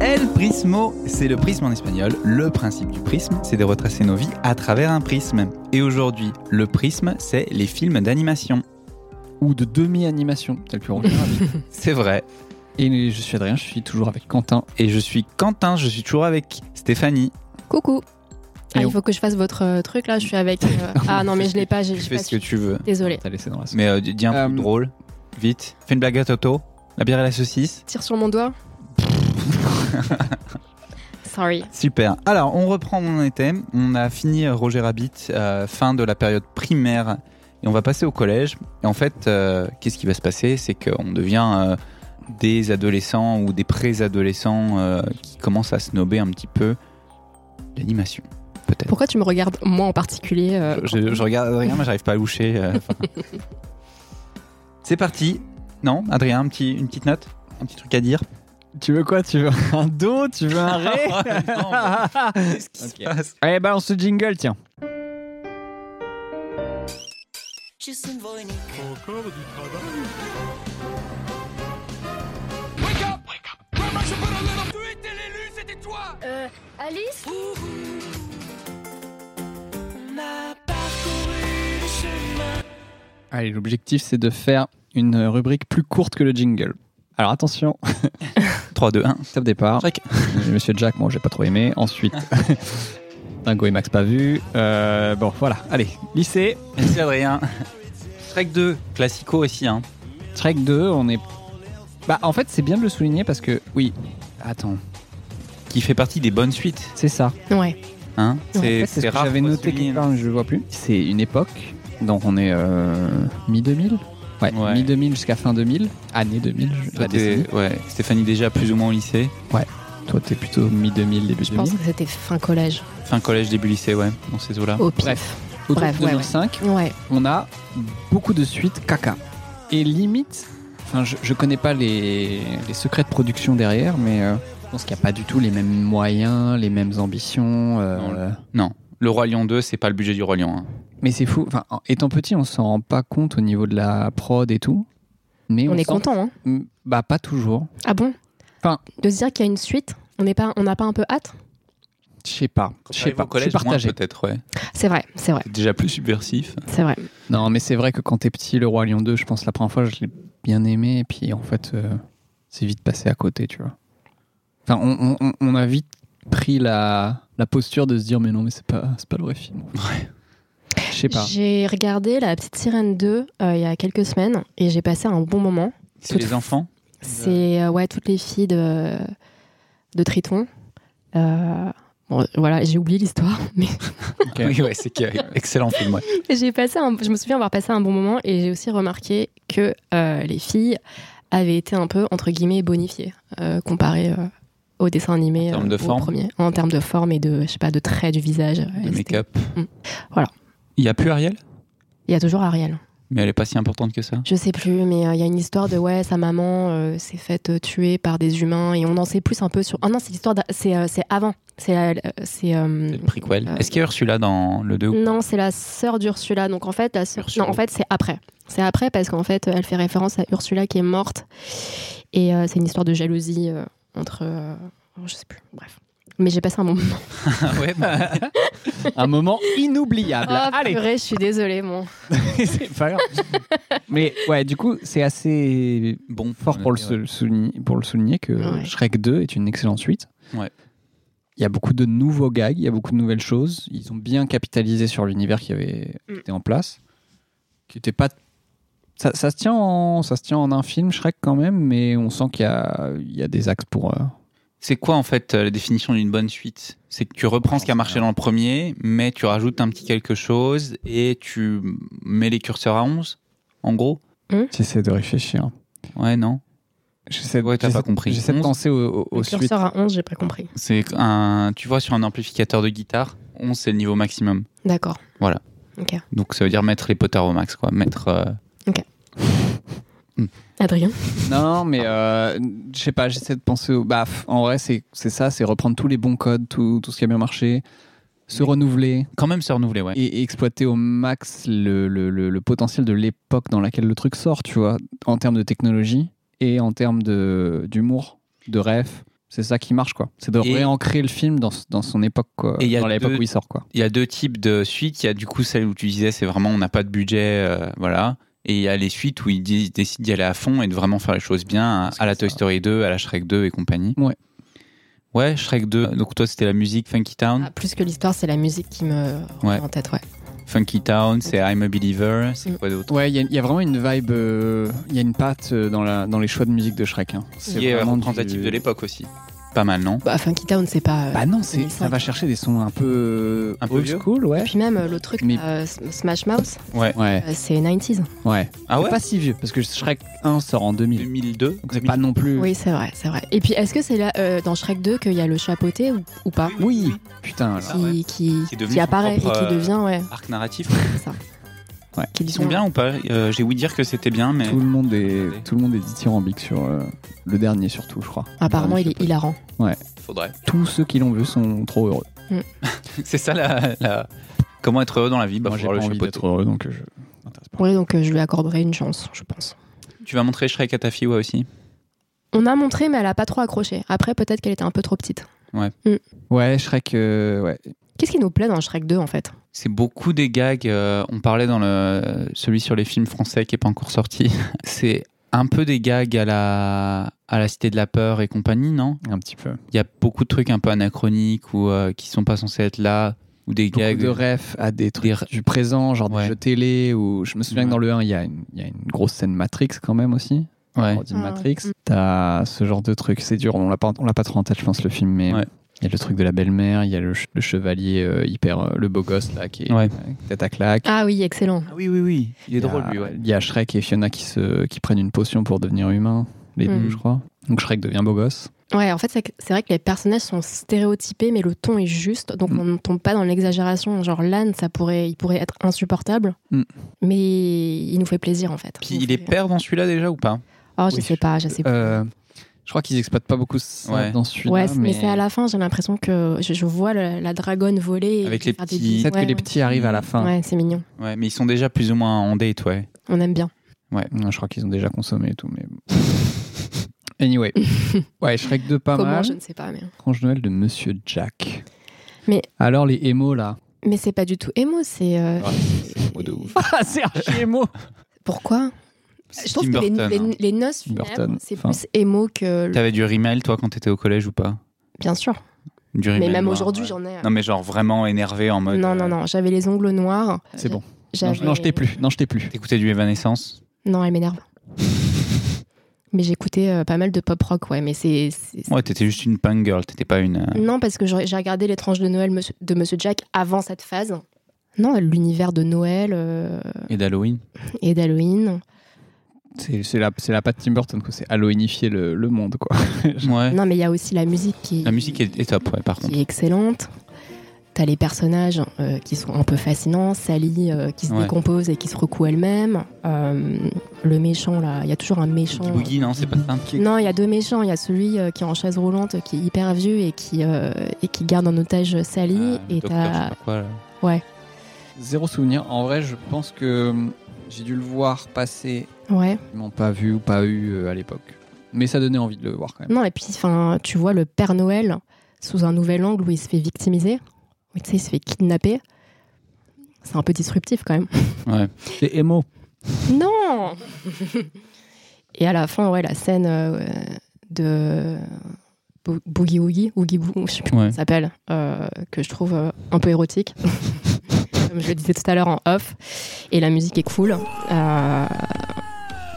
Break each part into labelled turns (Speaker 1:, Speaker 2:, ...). Speaker 1: El Prismo, c'est le prisme en espagnol. Le principe du prisme, c'est de retracer nos vies à travers un prisme. Et aujourd'hui, le prisme, c'est les films d'animation.
Speaker 2: ou de demi-animation, tel que Roger Rabbit.
Speaker 1: C'est vrai.
Speaker 2: Et je suis Adrien, je suis toujours avec Quentin.
Speaker 1: Et je suis Quentin, je suis toujours avec Stéphanie.
Speaker 3: Coucou. Ah,
Speaker 2: Et on-
Speaker 3: il faut que je fasse votre euh, truc là, je suis avec. euh, Ah non, mais je l'ai pas, j'ai
Speaker 1: Tu
Speaker 3: j'ai
Speaker 1: fais
Speaker 3: pas
Speaker 1: ce que
Speaker 3: su.
Speaker 1: tu veux.
Speaker 3: Désolée.
Speaker 2: T'as laissé dans la sauce.
Speaker 1: Mais euh, dis un
Speaker 2: Euh,
Speaker 1: truc drôle, vite. Fais une blague à Toto. La bière et la saucisse.
Speaker 3: Tire sur mon doigt. Sorry.
Speaker 1: Super. Alors, on reprend où on en était. On a fini Roger Rabbit, euh, fin de la période primaire, et on va passer au collège. Et en fait, euh, qu'est-ce qui va se passer C'est qu'on devient euh, des adolescents ou des pré-adolescents euh, qui commencent à snober un petit peu l'animation, peut-être.
Speaker 3: Pourquoi tu me regardes moi en particulier euh,
Speaker 1: Je, je regarde Adrien, mais j'arrive pas à loucher. euh, enfin. C'est parti. Non, Adrien, un petit, une petite note Un petit truc à dire
Speaker 2: Tu veux quoi Tu veux un dos Tu veux un ré
Speaker 1: Qu'est-ce qui
Speaker 2: Ok.
Speaker 1: se passe
Speaker 2: Allez, balance ce jingle, tiens.
Speaker 4: Euh, Alice
Speaker 2: Allez, l'objectif, c'est de faire une rubrique plus courte que le jingle. Alors attention,
Speaker 1: 3, 2, 1.
Speaker 2: top départ.
Speaker 1: Jack.
Speaker 2: Monsieur Jack, moi, j'ai pas trop aimé. Ensuite, Dingo et Max pas vu. Euh, bon, voilà. Allez, lycée.
Speaker 1: Merci Adrien. Shrek 2, classico aussi. Hein.
Speaker 2: Trek 2, on est. Bah, en fait, c'est bien de le souligner parce que, oui,
Speaker 1: Attends. Qui fait partie des bonnes suites.
Speaker 2: c'est ça.
Speaker 3: Ouais.
Speaker 1: Hein
Speaker 3: Ouais,
Speaker 1: c'est
Speaker 2: En fait, c'est ce
Speaker 1: c'est
Speaker 2: que
Speaker 1: rare.
Speaker 2: j'avais
Speaker 1: qu'on
Speaker 2: noté
Speaker 1: souligne.
Speaker 2: quelque part, mais je le vois plus. C'est une époque, donc on est euh, mi-2000 Ouais,
Speaker 1: Ouais.
Speaker 2: mi-2000 jusqu'à fin 2000, année 2000, je-
Speaker 1: Toi,
Speaker 2: la décennie.
Speaker 1: t'es- ouais, Stéphanie déjà plus ou moins au lycée.
Speaker 2: Toi, t'es plutôt mi-2000, début
Speaker 3: Je pense
Speaker 2: 2000.
Speaker 3: que c'était fin collège.
Speaker 1: Fin collège, début lycée, ouais, dans ces eaux-là.
Speaker 2: Oh.
Speaker 3: Au pif.
Speaker 2: Bref. Autour
Speaker 3: Bref,
Speaker 2: de
Speaker 3: ouais, ouais.
Speaker 2: 2005,
Speaker 3: Ouais.
Speaker 2: on a beaucoup de suites caca. Et limite, enfin, je, je connais pas les, les secrets de production derrière, mais euh, je pense qu'il n'y a pas du tout les mêmes moyens, les mêmes ambitions. euh,
Speaker 1: Non, Le Roi Lion 2, c'est pas le budget du Roi Lion. hein.
Speaker 2: Mais c'est fou. Enfin, en- étant petit, on s'en rend pas compte au niveau de la prod et tout. Mais on,
Speaker 3: On est
Speaker 2: s'en-
Speaker 3: content, hein.
Speaker 2: Mm, Bah pas toujours.
Speaker 3: Ah bon
Speaker 2: Enfin-
Speaker 3: De se dire qu'il y a une suite, on n'est pas, on n'a pas un peu hâte
Speaker 2: Je sais pas. Je sais
Speaker 1: Arrive
Speaker 2: pas.
Speaker 1: au
Speaker 2: Je suis
Speaker 1: collège, moins
Speaker 2: partagé.
Speaker 1: peut-être, ouais.
Speaker 3: C'est vrai, c'est vrai,
Speaker 1: C'est déjà plus subversif.
Speaker 3: c'est vrai.
Speaker 2: Non, mais c'est vrai que quand t'es petit, le roi Lion 2, je pense la première fois, je l'ai bien aimé et puis en fait, euh, c'est vite passé à côté, tu vois. Enfin, on, on- on- on a vite pris la, la posture de se dire mais non, mais c'est pas c'est pas le vrai film. Je sais pas.
Speaker 3: J'ai regardé La Petite Sirène 2 euh, il y a quelques semaines et j'ai passé un bon moment.
Speaker 1: C'est
Speaker 3: Tout
Speaker 1: les
Speaker 3: fait.
Speaker 1: enfants
Speaker 3: C'est euh, ouais, toutes les filles de, de Triton. Euh, bon, voilà, j'ai oublié l'histoire, mais
Speaker 2: Ok.
Speaker 1: Oui, ouais, c'est que- excellent film, ouais.
Speaker 3: j'ai passé un- je me souviens avoir passé un bon moment et j'ai aussi remarqué que euh, les filles avaient été un peu, entre guillemets, bonifiées euh, comparé euh, au dessin animé euh,
Speaker 1: En termes de
Speaker 3: au
Speaker 1: forme.
Speaker 3: premier. En termes de forme et de, je sais pas, de traits du visage. euh,
Speaker 1: Le
Speaker 3: Et c'était-
Speaker 1: make-up.
Speaker 3: Mm. Voilà.
Speaker 1: Il y a plus Ariel,
Speaker 3: Il y a toujours Ariel.
Speaker 1: mais elle est pas si importante que
Speaker 2: Mm.
Speaker 1: ça.
Speaker 3: Je sais plus, mais euh, il y a une histoire de ouais, sa maman euh, s'est faite euh, tuer par des humains et on en sait plus un peu sur. Ah non, c'est l'histoire, d'a- c'est euh, c'est avant, c'est euh, c'est euh,
Speaker 1: C'est le prequel.
Speaker 3: euh,
Speaker 1: Est-ce qu'il y a Ursula dans le 2
Speaker 2: Mm.
Speaker 1: ou
Speaker 3: non, c'est la sœur d'Ursula. Donc en fait, la sœur,
Speaker 1: Ursula.
Speaker 3: non, en fait, c'est après. C'est après parce qu'en fait, elle fait référence à Ursula qui est morte et euh, c'est une histoire de jalousie euh, entre, euh, je sais plus, bref. Mais j'ai passé un moment.
Speaker 1: Ah ouais, bah,
Speaker 2: Un moment inoubliable.
Speaker 3: Ah
Speaker 2: Allez.
Speaker 3: purée, je suis désolée, mon.
Speaker 2: c'est pas grave. mais ouais, du coup, c'est assez
Speaker 1: bon.
Speaker 2: fort pour le,
Speaker 1: Ouais.
Speaker 2: sou- souligner, pour le souligner que
Speaker 3: Ouais.
Speaker 2: Shrek 2 est une excellente suite.
Speaker 1: Ouais.
Speaker 2: Il y a beaucoup de nouveaux gags, il y a beaucoup de nouvelles choses. Ils ont bien capitalisé sur l'univers qui avait qui
Speaker 3: Mm.
Speaker 2: était en place, qui était pas. Ça, ça se tient en ça se tient en un film Shrek quand même, mais on sent qu'il y a il y a des axes pour. euh,
Speaker 1: C'est quoi en fait euh, la définition d'une bonne suite C'est que tu reprends ce qui a marché dans le premier, mais tu rajoutes un petit quelque chose et tu mets les curseurs à 11, en gros
Speaker 2: J'essaie de réfléchir.
Speaker 1: Ouais, non
Speaker 2: J'essaie de-
Speaker 1: Ouais, t'as pas
Speaker 2: j'essaie-
Speaker 1: compris.
Speaker 2: J'essaie de
Speaker 1: Onze.
Speaker 2: penser au- au- aux
Speaker 3: Le
Speaker 2: suites.
Speaker 3: curseur à 11, j'ai pas compris.
Speaker 1: C'est un. Tu vois, sur un amplificateur de guitare, 11 c'est le niveau maximum.
Speaker 3: D'accord.
Speaker 1: Voilà.
Speaker 3: Ok.
Speaker 1: Donc ça veut dire mettre les potards au max, quoi. Mettre. euh,
Speaker 3: Ok. Adrien
Speaker 2: Non, mais euh, je sais pas, j'essaie de penser au. Bah, pff, en vrai, c'est c'est ça, c'est reprendre tous les bons codes, tout, tout ce qui a bien marché, se
Speaker 1: Mais-
Speaker 2: renouveler
Speaker 1: Quand même se renouveler, ouais.
Speaker 2: et, et exploiter au max le, le- le- le potentiel de l'époque dans laquelle le truc sort, tu vois, en termes de technologie et en termes de- d'humour, de, ref. C'est ça qui marche, quoi. C'est de
Speaker 1: Et-
Speaker 2: réancrer le film dans, dans son époque, quoi.
Speaker 1: Et il y a
Speaker 2: dans l'époque
Speaker 1: deux-
Speaker 2: où il sort, quoi.
Speaker 1: Il y a deux types de suites. Il y a du coup celle où tu disais c'est vraiment on n'a pas de budget, euh, voilà. Et il y a les suites où ils dis- décident d'y aller à fond et de vraiment faire les choses bien, à,
Speaker 2: Parce
Speaker 1: à
Speaker 2: que
Speaker 1: la
Speaker 2: ça-
Speaker 1: Toy Story 2, à la Shrek 2 et compagnie.
Speaker 2: Ouais.
Speaker 1: Ouais, Shrek 2. Donc toi c'était la musique Funky Town.
Speaker 3: Ah, Plus que l'histoire, c'est la musique qui me revient
Speaker 1: Ouais.
Speaker 3: en tête, ouais.
Speaker 1: Funky Town, c'est I'm a Believer, c'est
Speaker 3: Mm.
Speaker 1: quoi d'autre
Speaker 2: Ouais, il y a- il y, a vraiment une vibe, euh, il y a une patte euh, dans, la, dans les choix de musique de Shrek. hein.
Speaker 1: Qui est
Speaker 2: vraiment
Speaker 1: représentatif
Speaker 2: du-
Speaker 1: de l'époque aussi. Pas mal, non
Speaker 3: Bah, Funky Town, c'est pas. euh,
Speaker 2: Bah non, c'est,
Speaker 3: 2005.
Speaker 2: ça va chercher des sons un peu, euh,
Speaker 1: Un peu
Speaker 2: old
Speaker 1: vieux.
Speaker 2: school, ouais.
Speaker 3: Et puis même euh, le truc,
Speaker 2: Mais-
Speaker 3: là, euh, Sm- Smash Mouth,
Speaker 2: Ouais,
Speaker 3: euh, c'est 90s.
Speaker 2: ouais.
Speaker 1: Ah
Speaker 2: C'est
Speaker 1: ouais
Speaker 2: pas si vieux, parce que Shrek 1 sort en 2000.
Speaker 1: 2002.
Speaker 2: Donc c'est pas non plus.
Speaker 3: Oui, c'est vrai, c'est vrai. Et puis, est-ce que c'est là, euh, dans Shrek 2, qu'il y a le chapeauté ou, ou pas
Speaker 2: Oui, putain. là.
Speaker 1: Ah
Speaker 3: qui,
Speaker 1: ouais.
Speaker 3: qui,
Speaker 1: Qui est devenu
Speaker 3: qui
Speaker 1: son
Speaker 3: apparaît
Speaker 1: propre,
Speaker 3: et qui
Speaker 1: euh,
Speaker 3: devient, ouais.
Speaker 1: Arc narratif.
Speaker 3: c'est ça.
Speaker 2: Ouais.
Speaker 3: Qui
Speaker 1: Ils
Speaker 3: devient-
Speaker 1: sont bien ou pas Euh, J'ai ouï dire que c'était bien, mais.
Speaker 2: Tout le monde est, tout le monde est dithyrambique sur euh, le dernier surtout, Ah, je crois.
Speaker 3: Apparemment,
Speaker 2: Le
Speaker 3: il
Speaker 2: dernier
Speaker 3: est hilarant.
Speaker 1: Faudrait.
Speaker 2: chapeau. Tous ceux qui l'ont vu sont trop heureux.
Speaker 1: C'est ça la, la- Comment être heureux dans la vie bah,
Speaker 2: Moi,
Speaker 1: faut
Speaker 2: j'ai pas
Speaker 1: voir le
Speaker 2: envie
Speaker 1: chapeau
Speaker 2: d'être heureux, donc euh, je. m'intéresse pas.
Speaker 3: Ouais, donc euh, je lui accorderai une chance, je pense.
Speaker 1: Tu vas montrer Shrek à ta fille ouais, aussi
Speaker 3: On a montré, mais elle a pas trop accroché. Après, peut-être qu'elle était un peu trop petite.
Speaker 2: Ouais, Shrek, euh, ouais.
Speaker 3: Qu'est-ce qui nous plaît dans Shrek 2, en fait
Speaker 1: C'est beaucoup des gags. euh, on parlait dans le, celui sur les films français qui est pas encore sorti. C'est un peu des gags à la, à la Cité de la Peur et compagnie, non
Speaker 2: un petit peu.
Speaker 1: Il y a beaucoup de trucs un peu anachroniques ou euh, qui sont pas censés être là. Ou des
Speaker 2: Beaucoup
Speaker 1: gags.
Speaker 2: de refs à des trucs
Speaker 1: re-
Speaker 2: du présent, genre
Speaker 1: Ouais.
Speaker 2: des jeux télé, ou je me souviens
Speaker 1: Ouais.
Speaker 2: que dans le 1, il y, a une- il y a une grosse scène Matrix quand même aussi.
Speaker 1: Ouais.
Speaker 2: Parodie de
Speaker 3: Ah,
Speaker 2: Matrix.
Speaker 3: mm.
Speaker 2: T'as ce genre de truc, c'est dur, on l'a pas, on l'a pas trop en tête, je pense, le film, mais
Speaker 1: Ouais.
Speaker 2: il y a le truc de la belle-mère, il y a le, ch- le chevalier euh, hyper, euh, le beau gosse là, qui est
Speaker 1: Ouais.
Speaker 2: euh, tête à claque.
Speaker 3: Ah oui, excellent.
Speaker 1: Ah oui, oui, oui. Il est
Speaker 2: Il y a-
Speaker 1: drôle, lui, ouais.
Speaker 2: Il y a Shrek et Fiona qui, se, qui prennent une potion pour devenir humain, les
Speaker 3: Mm.
Speaker 2: deux, je crois. Donc Shrek devient beau gosse.
Speaker 3: Ouais, en fait, c'est c'est vrai que les personnages sont stéréotypés, mais le ton est juste, donc
Speaker 2: Mm.
Speaker 3: on ne tombe pas dans l'exagération. Genre l'âne, ça pourrait, il pourrait être insupportable,
Speaker 2: Mm.
Speaker 3: mais il nous fait plaisir en fait.
Speaker 1: Puis
Speaker 3: nous
Speaker 1: il est
Speaker 3: fait-
Speaker 1: père dans celui-là déjà ou pas
Speaker 3: Oh, je
Speaker 2: Oui,
Speaker 3: sais pas, je sais pas.
Speaker 2: Euh, je crois qu'ils exploitent pas beaucoup ça
Speaker 1: Ouais.
Speaker 2: dans celui-là.
Speaker 3: ouais, c'est- mais, c'est à la fin, j'ai l'impression que je, je vois le- la dragonne voler. et
Speaker 1: Avec les
Speaker 3: faire des
Speaker 1: petits-
Speaker 3: bisous.
Speaker 2: Peut-être
Speaker 3: Ouais,
Speaker 2: que les
Speaker 3: ouais.
Speaker 2: petits arrivent à la fin.
Speaker 3: Ouais, c'est mignon.
Speaker 1: Ouais, mais ils sont déjà plus ou moins en date, ouais.
Speaker 3: On aime bien.
Speaker 2: Non, je crois qu'ils ont déjà consommé et tout, mais. bon. Anyway. Ouais, Shrek 2 pas
Speaker 3: Comment,
Speaker 2: mal.
Speaker 3: je ne sais pas. Mais,
Speaker 2: Tranche Noël de Monsieur Jack.
Speaker 3: Mais- Euh,
Speaker 2: Alors les émos là.
Speaker 3: mais c'est pas du tout émo, c'est. euh,
Speaker 2: Ah, c'est archi émo
Speaker 3: Pourquoi Je trouve
Speaker 1: Tim
Speaker 3: que les,
Speaker 1: Burton, hein.
Speaker 3: les, les noces
Speaker 2: Tim
Speaker 3: funèbres,
Speaker 2: Burton,
Speaker 3: c'est
Speaker 2: enfin.
Speaker 3: plus émo que. le-
Speaker 1: T'avais du rimel, toi, quand t'étais au collège ou pas
Speaker 3: Bien sûr.
Speaker 1: Du
Speaker 3: Mais
Speaker 1: rimel
Speaker 3: même
Speaker 1: noir,
Speaker 3: aujourd'hui,
Speaker 1: ouais.
Speaker 3: j'en ai. hein.
Speaker 1: Non, mais genre vraiment énervé en mode.
Speaker 3: Non,
Speaker 1: euh,
Speaker 3: non, non, j'avais les ongles noirs.
Speaker 2: C'est bon. Non,
Speaker 3: J'avais-
Speaker 2: je- non, je t'ai plus. Non, je t'ai plus.
Speaker 1: T'écoutais du Evanescence
Speaker 3: Non, elle m'énerve. mais j'écoutais euh, pas mal de pop rock, ouais, mais c'est. c'est- c'est-
Speaker 1: Ouais, t'étais juste une punk girl, t'étais pas une. euh,
Speaker 3: Non, parce que j'aurais- j'ai regardé l'étrange de Noël Monsieur- de Monsieur Jack avant cette phase. Non, l'univers de Noël euh,
Speaker 1: Et d'Halloween.
Speaker 3: et d'Halloween.
Speaker 2: C'est c'est la, c'est la patte Tim Burton, quoi. C'est Halloweenifier le, le monde, quoi.
Speaker 1: Ouais.
Speaker 3: Non, mais il y a aussi la musique qui,
Speaker 1: La musique est, est top, ouais, par contre.
Speaker 3: qui est excellente. T'as les personnages euh, qui sont un peu fascinants, Sally euh, qui se
Speaker 1: Ouais.
Speaker 3: décompose et qui se recoue elle-même. Euh, le méchant, là, il y a toujours un méchant.
Speaker 1: Boogie, Boogie, non, c'est pas ça
Speaker 3: Non, il y a deux méchants. Il y a celui euh, qui est en chaise roulante, euh, qui est hyper vieux et qui, euh, et qui garde en otage Sally.
Speaker 1: Euh, le
Speaker 3: et
Speaker 1: docteur, je sais
Speaker 3: t'as.
Speaker 1: pas quoi, là.
Speaker 2: Zéro souvenir. En vrai, je pense que hum, j'ai dû le voir passer.
Speaker 3: Ouais.
Speaker 2: Ils m'ont pas vu ou pas eu euh, à l'époque. Mais ça donnait envie de le voir quand même.
Speaker 3: Non, et puis, enfin, tu vois le Père Noël sous un nouvel angle où il se fait victimiser. Où, tu sais, il se fait kidnapper. C'est un peu disruptif quand même.
Speaker 1: Ouais.
Speaker 2: C'est émo.
Speaker 3: Non Et à la fin, ouais, la scène euh, de Bo- Boogie Woogie, Oogie Boo, je sais plus comment
Speaker 1: Ouais.
Speaker 3: ça s'appelle, euh, que je trouve euh, un peu érotique, comme je le disais tout à l'heure en off. Et la musique est cool. Euh,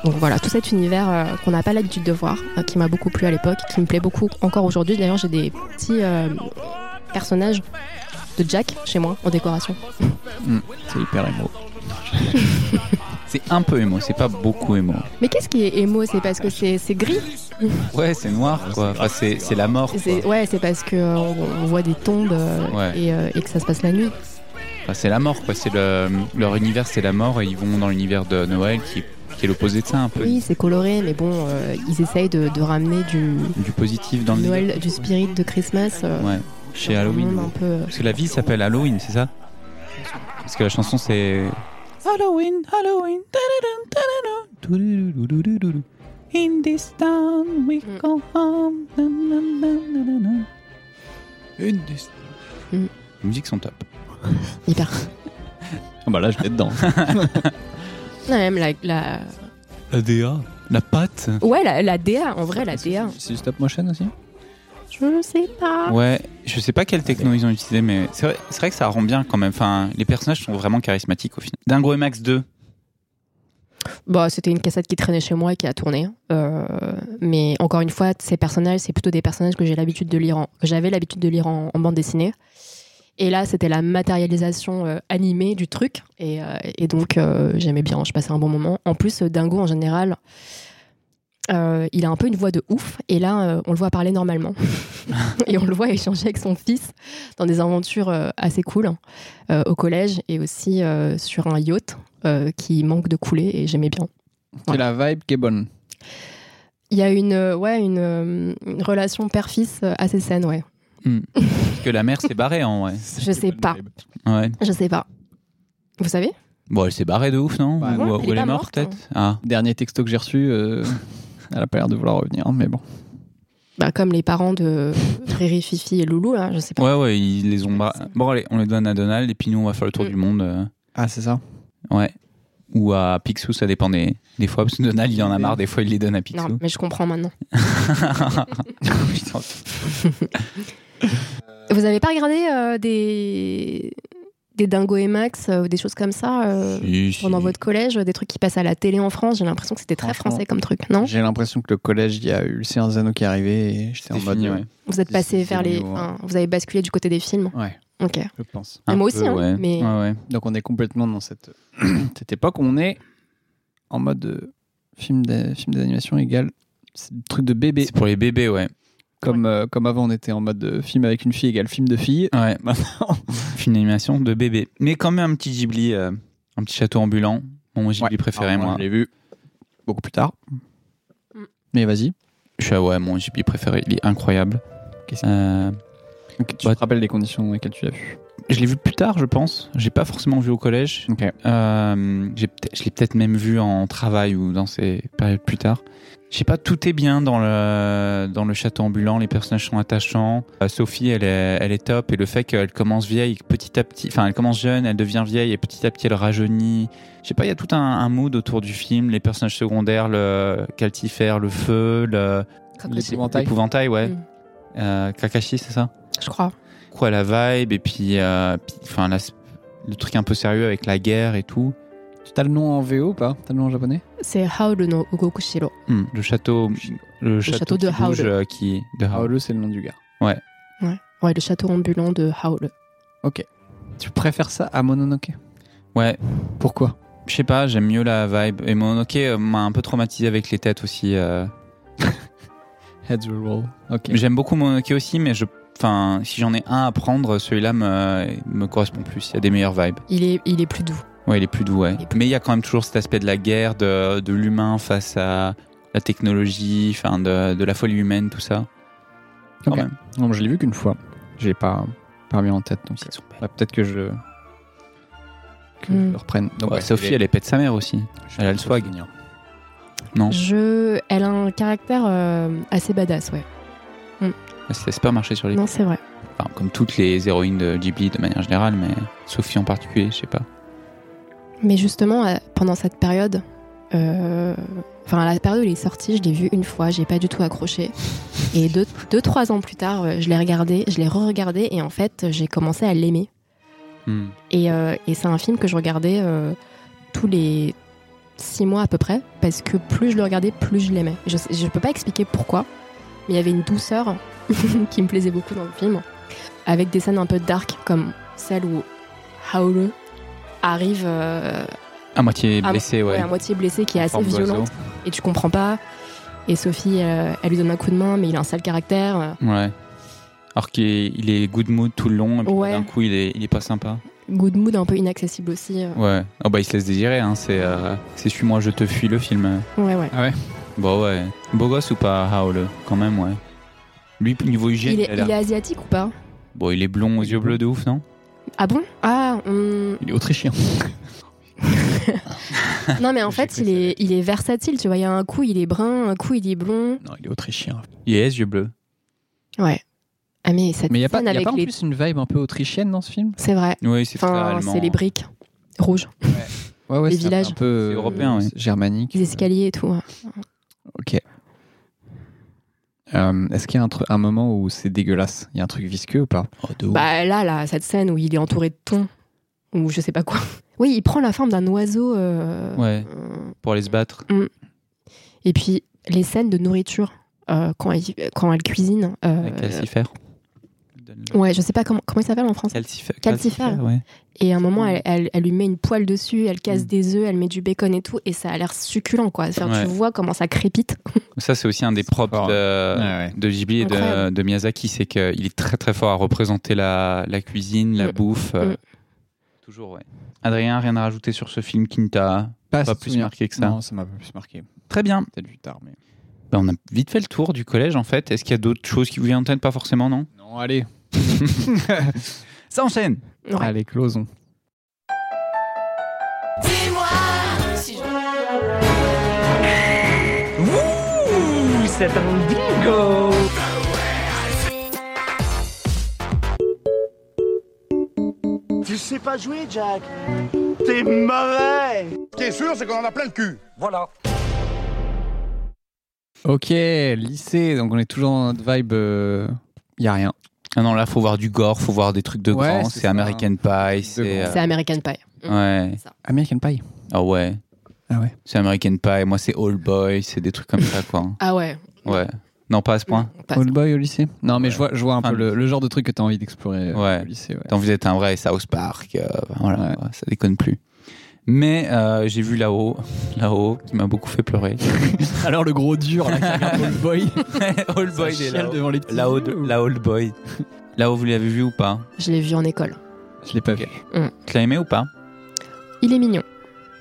Speaker 3: donc voilà, tout cet univers euh, qu'on n'a pas l'habitude de voir, euh, qui m'a beaucoup plu à l'époque, qui me plaît beaucoup encore aujourd'hui. D'ailleurs, j'ai des petits euh, personnages de Jack chez moi en décoration.
Speaker 2: C'est hyper émo.
Speaker 1: C'est un peu émo, c'est pas beaucoup émo.
Speaker 3: Mais qu'est-ce qui est émo C'est parce que c'est c'est gris
Speaker 1: Ouais, c'est noir, quoi. Enfin, c'est c'est la mort.
Speaker 3: Et
Speaker 1: quoi.
Speaker 3: c'est- Ouais, c'est parce que euh, on, on voit des tombes euh,
Speaker 1: Ouais.
Speaker 3: et, euh, et que ça se passe la nuit.
Speaker 1: Enfin, c'est la mort, quoi. C'est le, leur univers, c'est la mort, et ils vont dans l'univers de Noël qui est qui est l'opposé de ça un peu.
Speaker 3: Oui, c'est coloré, mais bon, euh, ils essayent de, de ramener du
Speaker 1: Du positif dans le
Speaker 3: Noël, du spirit de Christmas euh,
Speaker 1: Ouais, chez
Speaker 3: dans un
Speaker 1: Halloween.
Speaker 3: monde un peu. euh,
Speaker 1: Parce que la ville s'appelle Halloween, c'est ça Parce que la chanson c'est. Halloween, Halloween, In this town we
Speaker 3: Mm.
Speaker 1: go home. In this
Speaker 3: Mm.
Speaker 1: Les musiques sont top.
Speaker 3: Hyper.
Speaker 2: Ah bah là, je vais dedans.
Speaker 3: Non, même la, la...
Speaker 1: La DA, la pâte.
Speaker 3: Ouais, la, la DA, en vrai, la DA.
Speaker 2: C'est du stop motion aussi
Speaker 3: Je sais pas.
Speaker 1: Ouais, je sais pas quelle techno ils ont utilisé, mais c'est vrai, c'est vrai que ça rend bien quand même. Enfin, les personnages sont vraiment charismatiques au final. Dingo et Max 2.
Speaker 3: Bah, c'était une cassette qui traînait chez moi et qui a tourné. Euh, mais encore une fois, ces personnages, c'est plutôt des personnages que j'ai l'habitude de lire, en- que j'avais l'habitude de lire en, en bande dessinée. Et là, c'était la matérialisation euh, animée du truc. Et, euh, et donc, euh, j'aimais bien, je passais un bon moment. En plus, euh, Dingo, en général, euh, il a un peu une voix de ouf. Et là, euh, on le voit parler normalement. et on le voit échanger avec son fils dans des aventures euh, assez cool euh, au collège et aussi euh, sur un yacht euh, qui manque de couler. Et j'aimais bien.
Speaker 2: C'est la vibe qui est bonne.
Speaker 3: Il y a une, euh, ouais, une, euh, une relation père-fils euh, assez saine, ouais.
Speaker 1: Parce que la mère s'est barrée en vrai.
Speaker 3: Je sais pas.
Speaker 1: Ouais.
Speaker 3: Je sais pas. Vous savez
Speaker 1: Bon, elle s'est barrée de ouf, non
Speaker 2: Bah,
Speaker 1: Ou-
Speaker 2: non,
Speaker 1: Ou,
Speaker 3: elle est
Speaker 1: elle est
Speaker 3: pas
Speaker 1: morte
Speaker 3: morte, hein.
Speaker 1: peut-être Ah.
Speaker 2: Dernier texto que j'ai reçu, euh, elle a pas l'air de vouloir revenir, mais bon.
Speaker 3: bah, Comme les parents de Riri, Fifi et Loulou, là, je sais pas.
Speaker 1: Ouais, ouais, ils les ont. bra- Bon, allez, on les donne à Donald et puis nous, on va faire le tour
Speaker 3: Mm.
Speaker 1: du monde. euh,
Speaker 2: Ah, c'est ça
Speaker 1: ouais. Ou à Picsou, ça dépend des, des fois, parce que Donald, il en a marre, des fois, il les donne à Picsou.
Speaker 3: Non, mais je comprends maintenant.
Speaker 1: Putain.
Speaker 3: Vous avez pas regardé euh, des... des Dingo et Max euh, ou des choses comme ça euh,
Speaker 1: Si, si.
Speaker 3: pendant votre collège Des trucs qui passent à la télé en France J'ai l'impression que c'était très
Speaker 2: Franchement.
Speaker 3: français comme truc, non
Speaker 2: J'ai l'impression que le collège, il y a eu le Seigneur des Anneaux qui est arrivé et
Speaker 1: C'était
Speaker 2: j'étais en mode. euh,
Speaker 1: fini, ouais.
Speaker 3: Vous êtes
Speaker 2: C'est-
Speaker 3: passé
Speaker 2: c'est
Speaker 3: vers
Speaker 2: le
Speaker 3: les.
Speaker 2: niveau, hein.
Speaker 3: hein, vous avez basculé du côté des films
Speaker 2: Ouais,
Speaker 3: Ok.
Speaker 2: je pense.
Speaker 3: Et
Speaker 1: Un
Speaker 3: moi aussi,
Speaker 1: peu,
Speaker 3: hein,
Speaker 1: ouais.
Speaker 3: mais-
Speaker 1: Ouais, ouais.
Speaker 2: Donc on est complètement dans cette, cette époque. où On est en mode euh, film d'a- film d'animation égal c'est le truc de bébé.
Speaker 1: C'est pour les bébés, ouais.
Speaker 2: Comme, euh, comme avant, on était en mode euh, film avec une fille égal film de fille.
Speaker 1: Ouais.
Speaker 2: Maintenant,
Speaker 1: Film d'animation de bébé. Mais quand même un petit Ghibli, euh, un petit château ambulant. Mon Ghibli
Speaker 2: Ouais.
Speaker 1: préféré,
Speaker 3: Ah,
Speaker 2: Alors,
Speaker 1: moi.
Speaker 2: Je l'ai vu beaucoup plus tard.
Speaker 3: Mm.
Speaker 2: Mais vas-y. Bah,
Speaker 1: Je suis ah ouais, mon Ghibli préféré, il est incroyable.
Speaker 2: Qu'est-ce
Speaker 1: Euh,
Speaker 2: Ok, tu
Speaker 1: Bah,
Speaker 2: te rappelles les conditions dans lesquelles tu l'as vu
Speaker 1: je l'ai vu plus tard, je pense. J'ai pas forcément vu au collège.
Speaker 2: Ok.
Speaker 1: Euh, j'ai peut- je l'ai peut-être même vu en travail ou dans ces périodes plus tard. Je sais pas, tout est bien dans le, dans le château ambulant, les personnages sont attachants. Euh, Sophie, elle est, elle est top, et le fait qu'elle commence vieille, petit à petit, enfin elle commence jeune, elle devient vieille, et petit à petit elle rajeunit. Je sais pas, il y a tout un, un mood autour du film, les personnages secondaires, le calcifère, le feu, le-
Speaker 3: Cracoté,
Speaker 2: L'épouvantail.
Speaker 1: l'épouvantail, ouais.
Speaker 3: Mm.
Speaker 1: Euh, Kakashi, c'est ça
Speaker 3: Je crois.
Speaker 1: quoi la vibe et puis euh, puis- enfin la- le truc un peu sérieux avec la guerre et tout
Speaker 2: T'as le nom en VO ou pas T'as le nom en japonais
Speaker 3: C'est Haoru no Ugokushiro.
Speaker 1: Hum, le château le, château,
Speaker 3: château de
Speaker 1: qui bouge,
Speaker 3: Howler.
Speaker 1: euh, qui de Howler.
Speaker 2: Haolu, c'est Ah, le nom du gars.
Speaker 3: Ouais, le château ambulant de Haoru.
Speaker 2: Tu préfères ça à Mononoke
Speaker 1: ouais
Speaker 2: Pourquoi
Speaker 1: je sais pas j'aime mieux la vibe et Mononoke euh, m'a un peu traumatisé avec les têtes aussi euh.
Speaker 2: Heads will roll. Ok.
Speaker 1: j'aime beaucoup Mononoke aussi mais je enfin si j'en ai un à prendre celui-là me, me correspond plus il y a des meilleures vibes
Speaker 3: Il est, il est plus doux.
Speaker 1: ouais il est plus doux ouais.
Speaker 3: Il est plus-
Speaker 1: mais il y a quand même toujours cet aspect de la guerre de, de l'humain face à la technologie enfin de, de la folie humaine tout ça quand
Speaker 2: Ok.
Speaker 1: même
Speaker 2: Non, mais je l'ai vu qu'une fois. J'ai pas parmi en tête. Donc, bah, peut-être que je que
Speaker 3: Hmm.
Speaker 2: je le reprenne. Donc,
Speaker 1: Ouais,
Speaker 2: ouais,
Speaker 1: Sophie,
Speaker 2: je
Speaker 1: elle
Speaker 2: vais-
Speaker 1: est pète sa mère aussi.
Speaker 2: je
Speaker 1: elle a
Speaker 2: vais
Speaker 1: le swag.
Speaker 2: souvenir.
Speaker 1: Non,
Speaker 3: Je... Elle a un caractère euh, assez badass, ouais.
Speaker 1: elle se Ah, laisse pas marcher sur les
Speaker 3: Non, c'est vrai.
Speaker 1: Enfin, comme toutes les héroïnes de Ghibli de manière générale, mais Sophie en particulier, je sais pas.
Speaker 3: Mais justement, euh, pendant cette période, euh, enfin, à la période où il est sorti, je l'ai vu une fois, j'ai pas du tout accroché. Et deux, deux trois ans plus tard, euh, je l'ai regardé, je l'ai re-regardé, et en fait, j'ai commencé à l'aimer. Et, euh, et c'est un film que je regardais euh, tous les six mois à peu près, parce que plus je le regardais, plus je l'aimais. Je, sais- je peux pas expliquer pourquoi, mais il y avait une douceur qui me plaisait beaucoup dans le film, avec des scènes un peu dark, comme celle où Haole arrive euh,
Speaker 1: À moitié
Speaker 3: Ah,
Speaker 1: blessée, ouais.
Speaker 3: ouais, à moitié blessée, qui est
Speaker 1: En
Speaker 3: assez
Speaker 1: forme d'oiseau.
Speaker 3: violente, et tu comprends pas. Et Sophie, euh, elle lui donne un coup de main, mais il a un sale caractère. euh,
Speaker 1: Ouais. Alors qu'il est, il est good mood tout le long, et puis
Speaker 3: Ouais.
Speaker 1: d'un coup, il est, il est pas sympa.
Speaker 3: good mood un peu inaccessible aussi. euh.
Speaker 1: Ouais. Ah bah, il se laisse désirer, hein. C'est euh, c'est Suis-moi, je te fuis le film.
Speaker 3: Ouais, ouais.
Speaker 1: Bon, ouais. Beau gosse ou pas, Howl Quand même, ouais. Lui, niveau hygiène,
Speaker 3: Il est,
Speaker 1: il a l'air-
Speaker 3: il est asiatique ou pas
Speaker 1: Bon, il est blond aux yeux bleus de ouf, non
Speaker 3: Ah bon Ah, hum,
Speaker 2: Il est autrichien.
Speaker 3: non, mais en
Speaker 2: J'ai cru
Speaker 3: fait, il
Speaker 2: que ça allait
Speaker 3: est,
Speaker 2: être-
Speaker 3: il est versatile, tu vois. Il y a un coup, il est brun, un coup, il est blond.
Speaker 2: Non, il est autrichien.
Speaker 1: Il est yeux bleus.
Speaker 3: Ouais. Ah, mais cette
Speaker 2: Mais il n'y a pas,
Speaker 3: scène
Speaker 2: y a
Speaker 3: avec
Speaker 2: pas en
Speaker 3: les.
Speaker 2: plus une vibe un peu autrichienne dans ce film
Speaker 3: C'est vrai.
Speaker 1: Oui, c'est très
Speaker 3: Enfin,
Speaker 1: allemand.
Speaker 3: c'est les briques rouges,
Speaker 2: Ouais, ouais,
Speaker 3: Les
Speaker 2: c'est
Speaker 3: villages.
Speaker 2: un peu
Speaker 1: C'est européen, ouais.
Speaker 2: germanique.
Speaker 3: les escaliers et tout.
Speaker 2: Ok. Euh, Est-ce qu'il y a un, tru- un moment où c'est dégueulasse Il y a un truc visqueux ou pas
Speaker 3: Bah là, là, cette scène où il est entouré de thon, ou je sais pas quoi. Oui, il prend la forme d'un oiseau. euh,
Speaker 1: Ouais,
Speaker 3: euh,
Speaker 1: pour aller se battre.
Speaker 3: Et puis, les scènes de nourriture, euh, quand, il- quand elle cuisine. euh,
Speaker 1: Avec calcifère.
Speaker 3: ouais, je sais pas comment, comment il s'appelle en français.
Speaker 1: Calcifère.
Speaker 3: Calcifère.
Speaker 1: ouais.
Speaker 3: Et à un moment, elle, elle- elle lui met une poêle dessus, elle casse
Speaker 1: Mm.
Speaker 3: des œufs, elle met du bacon et tout, et ça a l'air succulent, quoi. Enfin,
Speaker 1: Ouais.
Speaker 3: Tu vois comment ça crépite.
Speaker 1: Ça, c'est aussi un des propres
Speaker 2: fort.
Speaker 1: de,
Speaker 2: Ouais, ouais.
Speaker 1: de Ghibli et de,
Speaker 3: Incroyable.
Speaker 1: de Miyazaki, c'est qu'il est très très fort à représenter la, la cuisine, la
Speaker 3: Mm.
Speaker 1: bouffe. euh,
Speaker 3: Mm.
Speaker 1: Toujours, ouais. Adrien, rien à rajouter sur ce film qui ne t'a pas
Speaker 2: assez
Speaker 1: plus
Speaker 2: souvenir.
Speaker 1: marqué que ça
Speaker 2: Ah, Non, ça m'a pas plus marqué.
Speaker 1: Très bien.
Speaker 2: Peut-être plus tard, mais.
Speaker 1: Bah, on a vite fait le tour du collège, en fait. Est-ce qu'il y a d'autres choses qui vous viennent en tête Pas forcément, non
Speaker 2: Non, allez.
Speaker 1: Ça enchaîne
Speaker 3: Ouais.
Speaker 2: Allez, closons.
Speaker 5: Tu sais pas jouer, Jack T'es mauvais
Speaker 6: Ce qui est sûr, c'est qu'on en a plein le cul. Voilà.
Speaker 2: Ok, lycée. Donc on est toujours dans notre vibe. Il y a rien.
Speaker 1: Ah non, là, faut voir du gore, faut voir des trucs de
Speaker 2: Ouais,
Speaker 1: grand.
Speaker 2: c'est
Speaker 1: C'est
Speaker 2: ça.
Speaker 1: American Pie, c'est.
Speaker 2: De
Speaker 3: C'est American Pie.
Speaker 1: euh, Ouais.
Speaker 2: American Pie.
Speaker 1: Ah ouais.
Speaker 2: Ah ouais.
Speaker 1: C'est American Pie. Moi, c'est All Boy, c'est des trucs comme ça, quoi.
Speaker 3: Ah ouais.
Speaker 1: Ouais. Non, pas à ce point.
Speaker 3: Pas-
Speaker 2: Old boy au lycée Non, mais je vois, je vois un
Speaker 1: Enfin,
Speaker 2: peu le, le genre de truc que t'as envie d'explorer euh,
Speaker 1: Ouais.
Speaker 2: au lycée. Ouais.
Speaker 1: Tant vous êtes un vrai South Park, euh, ben voilà,
Speaker 2: Ouais.
Speaker 1: ouais, ça déconne plus. Mais euh, j'ai vu là-haut, là-haut, qui m'a beaucoup fait pleurer.
Speaker 2: Alors le gros dur, là, qui regarde Old Boy,
Speaker 1: All
Speaker 2: ça chiale devant les petits
Speaker 1: Là-haut,
Speaker 2: yeux, ou-
Speaker 1: la Old Boy. Là-haut, vous l'avez vu ou pas
Speaker 3: Je l'ai vu en école.
Speaker 2: Je l'ai pas vu.
Speaker 1: Tu l'as aimé ou pas
Speaker 3: Il est mignon.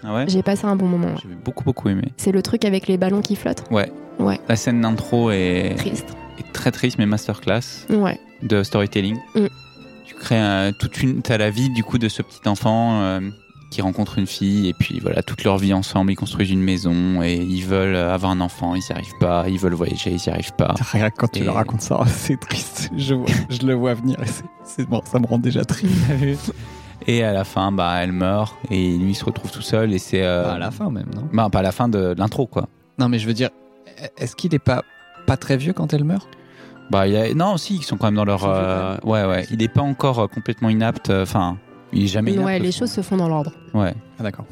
Speaker 1: Ah ouais
Speaker 3: J'ai passé un bon moment. ouais.
Speaker 1: J'ai beaucoup, beaucoup aimé.
Speaker 3: C'est le truc avec les ballons qui flottent.
Speaker 1: La scène d'intro est,
Speaker 3: Triste.
Speaker 1: est très triste, mais masterclass
Speaker 3: Ouais.
Speaker 1: de storytelling.
Speaker 3: Mm.
Speaker 1: Tu crées un- toute une. T'as la vie, du coup, de ce petit enfant. euh, qui rencontre une fille et puis voilà toute leur vie ensemble ils construisent une maison et ils veulent avoir un enfant ils n'y arrivent pas ils veulent voyager ils n'y arrivent pas
Speaker 2: Rien que quand tu
Speaker 1: Et-
Speaker 2: le racontes ça, c'est triste. Je, vois- je le vois venir et c'est- c'est bon, ça me rend déjà triste.
Speaker 1: Et à la fin, bah, elle meurt et lui il se retrouve tout seul et c'est. euh,
Speaker 2: à la fin même, non
Speaker 1: Bah, pas à la fin de, de l'intro quoi.
Speaker 2: Non, mais je veux dire, e-, est-ce qu'il est pas pas très vieux quand elle meurt
Speaker 1: Bah, il y a- Non, si, ils sont quand même dans leur.
Speaker 2: Ils sont
Speaker 1: euh, Ouais, ouais. Il n'est pas encore euh, complètement inapte. euh, Enfin, il est jamais inapte.
Speaker 3: ouais, les choses se font dans l'ordre.
Speaker 1: Ouais.
Speaker 2: Ah d'accord.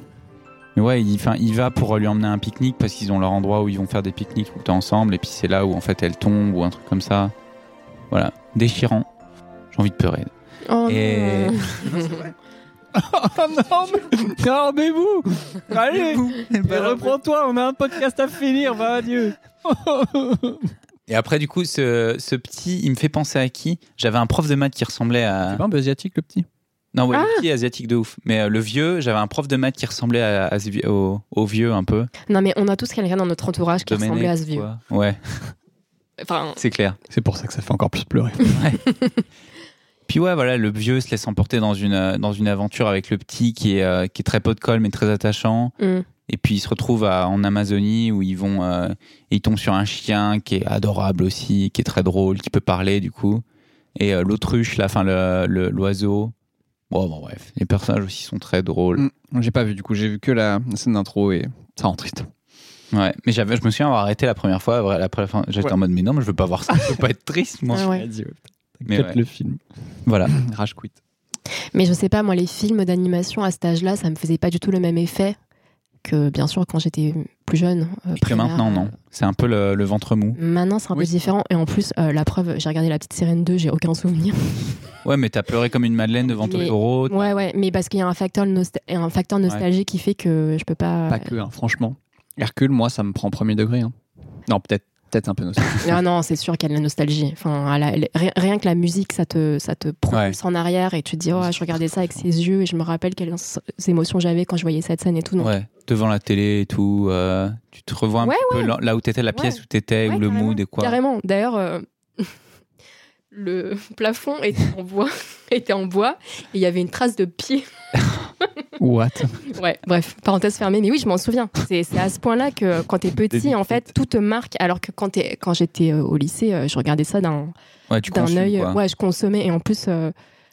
Speaker 1: Mais ouais, il, enfin, il va pour lui emmener un pique-nique parce qu'ils ont leur endroit où ils vont faire des pique-niques tout le temps ensemble et puis c'est là où en fait elle tombe ou un truc comme ça. Voilà. Déchirant. J'ai envie de pleurer.
Speaker 3: Oh,
Speaker 1: Et-
Speaker 3: non.
Speaker 2: Oh non, mais, non, mais vous Allez, mais
Speaker 3: ben,
Speaker 2: reprends-toi, on a un podcast à finir, va adieu. c'est
Speaker 1: Et après, du coup, ce, ce petit, il me fait penser à qui J'avais un prof de maths qui ressemblait à.
Speaker 2: pas un asiatique le petit
Speaker 1: Non, ouais,
Speaker 3: Ah.
Speaker 1: le petit asiatique de ouf. Mais euh, le vieux, j'avais un prof de maths qui ressemblait à, à ce vi- au, au vieux un peu.
Speaker 3: Non, mais on a tous quelqu'un dans notre entourage qui
Speaker 1: Domenech,
Speaker 3: ressemblait à ce vieux.
Speaker 1: quoi. Ouais,
Speaker 3: Enfin,
Speaker 1: c'est clair.
Speaker 2: C'est pour ça que ça fait encore plus pleurer.
Speaker 1: Puis ouais, voilà, le vieux se laisse emporter dans une, euh, dans une aventure avec le petit qui est, euh, qui est très pot de colle mais très attachant.
Speaker 3: hum.
Speaker 1: Et puis ils se retrouvent à- en Amazonie où ils vont. euh, et ils tombent sur un chien qui est adorable aussi, qui est très drôle, qui peut parler du coup. Et euh, l'autruche, là, enfin le- le- l'oiseau. Bon, bon, bref. Les personnages aussi sont très drôles.
Speaker 3: Mm.
Speaker 2: Mm, J'ai pas vu du coup, j'ai vu que la scène d'intro et ça rend triste.
Speaker 1: Ouais, mais j'avais, je me souviens avoir arrêté la première fois. vra- La première fois, j'étais
Speaker 2: Ouais.
Speaker 1: en mode, mais non, mais je veux pas voir ça, je veux pas être triste, moi.
Speaker 3: Ah ouais. Mm.
Speaker 1: Mais
Speaker 2: Peut-être
Speaker 1: ouais.
Speaker 2: le film.
Speaker 1: Voilà.
Speaker 2: Rage quit.
Speaker 3: Mais je sais pas, moi, les films d'animation à cet âge-là, ça me faisait pas du tout le même effet que, bien sûr, quand j'étais plus jeune. euh,
Speaker 1: Que
Speaker 3: primaire.
Speaker 1: maintenant, non. C'est un peu le, le ventre mou.
Speaker 3: Maintenant, c'est un
Speaker 2: Oui.
Speaker 3: peu différent. Et en plus, euh, la preuve, j'ai regardé La Petite Sirène 2, j'ai aucun souvenir.
Speaker 1: Ouais, mais t'as pleuré comme une madeleine devant tous
Speaker 3: Mais-
Speaker 1: les euros.
Speaker 3: Ouais, ouais, mais parce qu'il y a un facteur, nostal- un facteur nostalgie qui fait que je peux pas.
Speaker 2: Pas que, hein, franchement. Hercule, moi, ça me prend premier degré. hein. Non, peut-être peut-être un peu nostalgique.
Speaker 3: Ah non, c'est sûr qu'il y a de la nostalgie. Enfin, elle a- elle- rien, rien que la musique, ça te, ça te propulse en arrière et tu te dis, oh, je regardais ça avec ses yeux et je me rappelle quelles s- émotions j'avais quand je voyais cette scène et tout. Donc,
Speaker 1: Ouais, devant la télé et tout, euh, tu te revois un
Speaker 3: Ouais,
Speaker 1: petit
Speaker 3: ouais.
Speaker 1: peu là- là où t'étais, la pièce
Speaker 3: Ouais.
Speaker 1: où t'étais,
Speaker 3: Ouais,
Speaker 1: ou le
Speaker 3: carrément.
Speaker 1: mood et quoi.
Speaker 3: Carrément. D'ailleurs, euh, le plafond était en bois, était en bois et il y avait une trace de pied.
Speaker 2: What
Speaker 3: Ouais, bref, parenthèse fermée, mais oui, je m'en souviens. C'est c'est à ce point-là que quand t'es petit, en fait, tout te marque. Alors que quand, t'es- quand j'étais euh, au lycée, euh, je regardais ça d'un
Speaker 1: Ouais, tu
Speaker 3: d'un
Speaker 1: consommes,
Speaker 3: œil.
Speaker 1: quoi.
Speaker 3: Ouais, je consommais. Et en plus, euh,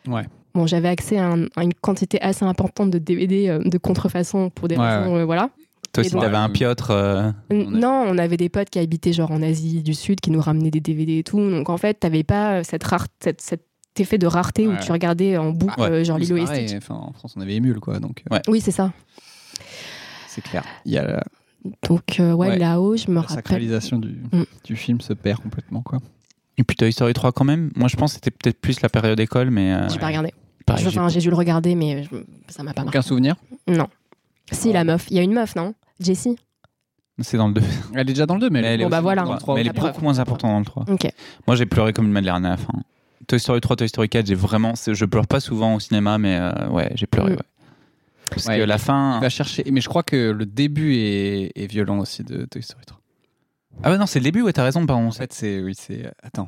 Speaker 2: Ouais.
Speaker 3: bon, j'avais accès à, un- à une quantité assez importante de DVD euh, de contrefaçon pour des
Speaker 2: Ouais,
Speaker 3: raisons. euh, voilà.
Speaker 1: Toi
Speaker 3: Et
Speaker 1: aussi,
Speaker 3: donc-
Speaker 1: t'avais un piotre. euh,
Speaker 2: On a-
Speaker 3: Non, on avait des potes qui habitaient genre en Asie du Sud qui nous ramenaient des DVD et tout. Donc en fait, t'avais pas euh, cette rare, cette, cet effet de rareté
Speaker 2: Ouais.
Speaker 3: où tu regardais en boucle
Speaker 1: Ah, ouais.
Speaker 3: euh, genre Lilo
Speaker 2: C'est
Speaker 3: et
Speaker 2: pareil,
Speaker 3: Stitch.
Speaker 2: enfin, en France, on avait émule, quoi, donc euh,
Speaker 1: Ouais.
Speaker 3: Oui, c'est ça.
Speaker 2: c'est clair. Il y a la,
Speaker 3: Donc euh, ouais,
Speaker 1: Ouais.
Speaker 3: là-haut, je me
Speaker 2: la
Speaker 3: rappelle.
Speaker 2: sacralisation du,
Speaker 3: Mm.
Speaker 2: du film se perd complètement, quoi.
Speaker 1: Et puis Toy Story 3 quand même. Moi, je pense que c'était peut-être plus la période école, mais. euh,
Speaker 3: J'ai pas regardé.
Speaker 1: pareil, j'ai-
Speaker 3: Enfin, j'ai dû le regarder, mais je- ça m'a pas marqué.
Speaker 2: Aucun souvenir
Speaker 3: Si, la meuf. Il y a une meuf, non Jessie
Speaker 1: C'est dans le 2.
Speaker 2: Elle est déjà dans le 2, mais elle,
Speaker 1: Mais elle
Speaker 2: est
Speaker 1: est
Speaker 3: Bon, bah
Speaker 2: aussi
Speaker 3: voilà.
Speaker 2: dans le 3.
Speaker 1: Mais elle est
Speaker 3: la preuve.
Speaker 1: beaucoup moins importante dans le 3.
Speaker 3: Ok.
Speaker 1: Moi, j'ai pleuré comme une madeleine à la fin. Toy Story 3, Toy Story 4, j'ai vraiment. c'est- Je pleure pas souvent au cinéma, mais euh, ouais, j'ai pleuré.
Speaker 3: Mm.
Speaker 1: ouais. Parce
Speaker 2: Ouais.
Speaker 1: que la fin.
Speaker 2: Il va chercher, mais je crois que le début est, est violent aussi de Toy Story 3.
Speaker 1: Ah ouais, non, c'est le début, ouais, t'as raison, pardon.
Speaker 2: En fait, c'est. Oui, c'est. Attends.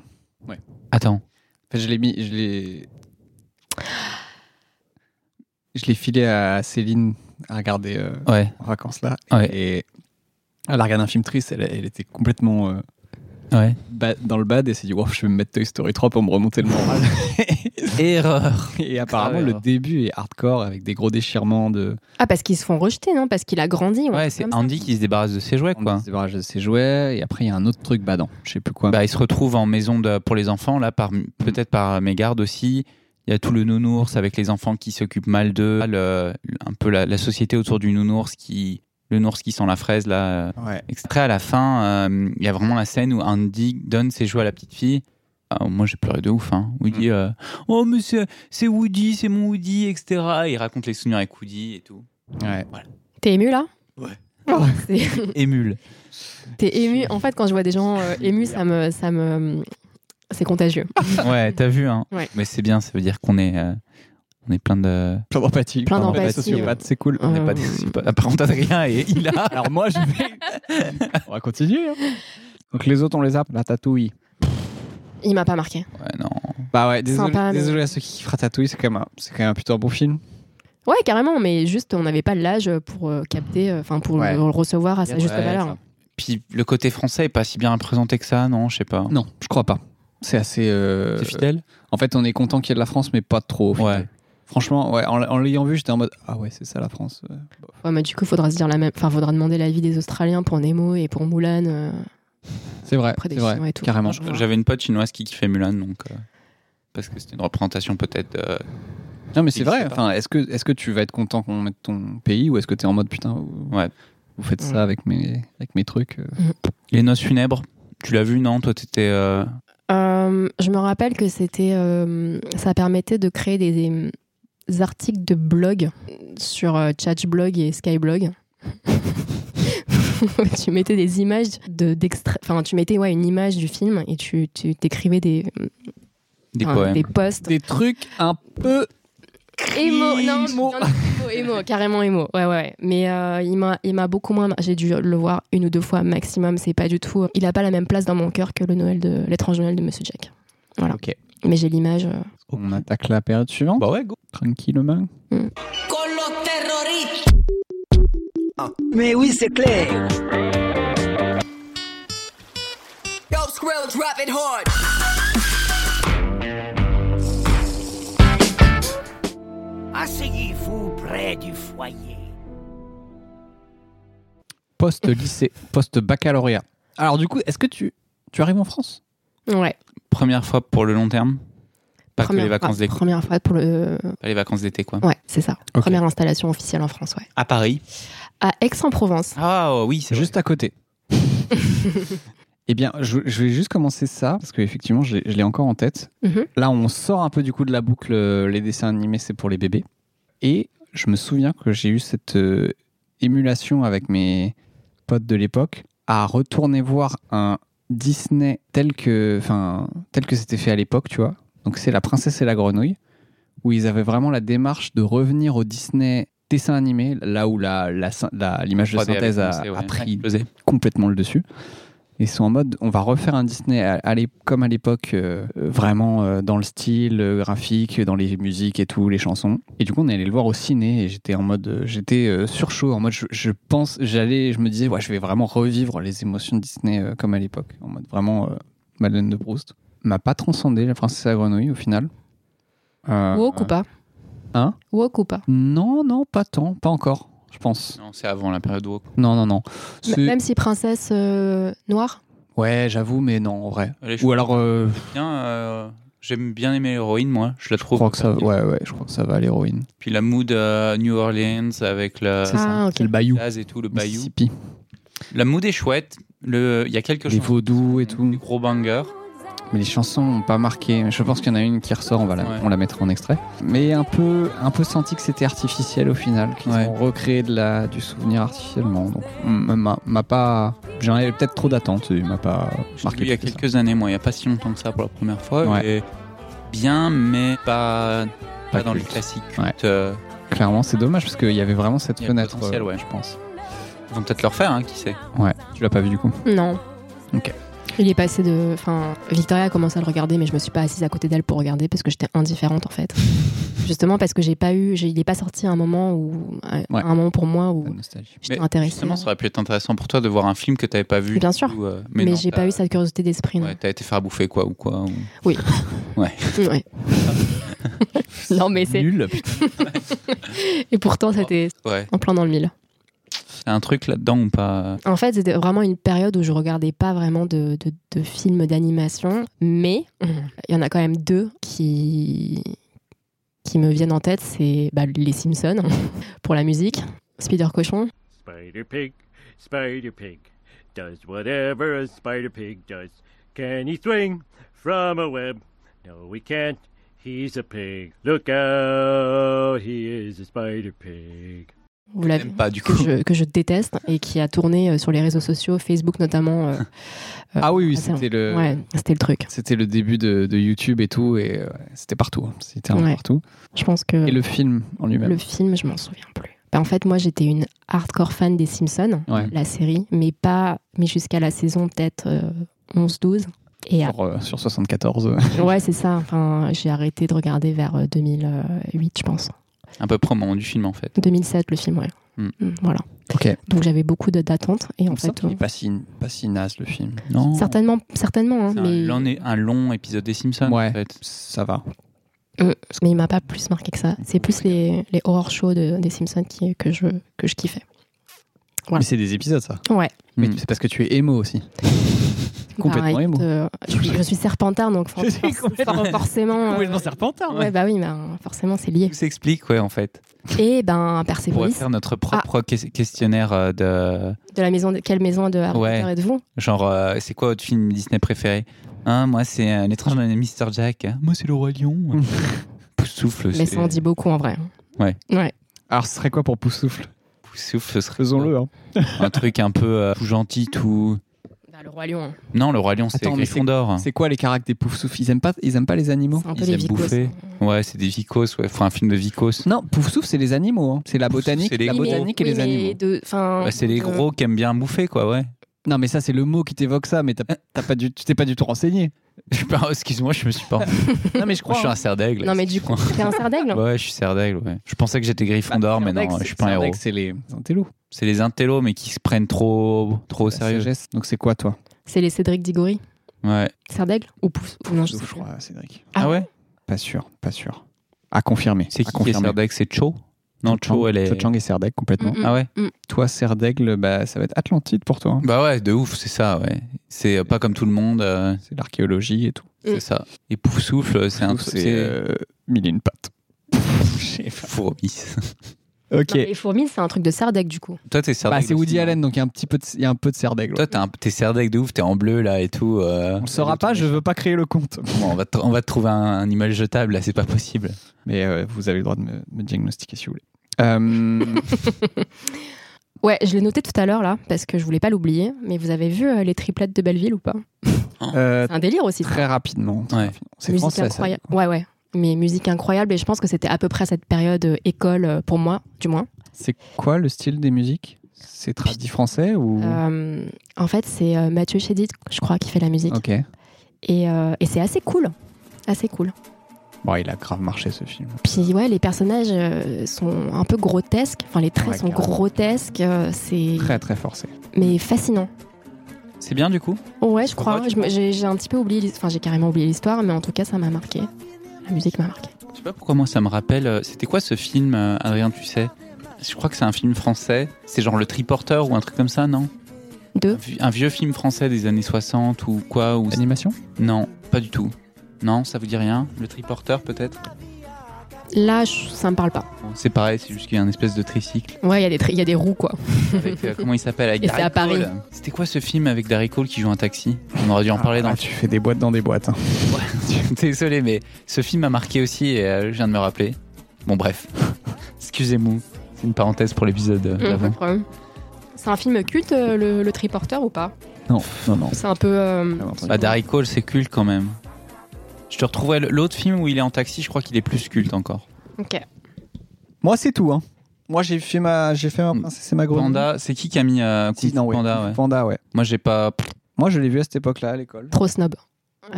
Speaker 1: Attends.
Speaker 2: En fait, je l'ai mis. Je l'ai. Je l'ai filé à Céline à regarder euh,
Speaker 1: Ouais,
Speaker 2: en vacances là.
Speaker 1: Ouais.
Speaker 2: Et elle a regardé un film triste, elle, elle était complètement euh,
Speaker 1: ouais.
Speaker 2: ba- dans le bad et s'est dit Wow, je vais me mettre Toy Story 3 pour me remonter le moral.
Speaker 1: Erreur.
Speaker 2: et apparemment,
Speaker 1: Ah ouais,
Speaker 2: le
Speaker 1: alors.
Speaker 2: début est hardcore avec des gros déchirements de.
Speaker 3: Ah, parce qu'ils se font rejeter, non Parce qu'il a grandi. ou un
Speaker 1: Ouais,
Speaker 3: truc
Speaker 1: c'est
Speaker 3: comme ça.
Speaker 1: Andy qui se débarrasse de ses jouets,
Speaker 2: On
Speaker 1: quoi.
Speaker 2: se débarrasse de ses jouets et après, il y a un autre truc badant, je sais plus quoi.
Speaker 1: Bah, il se retrouve en maison de- pour les enfants, là, par, peut-être par mégarde aussi. Il y a tout le nounours avec les enfants qui s'occupent mal d'eux, le- un peu la, la société autour du nounours qui. Le nounours qui sent la fraise, là. euh,
Speaker 2: ouais.
Speaker 1: Extrait à la fin, euh, il y a vraiment la scène où Andy donne ses jouets à la petite fille. Ah, moi, j'ai pleuré de ouf. Hein. Où il dit euh, Oh, mais c'est c'est Woody, c'est mon Woody, etc. Et il raconte les souvenirs avec Woody et tout.
Speaker 2: Ouais.
Speaker 3: T'es ému là
Speaker 1: Ouais.
Speaker 3: Oh, c'est-
Speaker 1: Émule.
Speaker 3: T'es ému. En fait, quand je vois des gens euh, émus, ça me, ça me, c'est contagieux.
Speaker 1: Ouais, t'as vu, hein.
Speaker 3: Ouais.
Speaker 1: Mais c'est bien, ça veut dire qu'on est, euh, on est plein de.
Speaker 2: Plein d'empathie.
Speaker 3: Plein
Speaker 2: plein
Speaker 3: d'empathie, euh,
Speaker 2: d'empathie, sociopathe, c'est cool.
Speaker 1: On n'est pas des sociopathes. Après, on t'a de rien et il a.
Speaker 2: Alors moi, je vais. on va continuer. hein. Donc les autres, on les a. La tatouille.
Speaker 3: Il m'a pas marqué.
Speaker 1: Ouais, non.
Speaker 2: Bah ouais, désolé,
Speaker 3: Sympa, mais-
Speaker 2: désolé à ceux qui kiffent tatouille, c'est quand même un, c'est quand même un putain bon film.
Speaker 3: Ouais, carrément, mais juste, on n'avait pas l'âge pour euh, capter, euh, enfin, pour
Speaker 2: Ouais.
Speaker 3: le recevoir à sa juste
Speaker 2: Ouais,
Speaker 3: valeur.
Speaker 2: ça-
Speaker 1: Puis le côté français est pas si bien représenté que ça, non Je sais pas.
Speaker 2: Non, je crois pas. C'est assez. euh,
Speaker 1: T'es fidèle
Speaker 2: En fait, on est content qu'il y ait de la France, mais pas trop. au final.
Speaker 1: Ouais.
Speaker 2: Franchement, ouais, en, en l'ayant vu, j'étais en mode ah ouais, c'est ça la France. euh.
Speaker 3: Ouais, mais du coup, faudra se dire la même, enfin, faudra demander l'avis des Australiens pour Nemo et pour Mulan. euh,
Speaker 2: C'est vrai,
Speaker 3: Après, des
Speaker 2: c'est vrai,
Speaker 3: Chinois et tout.
Speaker 2: carrément.
Speaker 3: Ouais.
Speaker 1: J'avais une pote chinoise qui kiffait Mulan, donc. euh, parce que c'était une représentation peut-être. euh,
Speaker 2: Non, mais c'est
Speaker 1: Je
Speaker 2: vrai.
Speaker 1: sais pas.
Speaker 2: Enfin, est-ce que est-ce que tu vas être content qu'on mette ton pays ou est-ce que t'es en mode putain vous,
Speaker 1: Ouais.
Speaker 2: vous faites
Speaker 3: Ouais.
Speaker 2: ça avec mes avec mes trucs. euh.
Speaker 1: Les noces funèbres, tu l'as vu, non Toi, t'étais. euh,
Speaker 3: Euh, je me rappelle que c'était, euh, ça permettait de créer des, des articles de blog sur euh, Chatchblog et Skyblog. tu mettais des images de d'extra- enfin tu mettais ouais une image du film et tu tu t'écrivais des
Speaker 1: Des
Speaker 3: enfin,
Speaker 1: poèmes.
Speaker 3: Ah, des posts
Speaker 2: Des trucs un peu
Speaker 3: émo non,
Speaker 2: Emo.
Speaker 3: non, non, émo, émo, carrément émo ouais ouais mais euh, il m'a il m'a beaucoup moins j'ai dû le voir une ou deux fois maximum c'est pas du tout il a pas la même place dans mon cœur que le Noël de l'étrange Noël de Monsieur Jack voilà
Speaker 2: Ok.
Speaker 3: mais j'ai l'image euh,
Speaker 2: On attaque la période suivante.
Speaker 1: Bah ouais, go.
Speaker 2: Tranquillement.
Speaker 7: Ah. Mais oui, c'est clair.
Speaker 5: Asseyez-vous près du foyer.
Speaker 2: Post-lycée, post-baccalauréat. Alors du coup, est-ce que tu, tu arrives en France
Speaker 3: ouais
Speaker 1: Première fois pour le long terme. Pas que les vacances
Speaker 3: fois,
Speaker 1: d'été.
Speaker 3: Première fois pour le.
Speaker 1: Pas les vacances d'été, quoi.
Speaker 3: Ouais, c'est ça.
Speaker 2: Ok.
Speaker 3: Première installation officielle en France, ouais.
Speaker 1: À Paris.
Speaker 3: À Aix-en-Provence.
Speaker 1: Ah oh, oui, c'est juste.
Speaker 2: Juste à côté. eh bien, je, je vais juste commencer ça, parce qu'effectivement, je, l'ai- je l'ai encore en tête.
Speaker 3: Mhm.
Speaker 2: Là, on sort un peu du coup de la boucle, euh, les dessins animés, c'est pour les bébés. Et je me souviens que j'ai eu cette euh, émulation avec mes potes de l'époque à retourner voir un Disney tel que, enfin, tel que c'était fait à l'époque, tu vois. Donc c'est La Princesse et la Grenouille, où ils avaient vraiment la démarche de revenir au Disney dessin animé, là où la- la syn- la- l'image de
Speaker 1: 3D avait
Speaker 2: synthèse a,
Speaker 1: commencé, ouais.
Speaker 2: a pris
Speaker 1: Explosé.
Speaker 2: complètement le dessus. Ils sont en mode, on va refaire un Disney à- à l'ép- comme à l'époque, euh, euh, vraiment euh, dans le style euh, graphique, dans les musiques et tout, les chansons. Et du coup, on est allé le voir au ciné et j'étais en mode, euh, j'étais euh, sur chaud, en mode, je, je pense, j'allais, je me disais, ouais, je vais vraiment revivre les émotions de Disney euh, comme à l'époque, en mode vraiment euh, Madeleine de Proust. M'a pas transcendé la princesse à la grenouille au final.
Speaker 1: Ah,
Speaker 2: Euh,
Speaker 3: Woke ou pas
Speaker 2: Hein
Speaker 3: Woke ou pas
Speaker 2: Non, non, pas tant, pas encore, je pense.
Speaker 1: Non, c'est avant la période woke.
Speaker 2: Non, non, non.
Speaker 3: M-
Speaker 2: C'est-
Speaker 3: Bah, Même si princesse euh, noire
Speaker 2: Ouais, j'avoue, mais non, en vrai.
Speaker 1: Allez, je
Speaker 2: Ou alors, euh,
Speaker 1: bien, euh, j'aime bien aimer l'héroïne, moi. Je la
Speaker 2: Je
Speaker 1: trouve.
Speaker 2: crois que ça, ouais, ouais, je crois que ça va l'héroïne.
Speaker 1: Puis la mood euh, New Orleans avec le
Speaker 3: C'est ça. Ah, ok.
Speaker 2: C'est le bayou.
Speaker 1: jazz et tout, le bayou.
Speaker 2: Mississippi.
Speaker 1: La mood est chouette. Le, il y a quelques
Speaker 2: Les
Speaker 1: chansons
Speaker 2: vaudous et
Speaker 1: qui sont
Speaker 2: tout.
Speaker 1: des gros banger.
Speaker 2: Mais les chansons n'ont pas marqué. Je pense qu'il y en a une qui ressort, on, va la,
Speaker 1: Ouais.
Speaker 2: on la mettra en extrait. Mais un peu, un peu senti que c'était artificiel au final, qu'ils
Speaker 1: Ouais. Mm.
Speaker 2: ont recréé de la, du souvenir artificiellement. Donc, m- m'a m'a pas. J'en avais peut-être trop d'attentes, il m'a pas
Speaker 1: J'ai
Speaker 2: marqué.
Speaker 1: vu il y a
Speaker 2: plus que ça.
Speaker 1: quelques années, moi. Il n'y a pas si longtemps que ça pour la première fois.
Speaker 2: Ouais.
Speaker 1: Et bien, mais pas, pas
Speaker 2: Pas
Speaker 1: dans les
Speaker 2: culte.
Speaker 1: classiques cultes.
Speaker 2: Ouais.
Speaker 1: euh,
Speaker 2: Clairement, c'est dommage parce qu'il y avait vraiment cette
Speaker 1: Il y a le
Speaker 2: fenêtre.
Speaker 1: potentiel,
Speaker 2: euh,
Speaker 1: ouais.
Speaker 2: Je pense.
Speaker 1: Ils vont peut-être le refaire, hein, qui sait.
Speaker 2: Ouais, tu l'as pas vu du coup.
Speaker 3: Non.
Speaker 2: Ok.
Speaker 3: Il est passé de. Enfin, Victoria a commencé à le regarder, mais je me suis pas assise à côté d'elle pour regarder parce que j'étais indifférente en fait. Justement parce que j'ai pas eu. j'ai- Il est pas sorti à un moment où. à
Speaker 2: Ouais.
Speaker 3: un moment pour moi où
Speaker 2: La nostalgie.
Speaker 3: j'étais
Speaker 1: Mais
Speaker 3: intéressée.
Speaker 1: Justement, ça aurait pu être intéressant pour toi de voir un film que tu n'avais pas vu.
Speaker 3: Bien sûr.
Speaker 1: Ou, euh,
Speaker 3: mais
Speaker 1: non,
Speaker 3: j'ai
Speaker 1: t'as-
Speaker 3: pas eu cette curiosité d'esprit. non.
Speaker 1: Ouais, t'as été faire bouffer quoi ou quoi ou-
Speaker 3: Ouais. non mais c'est.
Speaker 2: Nul.
Speaker 3: Et pourtant, c'était
Speaker 1: Ouais.
Speaker 3: en plein dans le mille.
Speaker 1: T'as un truc là-dedans ou pas
Speaker 3: En fait, c'était vraiment une période où je regardais pas vraiment de, de- de films d'animation, mais il y en a quand même deux qui, qui me viennent en tête. C'est bah, les Simpsons pour la musique, Spider Cochon
Speaker 7: Spider Pig, Spider Pig, does whatever a Spider Pig does. Can he swing from a web? No, he can't. He's a pig. Look out! He is a Spider Pig.
Speaker 3: vous l'avez-
Speaker 1: T'aimes pas du
Speaker 3: que
Speaker 1: coup.
Speaker 3: je, que je déteste et qui a tourné euh, sur les réseaux sociaux, Facebook notamment. euh, euh,
Speaker 2: Ah oui, oui,
Speaker 3: ah, c'est-
Speaker 2: c'était le.
Speaker 3: Ouais, c'était le truc.
Speaker 2: C'était le début de, de YouTube et tout, et euh, c'était partout. hein. C'était un
Speaker 3: Ouais.
Speaker 2: partout.
Speaker 3: Je pense que
Speaker 2: Et Mm. le film en lui-même.
Speaker 3: le film, je m'en souviens plus. Bah, en fait, moi, j'étais une hardcore fan des Simpsons,
Speaker 2: Ouais.
Speaker 3: la série, mais pas, mais jusqu'à la saison peut-être euh, 11-12. Et
Speaker 2: Sur, euh, sur 74. euh.
Speaker 3: après- ouais, c'est ça. Enfin, j'ai arrêté de regarder vers euh, 2008, je pense.
Speaker 1: Un peu près au moment du film en fait.
Speaker 3: 2007, le film, ouais.
Speaker 1: Hmm.
Speaker 3: Mm, Voilà.
Speaker 2: Ok.
Speaker 3: Donc j'avais beaucoup de- d'attentes et en
Speaker 2: Il me semble
Speaker 3: fait,
Speaker 2: qu'il
Speaker 3: euh,
Speaker 2: est pas si, pas si naze le film.
Speaker 1: Non.
Speaker 3: certainement, certainement, hein,
Speaker 1: C'est un,
Speaker 3: mais,
Speaker 1: long, é- un long épisode des Simpsons
Speaker 2: Ouais.
Speaker 1: en fait.
Speaker 2: Ça va.
Speaker 3: hmm, mais il m'a pas plus marqué que ça. C'est plus les, les horror shows de- des Simpsons qui, que je que je kiffais. Voilà.
Speaker 2: Mais c'est des épisodes, ça.
Speaker 3: Ouais.
Speaker 2: Mais
Speaker 1: Mm.
Speaker 2: c'est parce que tu es émo aussi. Complètement
Speaker 3: Pareil,
Speaker 2: émo.
Speaker 3: euh, je, suis, je suis serpentard, donc for-
Speaker 2: Je suis
Speaker 3: for-
Speaker 2: complètement-
Speaker 3: forcément. euh,
Speaker 2: serpentard.
Speaker 3: Ouais, bah oui, bah, forcément, c'est lié.
Speaker 1: Tout s'explique ouais en fait.
Speaker 3: Et ben,
Speaker 1: On pourrait
Speaker 3: Persepolis,
Speaker 1: faire
Speaker 2: Ah.
Speaker 1: notre propre que- questionnaire euh, de
Speaker 3: de la maison de, quelle maison de Harry
Speaker 1: Ouais.
Speaker 3: Potter êtes-vous
Speaker 1: genre euh, c'est quoi votre film Disney préféré Hein, moi c'est euh, l'étrange de Mister Jack. Hein, Moi c'est le roi lion.
Speaker 2: Mm.
Speaker 1: Poussoufle.
Speaker 3: Mais
Speaker 1: Euh, c'est-
Speaker 3: ça en dit beaucoup en vrai.
Speaker 1: Ouais.
Speaker 3: Ouais.
Speaker 2: Alors, ce serait quoi pour Poussoufle
Speaker 1: Poussoufle ce serait
Speaker 2: Faisons-le. hein.
Speaker 1: un truc un peu euh, tout gentil tout.
Speaker 3: Bah, le Roi Lion.
Speaker 1: Non, le roi lion c'est
Speaker 2: Attends, mais
Speaker 1: Gryffondor.
Speaker 2: C'est quoi les caractères des Poufsouffles ils aiment, pas, ils aiment pas les animaux
Speaker 3: C'est un peu
Speaker 1: Ils
Speaker 3: les
Speaker 1: aiment
Speaker 3: vicos.
Speaker 1: bouffer. Ouais, c'est des vicos ouais, enfin un film de vicos.
Speaker 2: Non, Poufsouffle, c'est les animaux. hein. C'est la
Speaker 1: Poufsouffle,
Speaker 2: botanique,
Speaker 1: c'est les
Speaker 2: la
Speaker 1: gros.
Speaker 2: botanique et les animaux.
Speaker 1: Bah, c'est
Speaker 3: Euh.
Speaker 1: les gros qui aiment bien bouffer quoi, ouais.
Speaker 2: Non, mais ça, c'est le mot qui t'évoque ça, mais t'as t'as pas du- tu t'es pas du tout renseigné.
Speaker 1: Je suis pas- Excuse-moi, je me suis pas. Moi,
Speaker 2: Non, mais je hein.
Speaker 1: je suis un cerf d'aigle.
Speaker 3: Non, mais du coup, t'es un cerf d'aigle
Speaker 1: Ouais, je suis cerf d'aigle, ouais. Je pensais que j'étais Gryffondor, mais non, je suis pas un héros.
Speaker 2: Bah, C'est les antélos.
Speaker 1: C'est les intellos, mais qui se prennent trop, trop au
Speaker 2: La
Speaker 1: sérieux.
Speaker 2: sagesse. Donc c'est quoi toi
Speaker 3: C'est les Cédric Diggory.
Speaker 1: Ouais.
Speaker 3: Cerf d'aigle Ou pouce ou Non, je sais
Speaker 2: Ouf,
Speaker 3: plus.
Speaker 2: crois, Cédric.
Speaker 3: Ah
Speaker 1: ouais
Speaker 2: Pas sûr, pas sûr. À confirmer.
Speaker 1: C'est
Speaker 2: à
Speaker 1: qui qui est
Speaker 2: confirmer.
Speaker 1: cerf d'aigle C'est Cho Non, Cho, elle est.
Speaker 2: Ah, Cho-Chang et Serdaigle, complètement.
Speaker 3: Mm, mm.
Speaker 1: Ah ouais
Speaker 2: Toi, Serdaigle, bah, ça va être Atlantide pour toi. hein.
Speaker 1: Bah ouais, de ouf, c'est ça, ouais. C'est euh, pas comme tout le monde, euh,
Speaker 2: C'est l'archéologie et tout.
Speaker 1: c'est
Speaker 3: Mm.
Speaker 1: ça. Et Poufsouffle, c'est un
Speaker 2: Ouf,
Speaker 1: truc.
Speaker 2: c'est
Speaker 1: C'est.
Speaker 2: euh, mille et une pattes. Je sais pas.
Speaker 1: Fourmis.
Speaker 2: ok.
Speaker 3: Non, mais les fourmis, c'est un truc de cerf d'aigle du coup.
Speaker 1: Toi, t'es cerf
Speaker 2: Bah,
Speaker 1: d'aigle
Speaker 2: c'est Woody
Speaker 1: aussi,
Speaker 2: Allen, donc il y a un petit peu de, il y a un peu de Serdaigle.
Speaker 1: hein. Toi, t'es un- t'es cerf d'aigle de ouf, t'es en bleu là et tout. euh.
Speaker 2: On le saura pas, je veux pas créer le compte.
Speaker 1: Bon, on, va te, on va te trouver un, un image jetable là, c'est pas possible.
Speaker 2: Mais euh, vous avez le droit de me, me diagnostiquer si vous voulez. Euh,
Speaker 3: Ouais, je l'ai noté tout à l'heure là, parce que je voulais pas l'oublier, mais vous avez vu euh, les triplettes de Belleville ou pas
Speaker 2: Euh,
Speaker 3: C'est un délire aussi. ça.
Speaker 2: très rapidement. très
Speaker 1: Ouais.
Speaker 2: rapidement. C'est
Speaker 3: musique
Speaker 2: français. ça.
Speaker 3: incroyable. Ouais, ouais. Mais musique incroyable, et je pense que c'était à peu près à cette période euh, école euh, pour moi, du moins.
Speaker 2: C'est quoi le style des musiques C'est tradit français ou
Speaker 3: Euh, en fait, c'est euh, Mathieu Chédid, je crois, qui fait la musique.
Speaker 2: Ok.
Speaker 3: Et, euh, et c'est assez cool. Assez cool.
Speaker 2: Bon, il a grave marché ce film.
Speaker 3: Puis ouais, les personnages euh, sont un peu grotesques. Enfin, les traits
Speaker 2: Ouais,
Speaker 3: sont
Speaker 2: carrément.
Speaker 3: grotesques. euh, c'est
Speaker 2: Très très forcé.
Speaker 3: mais fascinant.
Speaker 1: C'est bien du coup
Speaker 3: Ouais, je crois.
Speaker 1: Ouais, tu
Speaker 3: Je me- J'ai j'ai un petit peu oublié. l'his- Enfin, j'ai carrément oublié l'histoire, mais en tout cas, ça m'a marqué. La musique m'a marqué.
Speaker 1: Je sais pas pourquoi moi ça me rappelle. euh, C'était quoi ce film, euh, Adrien, tu sais Je crois que c'est un film français. C'est genre Le Triporteur ou un truc comme ça, non un,
Speaker 3: Deux.
Speaker 1: vi- un vieux film français des années 60 ou quoi ou...
Speaker 2: Animation
Speaker 1: Non, pas du tout. Non, ça vous dit rien Le Triporteur peut-être
Speaker 3: Là, je- ça me parle pas.
Speaker 1: Bon, C'est pareil, c'est juste qu'il y a un espèce de tricycle.
Speaker 3: Ouais, il y a des tri- il y a des roues quoi.
Speaker 1: Avec, euh, comment il s'appelle avec
Speaker 3: Et c'est
Speaker 1: Darry
Speaker 3: à Paris.
Speaker 1: Cole. C'était quoi ce film avec Darry Cole qui joue un taxi On aurait dû en parler
Speaker 2: Ah,
Speaker 1: dans
Speaker 2: ah,
Speaker 1: le
Speaker 2: Tu fais des boîtes dans des boîtes. hein.
Speaker 1: Désolé, mais ce film m'a marqué aussi et euh, je viens de me rappeler. Bon, bref. Excusez-moi. C'est une parenthèse pour l'épisode euh,
Speaker 3: Hum, pas
Speaker 1: d'avant.
Speaker 3: de problème. C'est un film culte, euh, le, le triporteur ou pas
Speaker 2: Non, non, non.
Speaker 3: C'est un peu. euh,
Speaker 2: Pas entendu.
Speaker 1: Bah, Darry Cole, c'est culte quand même. Je te retrouverai le- l'autre film où il est en taxi, je crois qu'il est plus culte encore.
Speaker 3: Ok.
Speaker 2: Moi, c'est tout. Hein. Moi, j'ai fait ma, j'ai fait ma
Speaker 1: Mm.
Speaker 2: princesse et ma grenouille.
Speaker 1: Panda, c'est qui qui a mis euh, Kung
Speaker 2: Si,
Speaker 1: Fu
Speaker 2: non, ouais.
Speaker 1: Panda ouais.
Speaker 2: Panda, ouais.
Speaker 1: Moi, j'ai pas.
Speaker 2: Moi, je l'ai vu à cette époque-là à l'école.
Speaker 3: Trop snob.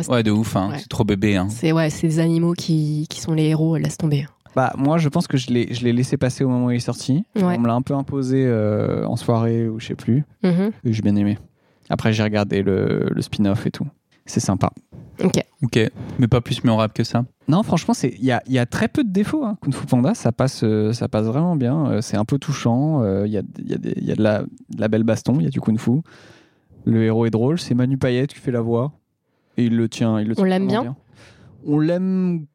Speaker 1: Ouais, de ouf, hein.
Speaker 3: Ouais.
Speaker 1: c'est trop bébé. Hein.
Speaker 3: C'est ouais, c'est des animaux qui, qui sont les héros. Laisse tomber.
Speaker 2: Bah, moi, je pense que je l'ai, je l'ai laissé passer au moment où il est sorti.
Speaker 3: Ouais.
Speaker 2: On me l'a un peu imposé euh, en soirée ou je sais plus.
Speaker 3: Mhm.
Speaker 2: Et j'ai bien aimé. Après, j'ai regardé le, le spin-off et tout. C'est sympa.
Speaker 3: Ok.
Speaker 1: Ok, mais pas plus mémorable que ça.
Speaker 2: Non, franchement, c'est- il y a, il y a très peu de défauts. Hein. Kung Fu Panda, ça passe, euh, ça passe vraiment bien. Euh, C'est un peu touchant. Euh, Il y, a, il y a des- il y a de la, de la belle baston, il y a du Kung Fu. Le héros est drôle. C'est Manu Payet qui fait la voix. Et il le tient. Il le tient
Speaker 3: l'aime
Speaker 2: vraiment
Speaker 3: bien
Speaker 2: On l'aime.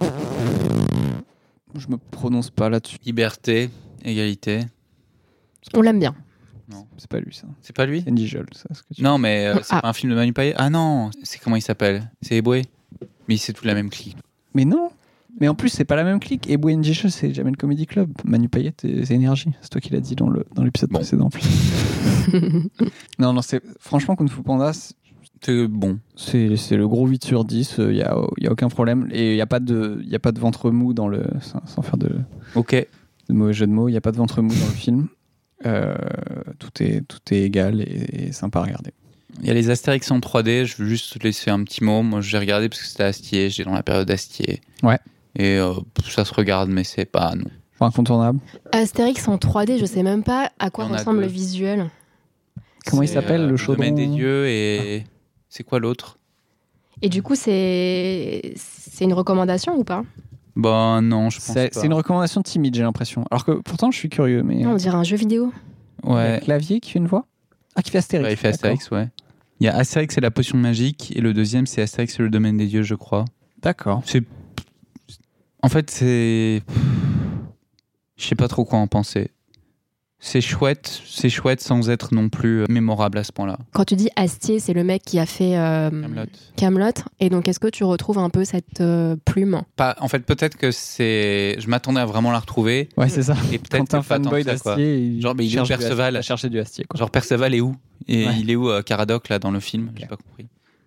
Speaker 2: Je me prononce pas là-dessus.
Speaker 1: Liberté, égalité.
Speaker 3: On l'aime bien.
Speaker 2: C'est pas lui, ça.
Speaker 1: C'est pas lui
Speaker 2: C'est Andy Jol, ça. ce que tu-
Speaker 1: Non, mais euh, c'est
Speaker 3: Ah.
Speaker 1: pas un film de Manu Payet. Ah non, c'est comment il s'appelle C'est Eboué Mais c'est toute la même clique.
Speaker 2: Mais non Mais en plus, c'est pas la même clique. Et Buen Jisho, c'est Jamel Comedy Club. Manu Payet, c'est c'est énergie. C'est toi qui l'as dit dans le- dans l'épisode
Speaker 1: Bon.
Speaker 2: précédent. en plus. non, non, c'est franchement, Kung Fu Panda, c'est-
Speaker 1: C'est bon.
Speaker 2: c'est c'est le gros 8 sur 10. Il n'y a, y a aucun problème. Et il n'y a, pas de- y a pas de ventre mou dans le. Sans, sans faire de,
Speaker 1: Ok.
Speaker 2: de mauvais jeu de mots, il n'y a pas de ventre mou dans le film. Euh, tout, est, tout est égal et, et sympa à regarder.
Speaker 1: Il y a les Astérix en 3D, je veux juste te laisser un petit mot. Moi, j'ai regardé parce que c'était Astier, j'étais dans la période Astier.
Speaker 2: Ouais.
Speaker 1: Et euh, ça se regarde, mais c'est pas non.
Speaker 2: Genre incontournable.
Speaker 3: Astérix en 3D, je sais même pas à quoi
Speaker 1: Il y en a
Speaker 3: ressemble
Speaker 1: deux.
Speaker 3: le visuel.
Speaker 2: Comment il
Speaker 1: C'est,
Speaker 2: s'appelle,
Speaker 1: euh,
Speaker 2: le chaudron
Speaker 1: Domaine des dieux et. C'est quoi l'autre
Speaker 3: Et du coup, c'est c'est une recommandation ou pas
Speaker 1: Bah non, je pense pas.
Speaker 2: C'est
Speaker 1: Ah
Speaker 2: c'est une recommandation timide, j'ai l'impression. Alors que pourtant, je suis curieux. Mais...
Speaker 3: On dirait un jeu vidéo.
Speaker 1: Ouais.
Speaker 2: Clavier qui fait une voix Ah, qui fait Astérix.
Speaker 1: Ouais, il fait Astérix, ouais. Il y a Astérix et la potion magique, et le deuxième, c'est Astérix et le domaine des dieux, je crois.
Speaker 2: D'accord.
Speaker 1: C'est. En fait, c'est. Je sais pas trop quoi en penser. C'est chouette, c'est chouette sans être non plus euh, mémorable à ce point-là.
Speaker 3: Quand tu dis Astier, c'est le mec qui a fait euh,
Speaker 1: Kaamelott.
Speaker 3: Camelot. Et donc, est-ce que tu retrouves un peu cette euh, plume
Speaker 1: Pas, en fait, peut-être que c'est. Je m'attendais à vraiment la retrouver.
Speaker 2: Ouais, c'est ça.
Speaker 1: Et peut-être
Speaker 2: Quand t'es un
Speaker 1: que pas tant
Speaker 2: fanboy
Speaker 1: que ça, quoi.
Speaker 2: d'Astier, il
Speaker 1: Genre, mais il est où,
Speaker 2: cherche du
Speaker 1: Perceval
Speaker 2: Astier- chercher du Astier. Quoi.
Speaker 1: Genre, Perceval est où Et
Speaker 2: Ouais.
Speaker 1: il est où, euh, Caradoc, là, dans le film J'ai pas compris.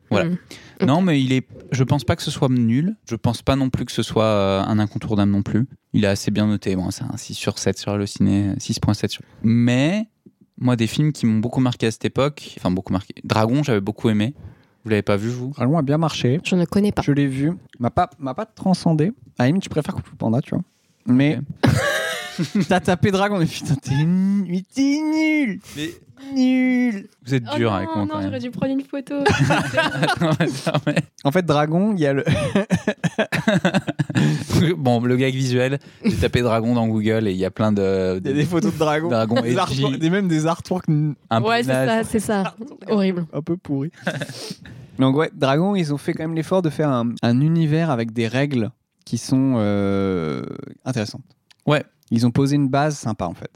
Speaker 1: Voilà.
Speaker 3: Mm.
Speaker 1: Non, mais il est. Je pense pas que ce soit nul. Je pense pas non plus que ce soit euh, un incontournable non plus. Il est assez bien noté. Bon, c'est un 6 sur 7 sur le ciné, 6.7 sur. Mais moi, des films qui m'ont beaucoup marqué à cette époque, enfin beaucoup marqué. Dragon, j'avais beaucoup aimé. Vous l'avez pas vu vous
Speaker 2: Vraiment a bien marché.
Speaker 3: Je ne connais pas.
Speaker 2: Je l'ai vu. M'a pas, m'a pas transcendé. À la limite, je préfère Kung Fu Panda, tu vois. Mais. T'as tapé Dragon, mais putain, t'es nul. Mais t'es nul. Nul.
Speaker 1: Vous êtes
Speaker 3: Oh
Speaker 1: dur avec moi quand
Speaker 3: dû prendre une photo.
Speaker 1: même. Non, mais-
Speaker 2: En fait, Dragon, il y a le.
Speaker 1: bon, le gag visuel, j'ai tapé dragon dans Google et il y a plein de,
Speaker 2: Il y a des photos de Dragon.
Speaker 1: Dragon
Speaker 2: Des
Speaker 1: edgy.
Speaker 2: artworks- des- même des artworks n-
Speaker 1: un
Speaker 3: ouais, c'est
Speaker 1: personnage.
Speaker 3: ça, Ah, c'est ça. Horrible.
Speaker 2: un peu pourri. Donc ouais, Dragon, ils ont fait quand même l'effort de faire un, un univers avec des règles qui sont euh, intéressantes.
Speaker 1: Ouais.
Speaker 2: Ils ont posé une base sympa en fait.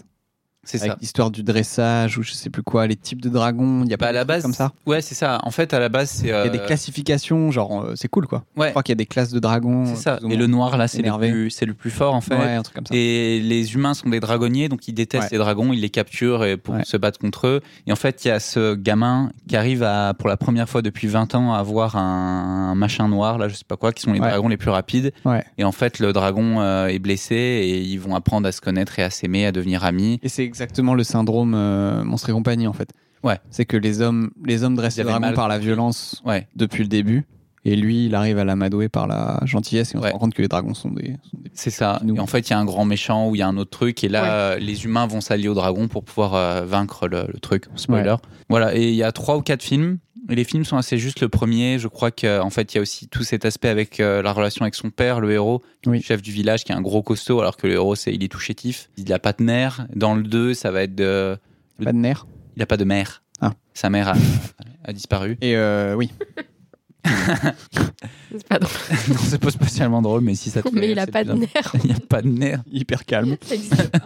Speaker 1: C'est
Speaker 2: avec
Speaker 1: ça.
Speaker 2: l'histoire du dressage ou je sais plus quoi, les types de dragons. Il y a
Speaker 1: Bah,
Speaker 2: pas
Speaker 1: à
Speaker 2: de
Speaker 1: la
Speaker 2: trucs
Speaker 1: base,
Speaker 2: comme ça.
Speaker 1: Ouais, c'est ça. En fait, à la base, c'est.
Speaker 2: Il y a
Speaker 1: euh,
Speaker 2: des classifications, genre euh, c'est cool quoi. Je
Speaker 1: Ouais,
Speaker 2: crois qu'il y a des classes de dragons.
Speaker 1: c'est ça.
Speaker 2: plus ou
Speaker 1: Et le noir, là, c'est le,
Speaker 2: énervé.
Speaker 1: plus- c'est le plus fort, en fait.
Speaker 2: moins. ouais, un truc comme ça.
Speaker 1: Et les humains sont des dragonniers, donc ils détestent
Speaker 2: Ouais.
Speaker 1: les dragons, ils les capturent et- pour
Speaker 2: Ouais.
Speaker 1: se battre contre eux. Et en fait, il y a ce gamin qui arrive à, pour la première fois depuis 20 ans à avoir un, un machin noir, là, je sais pas quoi, qui sont les
Speaker 2: Ouais.
Speaker 1: dragons les plus rapides.
Speaker 2: Ouais.
Speaker 1: Et en fait, le dragon euh, est blessé et ils vont apprendre à se connaître et à s'aimer, à devenir amis.
Speaker 2: Et c'est exactement le syndrome euh, monstre et compagnie en fait.
Speaker 1: Ouais.
Speaker 2: C'est que les hommes, les hommes
Speaker 1: Ils
Speaker 2: dressent les
Speaker 1: avaient
Speaker 2: dragons
Speaker 1: mal
Speaker 2: par la violence
Speaker 1: Ouais.
Speaker 2: depuis le début. Et lui, il arrive à l'amadouer par la gentillesse et on
Speaker 1: Ouais.
Speaker 2: se rend compte que les dragons sont des. sont des-
Speaker 1: C'est ça.
Speaker 2: Nous.
Speaker 1: Et en fait, il y a un grand méchant ou il y a un autre truc. Et là, euh, les humains vont s'allier aux dragons pour pouvoir euh, vaincre le, le truc. Spoiler. Voilà. Et il y a trois ou quatre films. Et les films sont assez justes. Le premier, je crois qu'en fait, il y a aussi tout cet aspect avec euh, la relation avec son père, le héros,
Speaker 2: Oui.
Speaker 1: le chef du village, qui est un gros costaud, alors que le héros, c'est il est tout chétif. Il a pas de mère. Dans le 2, ça va être de...
Speaker 2: Pas de nerfs.
Speaker 1: Il a pas de mère.
Speaker 2: Ah.
Speaker 1: Sa mère a, a disparu.
Speaker 2: Et euh, oui.
Speaker 3: C'est pas drôle.
Speaker 1: non, c'est pas spécialement drôle, mais si ça te fait
Speaker 3: Mais
Speaker 1: rire,
Speaker 3: il a
Speaker 1: c'est
Speaker 3: pas
Speaker 1: bien.
Speaker 3: de nerfs. Euh,
Speaker 1: Il n'y a pas de nerf.
Speaker 2: hyper calme.
Speaker 3: Ça existe pas.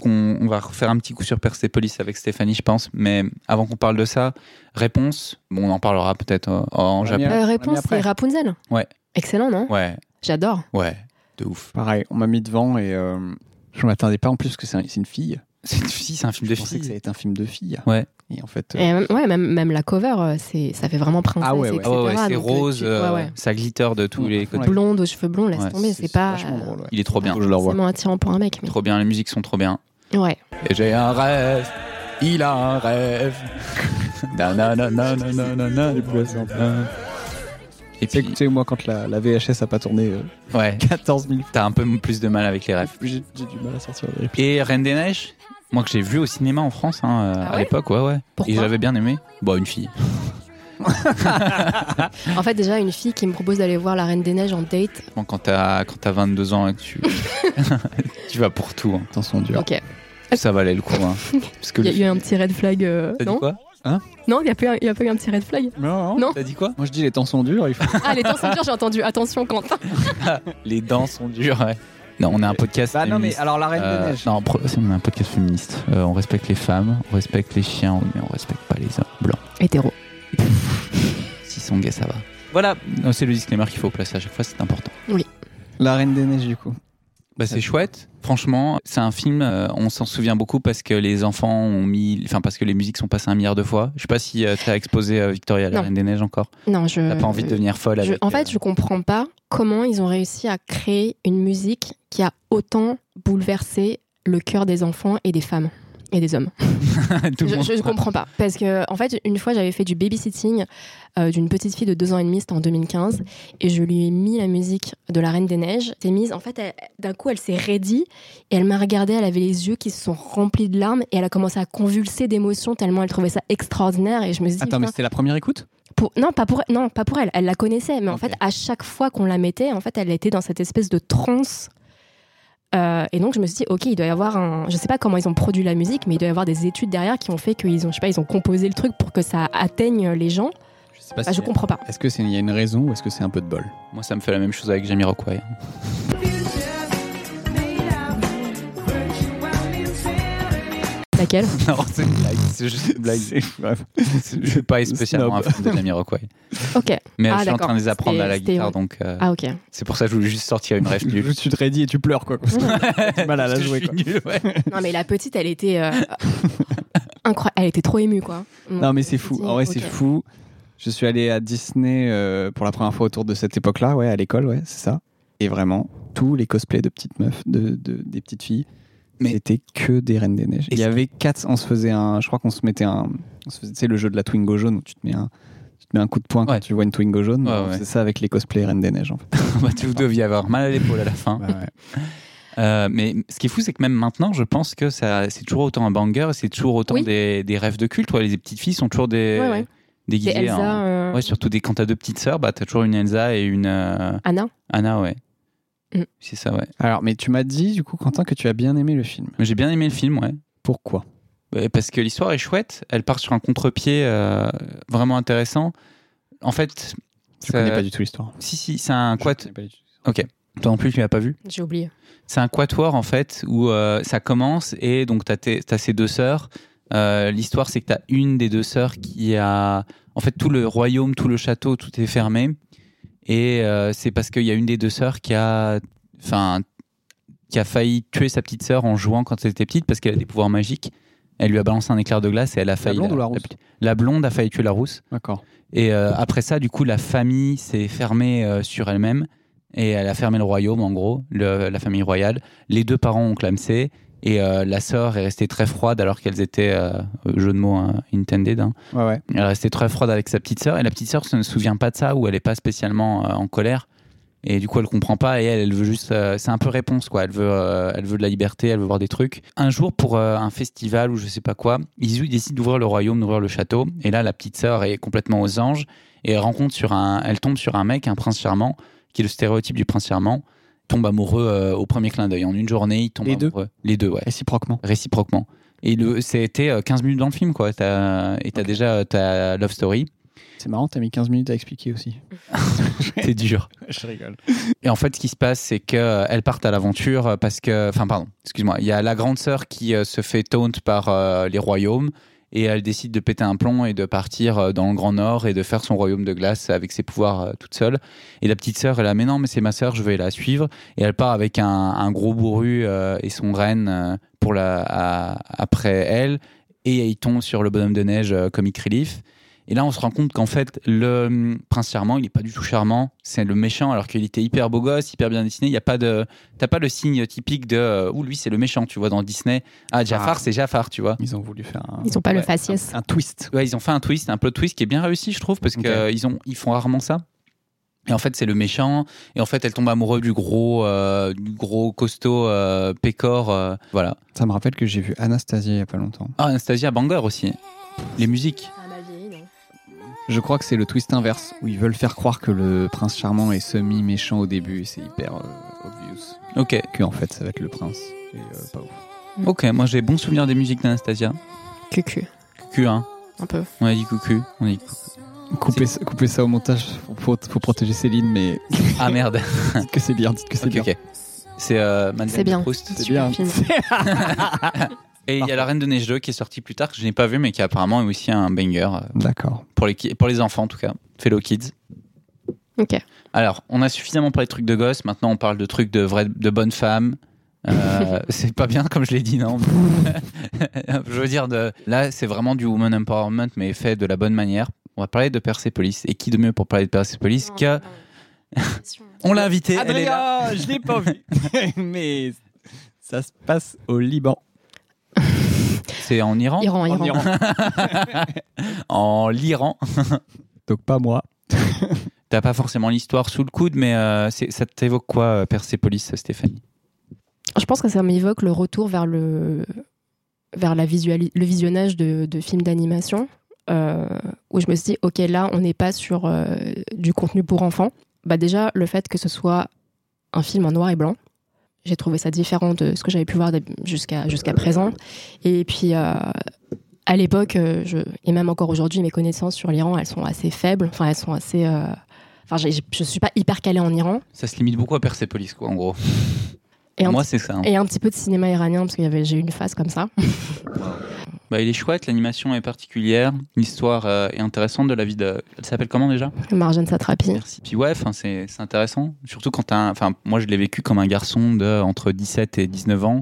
Speaker 1: qu'on on va refaire un petit coup sur Persepolis avec Stéphanie, je pense. Mais avant qu'on parle de ça, réponse. Bon, on en parlera peut-être euh, en
Speaker 2: Première.
Speaker 1: Japon.
Speaker 3: Euh,
Speaker 2: Mais
Speaker 3: réponse,
Speaker 2: après.
Speaker 3: c'est Rapunzel.
Speaker 1: Ouais.
Speaker 3: Excellent, non
Speaker 1: Ouais,
Speaker 3: J'adore.
Speaker 1: ouais, de ouf.
Speaker 2: Pareil, on m'a mis devant et euh, je m'attendais pas en plus que c'est un- c'est une fille.
Speaker 1: C'est une fille, c'est un film
Speaker 2: je
Speaker 1: de
Speaker 2: pensais que ça
Speaker 1: fille.
Speaker 2: allait être un film de fille.
Speaker 1: Ouais.
Speaker 2: Et en fait, euh,
Speaker 3: Et même, ouais, même, même la cover, euh, c'est, ça fait vraiment princesse,
Speaker 2: Ah ouais, ouais.
Speaker 1: Ah ouais, ouais,
Speaker 3: etc.,
Speaker 1: c'est
Speaker 3: donc,
Speaker 1: rose,
Speaker 3: tu-
Speaker 1: euh,
Speaker 3: ouais, ouais.
Speaker 1: ça glitter de tous
Speaker 2: Ouais,
Speaker 1: les
Speaker 2: à fond,
Speaker 1: côtés.
Speaker 2: ouais.
Speaker 3: Blonde aux cheveux blonds, laisse
Speaker 1: Ouais,
Speaker 3: tomber, c'est, pas euh,
Speaker 2: vachement drôle. ouais.
Speaker 1: Il est trop bien.
Speaker 2: Je le revois.
Speaker 3: forcément attirant pour un mec. Mais...
Speaker 1: Trop bien, les musiques sont trop bien.
Speaker 3: Ouais.
Speaker 1: Et j'ai un rêve, il a un rêve. Nananana, nananana, du poisson plein. Et
Speaker 2: tu sais,
Speaker 1: puis,
Speaker 2: tu sais, moi, quand la, la VHS a pas tourné euh,
Speaker 1: ouais,
Speaker 2: 14 000
Speaker 1: t'as un peu plus de mal avec les rêves.
Speaker 2: fois, j'ai j'ai du mal à sortir. les-
Speaker 1: Et Reine des Neiges, moi que j'ai vu au cinéma en France hein, euh,
Speaker 3: Ah
Speaker 1: à
Speaker 3: ouais
Speaker 1: l'époque, ouais, ouais.
Speaker 3: Pourquoi
Speaker 1: et j'avais bien aimé. Bah, une fille.
Speaker 3: En fait, déjà, une fille qui me propose d'aller voir La Reine des Neiges en date.
Speaker 1: Bon, quand t'as quand t'as 22 ans et que tu tu vas pour tout, hein.
Speaker 2: Temps sont durs.
Speaker 3: Ok.
Speaker 1: ça valait le coup. hein. Parce que
Speaker 3: Il y a
Speaker 1: le-
Speaker 3: eu un petit red flag. euh,
Speaker 1: t'as dit
Speaker 3: non
Speaker 1: quoi
Speaker 3: Non, il n'y a, pas eu un- il y a pas eu un petit red flag.
Speaker 2: Non,
Speaker 3: Non.
Speaker 1: T'as dit quoi
Speaker 2: Moi, je dis les temps sont durs. Il faut...
Speaker 3: Ah, les temps sont durs, j'ai entendu. Attention, Quentin.
Speaker 1: Les dents sont dures. Ouais. Non, on a un podcast.
Speaker 2: Bah non, mais
Speaker 1: féministe.
Speaker 2: alors la Reine
Speaker 1: Euh,
Speaker 2: des Neiges.
Speaker 1: non, pro- on a un podcast féministe. Euh, on respecte les femmes, on respecte les chiens, mais on respecte pas les hommes blancs.
Speaker 3: Hétéro.
Speaker 1: S'ils sont gays, ça va. Voilà, Non, c'est le disclaimer qu'il faut placer à chaque fois, c'est important.
Speaker 2: La Reine des Neiges, du coup.
Speaker 1: Bah, c'est chouette. Franchement, c'est un film, euh, on s'en souvient beaucoup parce que les enfants ont mis. Enfin, parce que les musiques sont passées un milliard de fois. Je sais pas si euh, t'as exposé euh, Victoria à la
Speaker 3: Non.
Speaker 1: Reine des Neiges encore.
Speaker 3: Non, je.
Speaker 1: T'as pas envie de devenir folle
Speaker 3: Euh, je-
Speaker 1: avec.
Speaker 3: En fait,
Speaker 1: euh,
Speaker 3: je comprends pas comment ils ont réussi à créer une musique qui a autant bouleversé le cœur des enfants et des femmes et des hommes.
Speaker 1: euh, tout le
Speaker 3: je,
Speaker 1: monde-
Speaker 3: je- je comprends pas. Parce que, en fait, une fois, j'avais fait du babysitting euh, d'une petite fille de deux ans et demi, c'était en 2015, et je lui ai mis la musique de La Reine des Neiges. C'est mise, en fait, elle- d'un coup, elle s'est raidie, et elle m'a regardée, elle avait les yeux qui se sont remplis de larmes, et elle a commencé à convulser d'émotions tellement elle trouvait ça extraordinaire, et je me suis dit,
Speaker 2: Attends, mais
Speaker 3: putain,
Speaker 2: c'était la première écoute
Speaker 3: pour- non, pas pour, non, pas pour elle, elle la connaissait, mais en
Speaker 2: Ok.
Speaker 3: fait, à chaque fois qu'on la mettait, en fait, elle était dans cette espèce de transe. Euh, et donc je me suis dit, ok, il doit y avoir un, je sais pas comment ils ont produit la musique, mais il doit y avoir des études derrière qui ont fait qu'ils ont, je sais pas, ils ont composé le truc pour que ça atteigne les gens.
Speaker 2: Je sais pas
Speaker 3: Bah, je comprends pas.
Speaker 2: Est-ce que c'est il y a une raison ou est-ce que c'est un peu de bol
Speaker 1: Moi, ça me fait la même chose avec Jamiroquai.
Speaker 3: Laquelle
Speaker 1: non, c'est une blague. C'est juste une blague. Je suis pas spécialement un
Speaker 2: Snob.
Speaker 1: fan de Jamiroquai.
Speaker 3: Ok.
Speaker 1: Mais
Speaker 3: Ah,
Speaker 1: je suis en train de les
Speaker 3: d'accord.
Speaker 1: apprendre à la
Speaker 3: C'était-
Speaker 1: guitare,
Speaker 3: c'était-
Speaker 1: donc euh,
Speaker 3: Ah ok.
Speaker 1: c'est pour ça que je voulais juste sortir une rêve
Speaker 2: Je
Speaker 1: nulle.
Speaker 2: suis ready et tu pleures, quoi. Parce que t'as du mal à la
Speaker 1: Parce que
Speaker 2: jouer,
Speaker 1: je
Speaker 2: quoi.
Speaker 1: suis nul, ouais.
Speaker 3: Non mais la petite, elle était euh, incroyable, elle était trop émue quoi.
Speaker 2: Non,
Speaker 3: Donc,
Speaker 2: mais
Speaker 3: je
Speaker 2: c'est
Speaker 3: me
Speaker 2: fou.
Speaker 3: suis dit,
Speaker 2: En vrai, c'est
Speaker 3: Mm. ok.
Speaker 2: fou. Je suis allé à Disney euh, pour la première fois autour de cette époque-là, ouais, à l'école, ouais, c'est ça. Et vraiment, tous les cosplays de petites meufs, de, de- des petites filles,
Speaker 1: Mais-
Speaker 2: c'était que des Reines des Neiges.
Speaker 1: Et
Speaker 2: Il y
Speaker 1: c'est-
Speaker 2: avait quatre, on se faisait un, je crois qu'on se mettait un, on se faisait, tu sais, le jeu de la Twingo jaune où tu te mets un, tu te mets un coup de poing quand
Speaker 1: Ouais.
Speaker 2: tu vois une Twingo jaune.
Speaker 1: Ouais,
Speaker 2: on
Speaker 1: ouais.
Speaker 2: faisait ça avec les cosplays Reines des Neiges, en fait.
Speaker 1: Bah, Vous deviez avoir mal à l'épaule à la fin. Euh, mais ce qui est fou, c'est que même maintenant, je pense que ça, c'est toujours autant un banger, c'est toujours autant
Speaker 3: Oui.
Speaker 1: des, des rêves de culte. Ouais, les petites filles sont toujours des,
Speaker 3: Ouais, ouais. C'est
Speaker 1: déguisées.
Speaker 3: Elsa,
Speaker 2: hein.
Speaker 1: en-
Speaker 3: euh,
Speaker 1: Ouais, surtout des, quand t'as deux petites sœurs, bah, t'as toujours une Elsa et une euh,
Speaker 3: Anna.
Speaker 1: Anna, ouais.
Speaker 3: Mm.
Speaker 1: C'est ça, ouais.
Speaker 2: Alors, mais tu m'as dit, du coup, Quentin, que tu as bien aimé le film.
Speaker 1: Mais J'ai bien aimé le film, ouais.
Speaker 2: Pourquoi
Speaker 1: Ouais, Parce que l'histoire est chouette, elle part sur un contre-pied euh, vraiment intéressant. En fait,
Speaker 2: Je
Speaker 1: ça-
Speaker 2: connais pas du tout l'histoire.
Speaker 1: si, si, c'est un
Speaker 2: Je
Speaker 1: quat-
Speaker 2: connais pas du tout.
Speaker 1: Ok. Toi non plus, tu l'as pas vu
Speaker 3: J'ai oublié.
Speaker 1: C'est un quatuor en fait où euh, ça commence et donc t'as tes- t'as ces deux sœurs. Euh, L'histoire c'est que t'as une des deux sœurs qui a en fait tout le royaume, tout le château, tout est fermé et euh, c'est parce qu'il y a une des deux sœurs qui a enfin qui a failli tuer sa petite sœur en jouant quand elle était petite parce qu'elle a des pouvoirs magiques. Elle lui a balancé un éclair de glace et elle a failli
Speaker 2: blonde ou la rousse
Speaker 1: petite- la blonde a failli tuer la rousse.
Speaker 2: D'accord.
Speaker 1: Et euh, après ça, du coup, la famille s'est fermée euh, sur elle-même et elle a fermé le royaume, en gros, le- la famille royale. Les deux parents ont clamsé et euh, la sœur est restée très froide alors qu'elles étaient, euh, jeu de mots hein, intended, hein.
Speaker 2: Ouais, ouais.
Speaker 1: elle est restée très froide avec sa petite sœur et la petite sœur se ne souvient pas de ça ou elle n'est pas spécialement euh, en colère. Et du coup, elle comprend pas et elle, elle veut juste. euh, c'est un peu réponse, quoi. Elle veut, euh, elle veut de la liberté, elle veut voir des trucs. Un jour, pour euh, un festival ou je sais pas quoi, ils, ils décident d'ouvrir le royaume, d'ouvrir le château. Et là, la petite sœur est complètement aux anges et elle, rencontre sur un, elle tombe sur un mec, un prince charmant, qui est le stéréotype du prince charmant, tombe amoureux euh, au premier clin d'œil. En une journée, ils tombent
Speaker 2: Les deux
Speaker 1: amoureux. Les deux, ouais
Speaker 2: Réciproquement.
Speaker 1: réciproquement. Et le, c'était euh, 15 minutes dans le film, quoi. T'as, et t'as déjà euh, ta love story.
Speaker 2: C'est marrant, t'as mis 15 minutes à expliquer aussi.
Speaker 1: C'est dur.
Speaker 2: Je rigole.
Speaker 1: Et en fait, ce qui se passe, c'est qu'elles partent à l'aventure euh, parce que. Enfin, pardon, excuse-moi. Il y a la grande sœur qui euh, se fait taunt par euh, les royaumes et elle décide de péter un plomb et de partir euh, dans le Grand Nord et de faire son royaume de glace avec ses pouvoirs euh, toute seule. Et la petite sœur, elle a, mais non, mais c'est ma sœur, je vais la suivre. Et elle part avec un, un gros bourru euh, et son renne euh, pour la, à- après elle. Et ils tombent sur le bonhomme de neige euh, Comic Relief. Et là, on se rend compte qu'en fait, le hum, prince charmant, il n'est pas du tout charmant. C'est le méchant, alors qu'il était hyper beau gosse, hyper bien dessiné. Il y a pas de, t'as pas le signe typique de, euh, ou lui, c'est le méchant, tu vois, dans Disney. Ah, Jafar,
Speaker 2: Ah.
Speaker 1: c'est Jafar, tu vois.
Speaker 2: Ils ont voulu faire un,
Speaker 3: Ils ont pas
Speaker 1: Ouais.
Speaker 3: le faciès.
Speaker 2: un twist.
Speaker 1: Ouais, ils ont fait un twist, un plot twist qui est bien réussi, je trouve, parce
Speaker 2: Ok.
Speaker 1: qu'ils ont, ils font rarement ça. Et en fait, c'est le méchant. Et en fait, elle tombe amoureuse du gros, euh, du gros costaud euh, pécor. euh, voilà.
Speaker 2: Ça me rappelle que j'ai vu Anastasia il y a pas longtemps.
Speaker 1: Ah, Anastasia Banger aussi. Les musiques.
Speaker 3: Ah,
Speaker 2: Je crois que c'est le twist inverse, où ils veulent faire croire que le prince charmant est semi-méchant au début, et c'est hyper euh, obvious.
Speaker 1: Ok.
Speaker 2: Que en fait, ça va être le prince. Et euh, pas ouf.
Speaker 1: Ok, moi j'ai bon souvenir des musiques d'Anastasia.
Speaker 3: Cucu,
Speaker 1: Q1.
Speaker 3: un peu.
Speaker 1: On a dit coucou. On a dit
Speaker 2: Coupez, ça- coupez ça au montage, faut, faut, faut protéger Céline, mais
Speaker 1: Ah merde.
Speaker 2: dites que c'est bien, dites que c'est
Speaker 1: ok,
Speaker 2: bien.
Speaker 1: ok. C'est euh, Madeleine
Speaker 3: C'est bien.
Speaker 1: de Proust.
Speaker 3: Super
Speaker 2: bien.
Speaker 3: film.
Speaker 1: Et il y a La Reine de Neige 2 qui est sortie plus tard, que je n'ai pas vu, mais qui apparemment est aussi un banger euh,
Speaker 2: D'accord.
Speaker 1: pour les, ki- pour les enfants en tout cas. Fellow Kids.
Speaker 3: Ok.
Speaker 1: Alors, on a suffisamment parlé de trucs de gosses, maintenant on parle de trucs de, vraies- de bonnes femmes. Euh, c'est pas bien comme je l'ai dit, non Je veux dire, de, là c'est vraiment du woman empowerment, mais fait de la bonne manière. On va parler de Persepolis. Et qui de mieux pour parler de Persepolis
Speaker 3: Oh.
Speaker 1: que. On l'a invité, elle est là.
Speaker 2: Adrien, je l'ai pas vu, mais ça se passe au Liban.
Speaker 1: C'est en Iran
Speaker 3: Iran,
Speaker 2: En
Speaker 3: Iran.
Speaker 2: Iran.
Speaker 1: En l'Iran.
Speaker 2: Donc pas moi.
Speaker 1: T'as pas forcément l'histoire sous le coude, mais euh, c'est- ça t'évoque quoi, euh, Persepolis, Stéphanie
Speaker 3: Je pense que ça m'évoque le retour vers le, vers la visuali- le visionnage de, de films d'animation, euh, où je me suis dit, ok, là, on n'est pas sur euh, du contenu pour enfants. Bah déjà, le fait que ce soit un film en noir et blanc, j'ai trouvé ça différent de ce que j'avais pu voir d'hab- jusqu'à jusqu'à présent. Et puis, euh, à l'époque, euh, je- et même encore aujourd'hui, mes connaissances sur l'Iran, elles sont assez faibles. Enfin, elles sont assez... euh, Enfin, j'ai- j'ai- je suis pas hyper calée en Iran.
Speaker 1: Ça se limite beaucoup à Persepolis, quoi, en gros.
Speaker 3: Et un,
Speaker 1: Moi, c'est ça. hein.
Speaker 3: et un petit peu de cinéma iranien, parce que j'ai eu une phase comme ça.
Speaker 1: Bah, il est chouette, l'animation est particulière, l'histoire euh, est intéressante de la vie de. Elle s'appelle comment déjà
Speaker 3: Marjane Satrapi.
Speaker 1: Merci. Puis ouais, enfin, c'est c'est intéressant. Surtout quand t'as. un- Enfin, moi, je l'ai vécu comme un garçon de entre 17 et 19 ans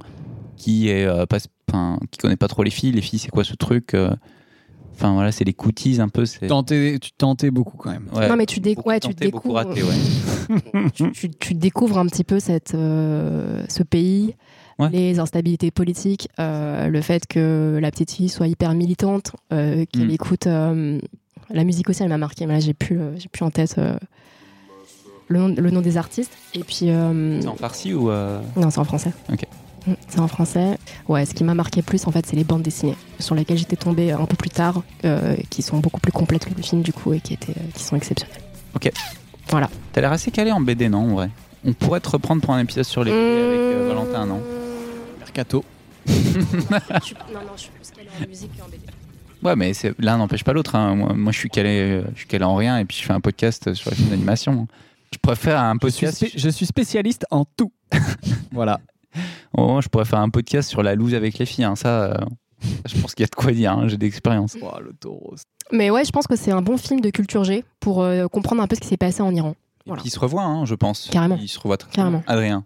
Speaker 1: qui est euh, pas, enfin, qui connaît pas trop les filles. Les filles, c'est quoi ce truc euh, Enfin voilà, c'est les cooties un peu. c'est-
Speaker 2: Tentais- tu tentais beaucoup quand même.
Speaker 1: Ouais,
Speaker 3: Non, mais tu, déc-
Speaker 1: beaucoup
Speaker 3: ouais, tu
Speaker 1: tenté, beaucoup
Speaker 3: découvres,
Speaker 1: raté, ouais.
Speaker 3: tu, tu- tu découvres un petit peu cette, euh, ce pays,
Speaker 1: Ouais.
Speaker 3: les instabilités politiques, euh, le fait que la petite fille soit hyper militante, euh, qu'elle
Speaker 1: Mm.
Speaker 3: écoute euh, la musique aussi, elle m'a marqué. Mais là, j'ai plus, euh, j'ai plus en tête euh, le, nom, le nom des artistes. Et puis, euh,
Speaker 1: C'est en farci ou euh,
Speaker 3: non, c'est en français.
Speaker 1: Ok.
Speaker 3: Mm, C'est en français. Ouais, ce qui m'a marqué plus, en fait, c'est les bandes dessinées, sur lesquelles j'étais tombée un peu plus tard, euh, qui sont beaucoup plus complètes que le film, du coup, et qui, étaient, euh, qui sont exceptionnelles.
Speaker 1: T'as l'air assez calé en BD, non, en vrai On pourrait te reprendre pour un épisode sur
Speaker 3: Mmh.
Speaker 1: les BD avec euh, Valentin, non
Speaker 2: Mercato.
Speaker 3: non, non, je suis plus calée en musique qu'en BD.
Speaker 1: Ouais, mais c'est- l'un n'empêche pas l'autre. hein. Moi, moi, je suis calé, euh, je suis calé en rien, et puis je fais un podcast euh, sur les films d'animation. Je pourrais faire un
Speaker 2: Je suis,
Speaker 1: podcast.
Speaker 2: spé- je suis spécialiste en tout. voilà.
Speaker 1: Oh, je pourrais faire un podcast sur la loose avec les filles. hein. Ça, euh, je pense qu'il y a de quoi dire. hein. J'ai d'expérience.
Speaker 2: Oh, le taureau.
Speaker 3: Mais ouais, je pense que c'est un bon film de culture G pour euh, comprendre un peu ce qui s'est passé en Iran.
Speaker 1: Et
Speaker 3: Voilà.
Speaker 1: puis ils se revoient, hein, je pense.
Speaker 3: Carrément.
Speaker 1: Ils se revoient très
Speaker 3: Carrément.
Speaker 1: bien. Adrien,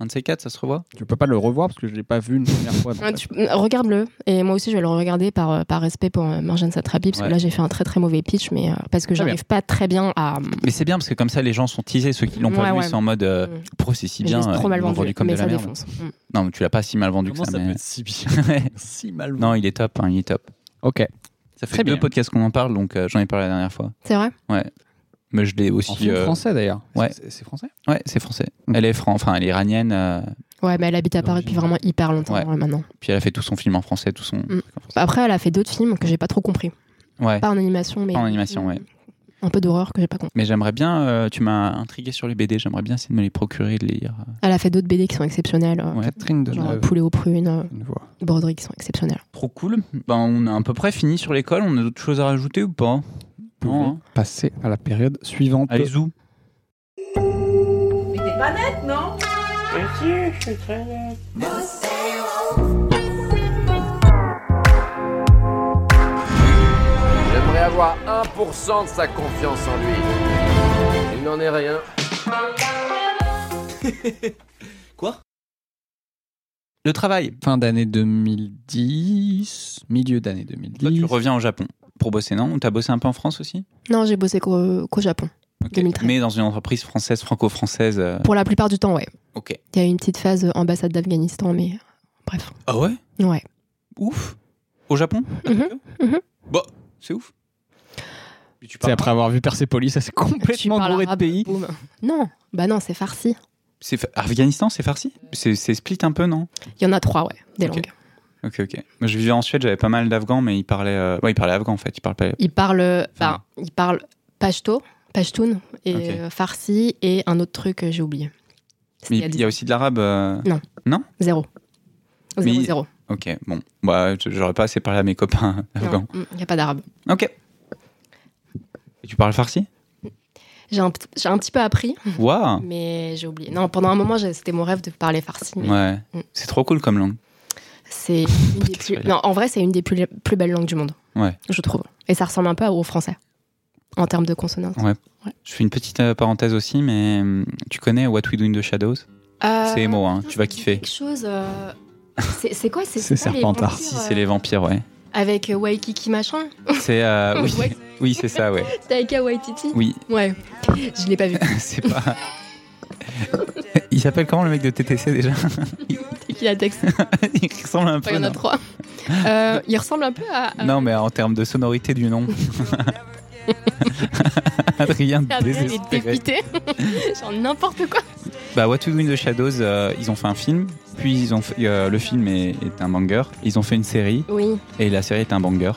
Speaker 1: un de ces quatre, ça se revoit
Speaker 2: Je peux pas le revoir parce que je l'ai pas vu une première fois.
Speaker 3: Ah, tu- Regarde-le. Et moi aussi, je vais le regarder par, euh, par respect pour euh, Marjane Satrapi, parce
Speaker 1: Ouais. Ah,
Speaker 3: que là, j'ai fait un très très mauvais pitch, mais euh, parce que
Speaker 2: Très
Speaker 3: j'arrive pas très bien à.
Speaker 1: Mais c'est bien parce que comme ça, les gens sont teasés. Ceux qui l'ont
Speaker 3: Ouais,
Speaker 1: pas vu,
Speaker 3: ouais.
Speaker 1: c'est en mode euh,
Speaker 3: Mm.
Speaker 1: Pro, c'est si
Speaker 3: je
Speaker 1: bien.
Speaker 3: l'ai trop
Speaker 1: euh,
Speaker 3: mal
Speaker 1: ils l'ont
Speaker 3: vendu,
Speaker 1: comme
Speaker 3: mais
Speaker 1: de la
Speaker 3: ça
Speaker 1: merde.
Speaker 3: défonce. Mm.
Speaker 1: Non, mais tu l'as pas si mal vendu
Speaker 2: Comment
Speaker 1: que
Speaker 2: ça,
Speaker 1: ça.
Speaker 2: peut
Speaker 1: mais-
Speaker 2: être si bien Si mal
Speaker 1: non, il est top. hein, il est top.
Speaker 2: Ok.
Speaker 1: Ça fait
Speaker 2: Très
Speaker 1: deux
Speaker 2: bien.
Speaker 1: podcasts qu'on en parle, donc euh, j'en ai parlé la dernière fois.
Speaker 3: C'est vrai
Speaker 1: Mais je l'ai aussi.
Speaker 2: En film
Speaker 1: euh,
Speaker 2: français d'ailleurs.
Speaker 1: ouais.
Speaker 2: C'est c'est français
Speaker 1: Ouais, c'est français.
Speaker 2: Mm.
Speaker 1: Elle est fran- enfin, elle est iranienne. euh,
Speaker 3: Ouais, mais elle habite à Paris depuis vraiment hyper longtemps
Speaker 1: Ouais.
Speaker 3: ouais, maintenant.
Speaker 1: puis elle a fait tout son film en français, tout son.
Speaker 3: Mm. Après, elle a fait d'autres films que j'ai pas trop compris.
Speaker 1: Ouais.
Speaker 3: Pas en animation, mais.
Speaker 1: Pas en animation, ouais.
Speaker 3: Un peu d'horreur que j'ai pas compris.
Speaker 1: Mais j'aimerais bien. euh, tu m'as intrigué sur les BD. J'aimerais bien essayer de me les procurer, de les lire.
Speaker 3: Elle a fait d'autres BD qui sont exceptionnelles. euh,
Speaker 1: Ouais.
Speaker 2: Catherine
Speaker 3: Genre
Speaker 2: Deneuve.
Speaker 3: Poulet aux prunes, euh,
Speaker 2: Une voix.
Speaker 3: Broderie qui sont exceptionnelles.
Speaker 1: Trop cool. Ben, on a à peu près fini sur l'école. On a d'autres choses à rajouter ou pas Non. hein.
Speaker 2: Passer à la période suivante.
Speaker 1: Allez, zou.
Speaker 8: Mais t'es pas nette, non
Speaker 7: Merci, je suis très nette.
Speaker 9: J'aimerais avoir 1% de sa confiance en lui. Il n'en est rien.
Speaker 1: Le travail.
Speaker 2: Fin d'année 2010, milieu d'année
Speaker 1: Toi,
Speaker 2: 2010.
Speaker 1: tu reviens au Japon pour bosser, non Ou t'as bossé un peu en France aussi
Speaker 3: Non, j'ai bossé qu'au qu'au Japon.
Speaker 1: Ok.
Speaker 3: 2013.
Speaker 1: Mais dans une entreprise française, franco-française. euh,
Speaker 3: Pour la plupart du temps, ouais.
Speaker 1: Ok.
Speaker 3: Il y a eu une petite phase euh, ambassade d'Afghanistan, mais euh, bref.
Speaker 1: Ah ouais
Speaker 3: Ouais.
Speaker 1: Ouf. Au Japon
Speaker 3: Mhm, mhm.
Speaker 1: Bah, c'est ouf. Mais tu
Speaker 2: C'est
Speaker 1: parles-
Speaker 2: après avoir vu Persepolis, ça c'est
Speaker 3: Tu
Speaker 2: complètement
Speaker 3: parles
Speaker 2: bourré de
Speaker 3: arabe,
Speaker 2: pays.
Speaker 3: boum. Non, bah non, c'est farci.
Speaker 1: C'est fa- Afghanistan, c'est farci C'est c'est split un peu, non
Speaker 3: Il y en a trois, ouais, des
Speaker 1: Ok.
Speaker 3: langues.
Speaker 1: Ok, ok. Moi, je vivais en Suède, j'avais pas mal d'Afghans, mais ils parlaient. euh, Ouais, ils parlaient afghan en fait. Ils parlaient pas.
Speaker 3: Ils parlent, euh,
Speaker 1: Enfin.
Speaker 3: bah, ils parlent pashto, pashtun, et
Speaker 1: Ok.
Speaker 3: euh, farsi, et un autre truc que j'ai oublié. C'était
Speaker 1: Mais
Speaker 3: il y a
Speaker 1: il y a aussi de l'arabe. euh,
Speaker 3: dix- Zéro. Zéro,
Speaker 1: Mais-
Speaker 3: zéro.
Speaker 1: Ok, bon. Bah, je- j'aurais pas assez parlé à mes copains afghans.
Speaker 3: Non, mm, Il n'y a pas d'arabe.
Speaker 1: Ok. Et tu parles farci
Speaker 3: J'ai un, p- j'ai un petit peu appris,
Speaker 1: Waouh
Speaker 3: mais j'ai oublié. Non, pendant un moment, j'ai- c'était mon rêve de parler farsi. mais
Speaker 1: Ouais.
Speaker 3: Mm.
Speaker 1: C'est trop cool comme langue.
Speaker 3: C'est une des plus...
Speaker 1: expérience.
Speaker 3: Non, en vrai, c'est une des plus, plus belles langues du monde.
Speaker 1: Ouais.
Speaker 3: Je trouve. Et ça ressemble un peu au français. En termes de consonantes.
Speaker 1: Je fais une petite euh, parenthèse aussi, mais hum, tu connais What We Do in the Shadows
Speaker 3: Euh,
Speaker 1: C'est Emo, hein,
Speaker 3: putain,
Speaker 1: tu vas
Speaker 3: ça me dit
Speaker 1: kiffer.
Speaker 3: Quelque chose. euh, C'est c'est quoi C'est
Speaker 2: C'est
Speaker 3: c'est pas les
Speaker 2: Serpentard.
Speaker 3: vampires,
Speaker 1: Si,
Speaker 3: euh,
Speaker 1: c'est les vampires, ouais.
Speaker 3: Avec euh, Waikiki machin.
Speaker 1: C'est. euh, oui,
Speaker 3: Ouais.
Speaker 1: oui c'est ça, ouais.
Speaker 3: Taika Waititi.
Speaker 1: Oui,
Speaker 3: Ouais. Je l'ai pas vu.
Speaker 1: c'est pas. Il s'appelle comment le mec de TTC déjà
Speaker 3: C'est qui la texte
Speaker 1: Il ressemble un
Speaker 3: Enfin,
Speaker 1: peu.
Speaker 3: Il y en a
Speaker 1: Oh non
Speaker 3: trois. Euh, il ressemble un peu à. à-
Speaker 1: Non, mais en termes de sonorité du nom. Adrien
Speaker 3: à Adrien, il est
Speaker 1: désespéré.
Speaker 3: dépité. Genre n'importe quoi.
Speaker 1: Bah, What We Do in the Shadows, euh, ils ont fait un film, puis ils ont fait- euh, le film est, est un banger. Ils ont fait une série,
Speaker 3: Oui,
Speaker 1: et la série est un banger.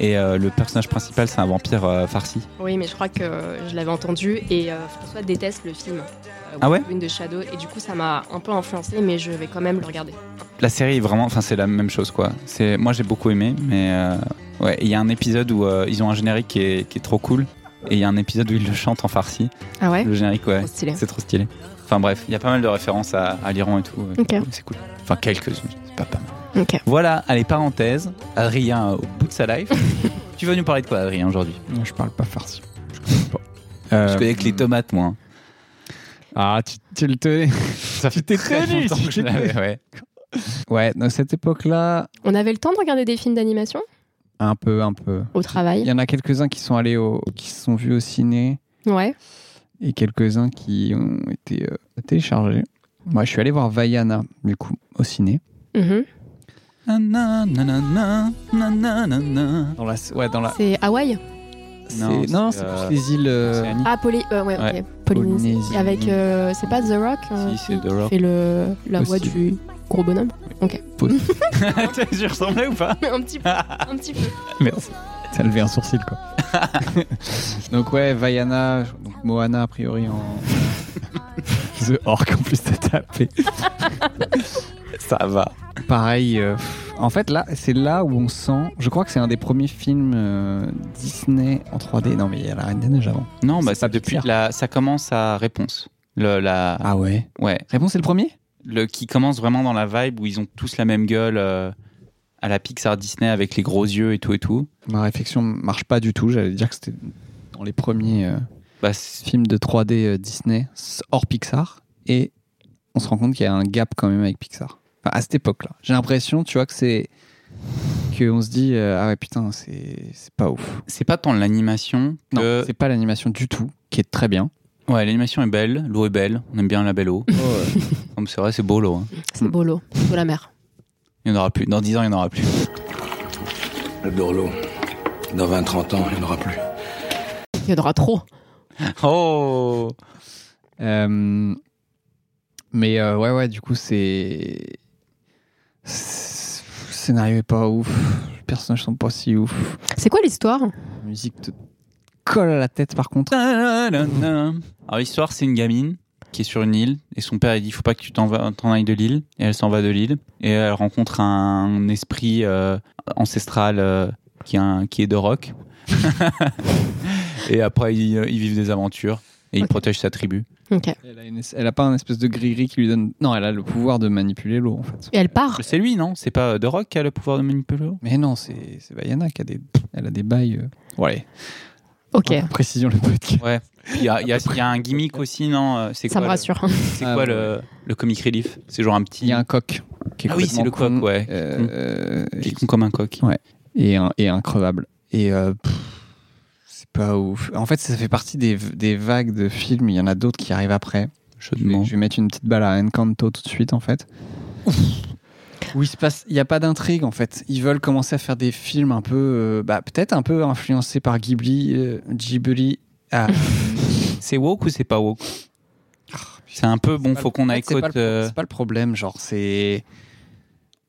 Speaker 1: Et euh, le personnage principal, c'est un vampire euh, farci.
Speaker 3: oui, mais je crois que euh, je l'avais entendu et euh, François déteste le film. euh,
Speaker 1: Ah ouais
Speaker 3: Wind de Shadow et du coup ça m'a un peu influencé mais je vais quand même le regarder.
Speaker 1: La série est vraiment, enfin c'est la même chose quoi. C'est, moi j'ai beaucoup aimé, mais euh, ouais, il y a un épisode où euh, ils ont un générique qui est, qui est trop cool, et il y a un épisode où ils le chantent en farci.
Speaker 3: Ah ouais
Speaker 1: Le générique ouais,
Speaker 3: Trop stylé.
Speaker 1: c'est trop stylé. Enfin bref, il y a pas mal de références à, à l'Iran et tout. ouais.
Speaker 3: Ok.
Speaker 1: C'est cool. Enfin quelques-unes, c'est pas pas mal.
Speaker 3: Ok.
Speaker 1: Voilà, allez parenthèse. Adrien euh, au bout de sa life. tu vas nous parler de quoi Adrien aujourd'hui
Speaker 2: Non, je parle pas farci.
Speaker 1: Je connais que les tomates moi.
Speaker 2: Euh, Ah, tu, tu le tenais.
Speaker 1: Ça
Speaker 2: fait très longtemps que je l'avais,
Speaker 1: ouais.
Speaker 2: Ouais, dans cette époque-là,
Speaker 3: On avait le temps de regarder des films d'animation
Speaker 2: un peu, un peu.
Speaker 3: au
Speaker 2: Il
Speaker 3: travail.
Speaker 2: y en a quelques-uns qui sont allés au, qui se sont vus au ciné
Speaker 3: Ouais.
Speaker 2: et quelques-uns qui ont été euh, téléchargés. Moi, je suis allé voir Vaiana, du coup, au ciné.
Speaker 3: Mhm.
Speaker 1: Nanana, nanana, nanana.
Speaker 2: Dans la, ouais, dans la.
Speaker 3: C'est Hawaï
Speaker 2: Non, non, c'est
Speaker 1: euh,
Speaker 2: plus les îles. euh,
Speaker 1: Océanie.
Speaker 3: Ah, Poly... euh, ouais, ok.
Speaker 1: Ouais. Mm.
Speaker 3: Polynésie.
Speaker 2: Polynésie.
Speaker 3: Avec, euh, c'est pas The Rock euh,
Speaker 1: Si, c'est
Speaker 3: qui-
Speaker 1: The Rock.
Speaker 3: qui fait le, la voix
Speaker 2: Aussi.
Speaker 3: du gros bonhomme
Speaker 1: J'y ressemblais ou pas
Speaker 3: Un petit peu. Un petit peu.
Speaker 2: Ah,
Speaker 1: Merci.
Speaker 2: T'as levé un sourcil, quoi. donc, ouais, Vaiana, donc Moana, a priori, en. The Orc, en plus, t'as tapé.
Speaker 1: Ça va.
Speaker 2: Pareil, euh, pff, En fait, là, c'est là où on sent. Je crois que c'est un des premiers films euh, Disney en 3D. Non, mais il y a la Reine des Neiges avant.
Speaker 1: Non, bah,
Speaker 2: C'est pas
Speaker 1: c'est depuis
Speaker 2: Pixar.
Speaker 1: la, ça commence à réponse. Le, la,
Speaker 2: Ah ouais.
Speaker 1: ouais,
Speaker 2: Réponse, c'est le premier
Speaker 1: le qui commence vraiment dans la vibe où ils ont tous la même gueule euh, à la Pixar Disney avec les gros yeux et tout et tout.
Speaker 2: Ma réflexion marche pas du tout. J'allais dire que c'était dans les premiers euh,
Speaker 1: Bah, c'est-
Speaker 2: films de 3D euh, Disney s- hors Pixar. Et on se rend compte qu'il y a un gap quand même avec Pixar. Enfin, à cette époque-là. J'ai l'impression, tu vois, que c'est. Qu'on se dit, euh, ah ouais, putain, c'est c'est pas ouf.
Speaker 1: c'est pas tant l'animation
Speaker 2: Non,
Speaker 1: que
Speaker 2: c'est pas l'animation du tout, qui est très bien.
Speaker 1: ouais, l'animation est belle, l'eau est belle, on aime bien la belle eau. Comme c'est vrai, c'est beau l'eau. hein.
Speaker 3: C'est beau l'eau, de la mer.
Speaker 1: Il y en aura plus. Dans 10 ans, il y en aura plus.
Speaker 9: J'adore l'eau. Dans 20-30 ans, il n'y en aura plus.
Speaker 3: Il y en aura trop.
Speaker 1: Oh
Speaker 2: Euh, mais euh, ouais, ouais, du coup, c'est. c'est- Le scénario est pas ouf. Les personnages sont pas si ouf.
Speaker 3: C'est quoi l'histoire
Speaker 2: La musique te colle à la tête, par contre.
Speaker 1: Alors l'histoire, c'est une gamine qui est sur une île et son père il dit faut pas que tu t'en vas- t'en ailles de l'île et elle s'en va de l'île et elle rencontre un esprit euh, ancestral euh, qui, est un- qui est de rock et après ils, euh, ils vivent des aventures et ils
Speaker 3: Ok.
Speaker 1: protègent sa tribu.
Speaker 3: Ok. Et
Speaker 2: Elle a, une es- elle a pas un espèce de gris-gris qui lui donne. Non, elle a le pouvoir de manipuler l'eau, en fait.
Speaker 3: elle part
Speaker 1: C'est lui non C'est pas euh, de rock qui a le pouvoir de manipuler l'eau
Speaker 2: Mais non, c'est c'est Vaiana qui a des. Elle a des bails. euh. Bon, allez.
Speaker 3: Ok,
Speaker 2: Précision le podcast.
Speaker 1: Ouais. Il y a, il y a- il y a un gimmick aussi non Euh, C'est
Speaker 3: ça
Speaker 1: quoi
Speaker 3: me
Speaker 1: le-
Speaker 3: rassure.
Speaker 1: C'est
Speaker 2: Ah,
Speaker 1: quoi
Speaker 2: bah
Speaker 1: le, le comic relief C'est genre un petit
Speaker 2: Il y a un coq. Qui est
Speaker 1: Ah oui, c'est le
Speaker 2: complètement
Speaker 1: coq, ouais, qui est
Speaker 2: euh,
Speaker 1: con.
Speaker 2: euh,
Speaker 1: qui est con comme un coq.
Speaker 2: et, un- et increvable. Et euh, pff, c'est pas ouf. En fait, ça fait partie des, des vagues de films. Il y en a d'autres qui arrivent après.
Speaker 1: Je
Speaker 2: Je vais,
Speaker 1: demande.
Speaker 2: je vais mettre une petite balle à Encanto tout de suite, en fait. Où il se passe, il n'y a pas d'intrigue en fait. Ils veulent commencer à faire des films un peu, euh, bah, peut-être un peu influencés par Ghibli, euh, Ghibli. Ah,
Speaker 1: C'est woke ou c'est pas woke C'est un peu bon,
Speaker 2: pas
Speaker 1: faut
Speaker 2: le-
Speaker 1: qu'on
Speaker 2: en fait,
Speaker 1: aille
Speaker 2: c'est pas
Speaker 1: côte.
Speaker 2: le-
Speaker 1: euh,
Speaker 2: C'est pas le problème, genre, c'est.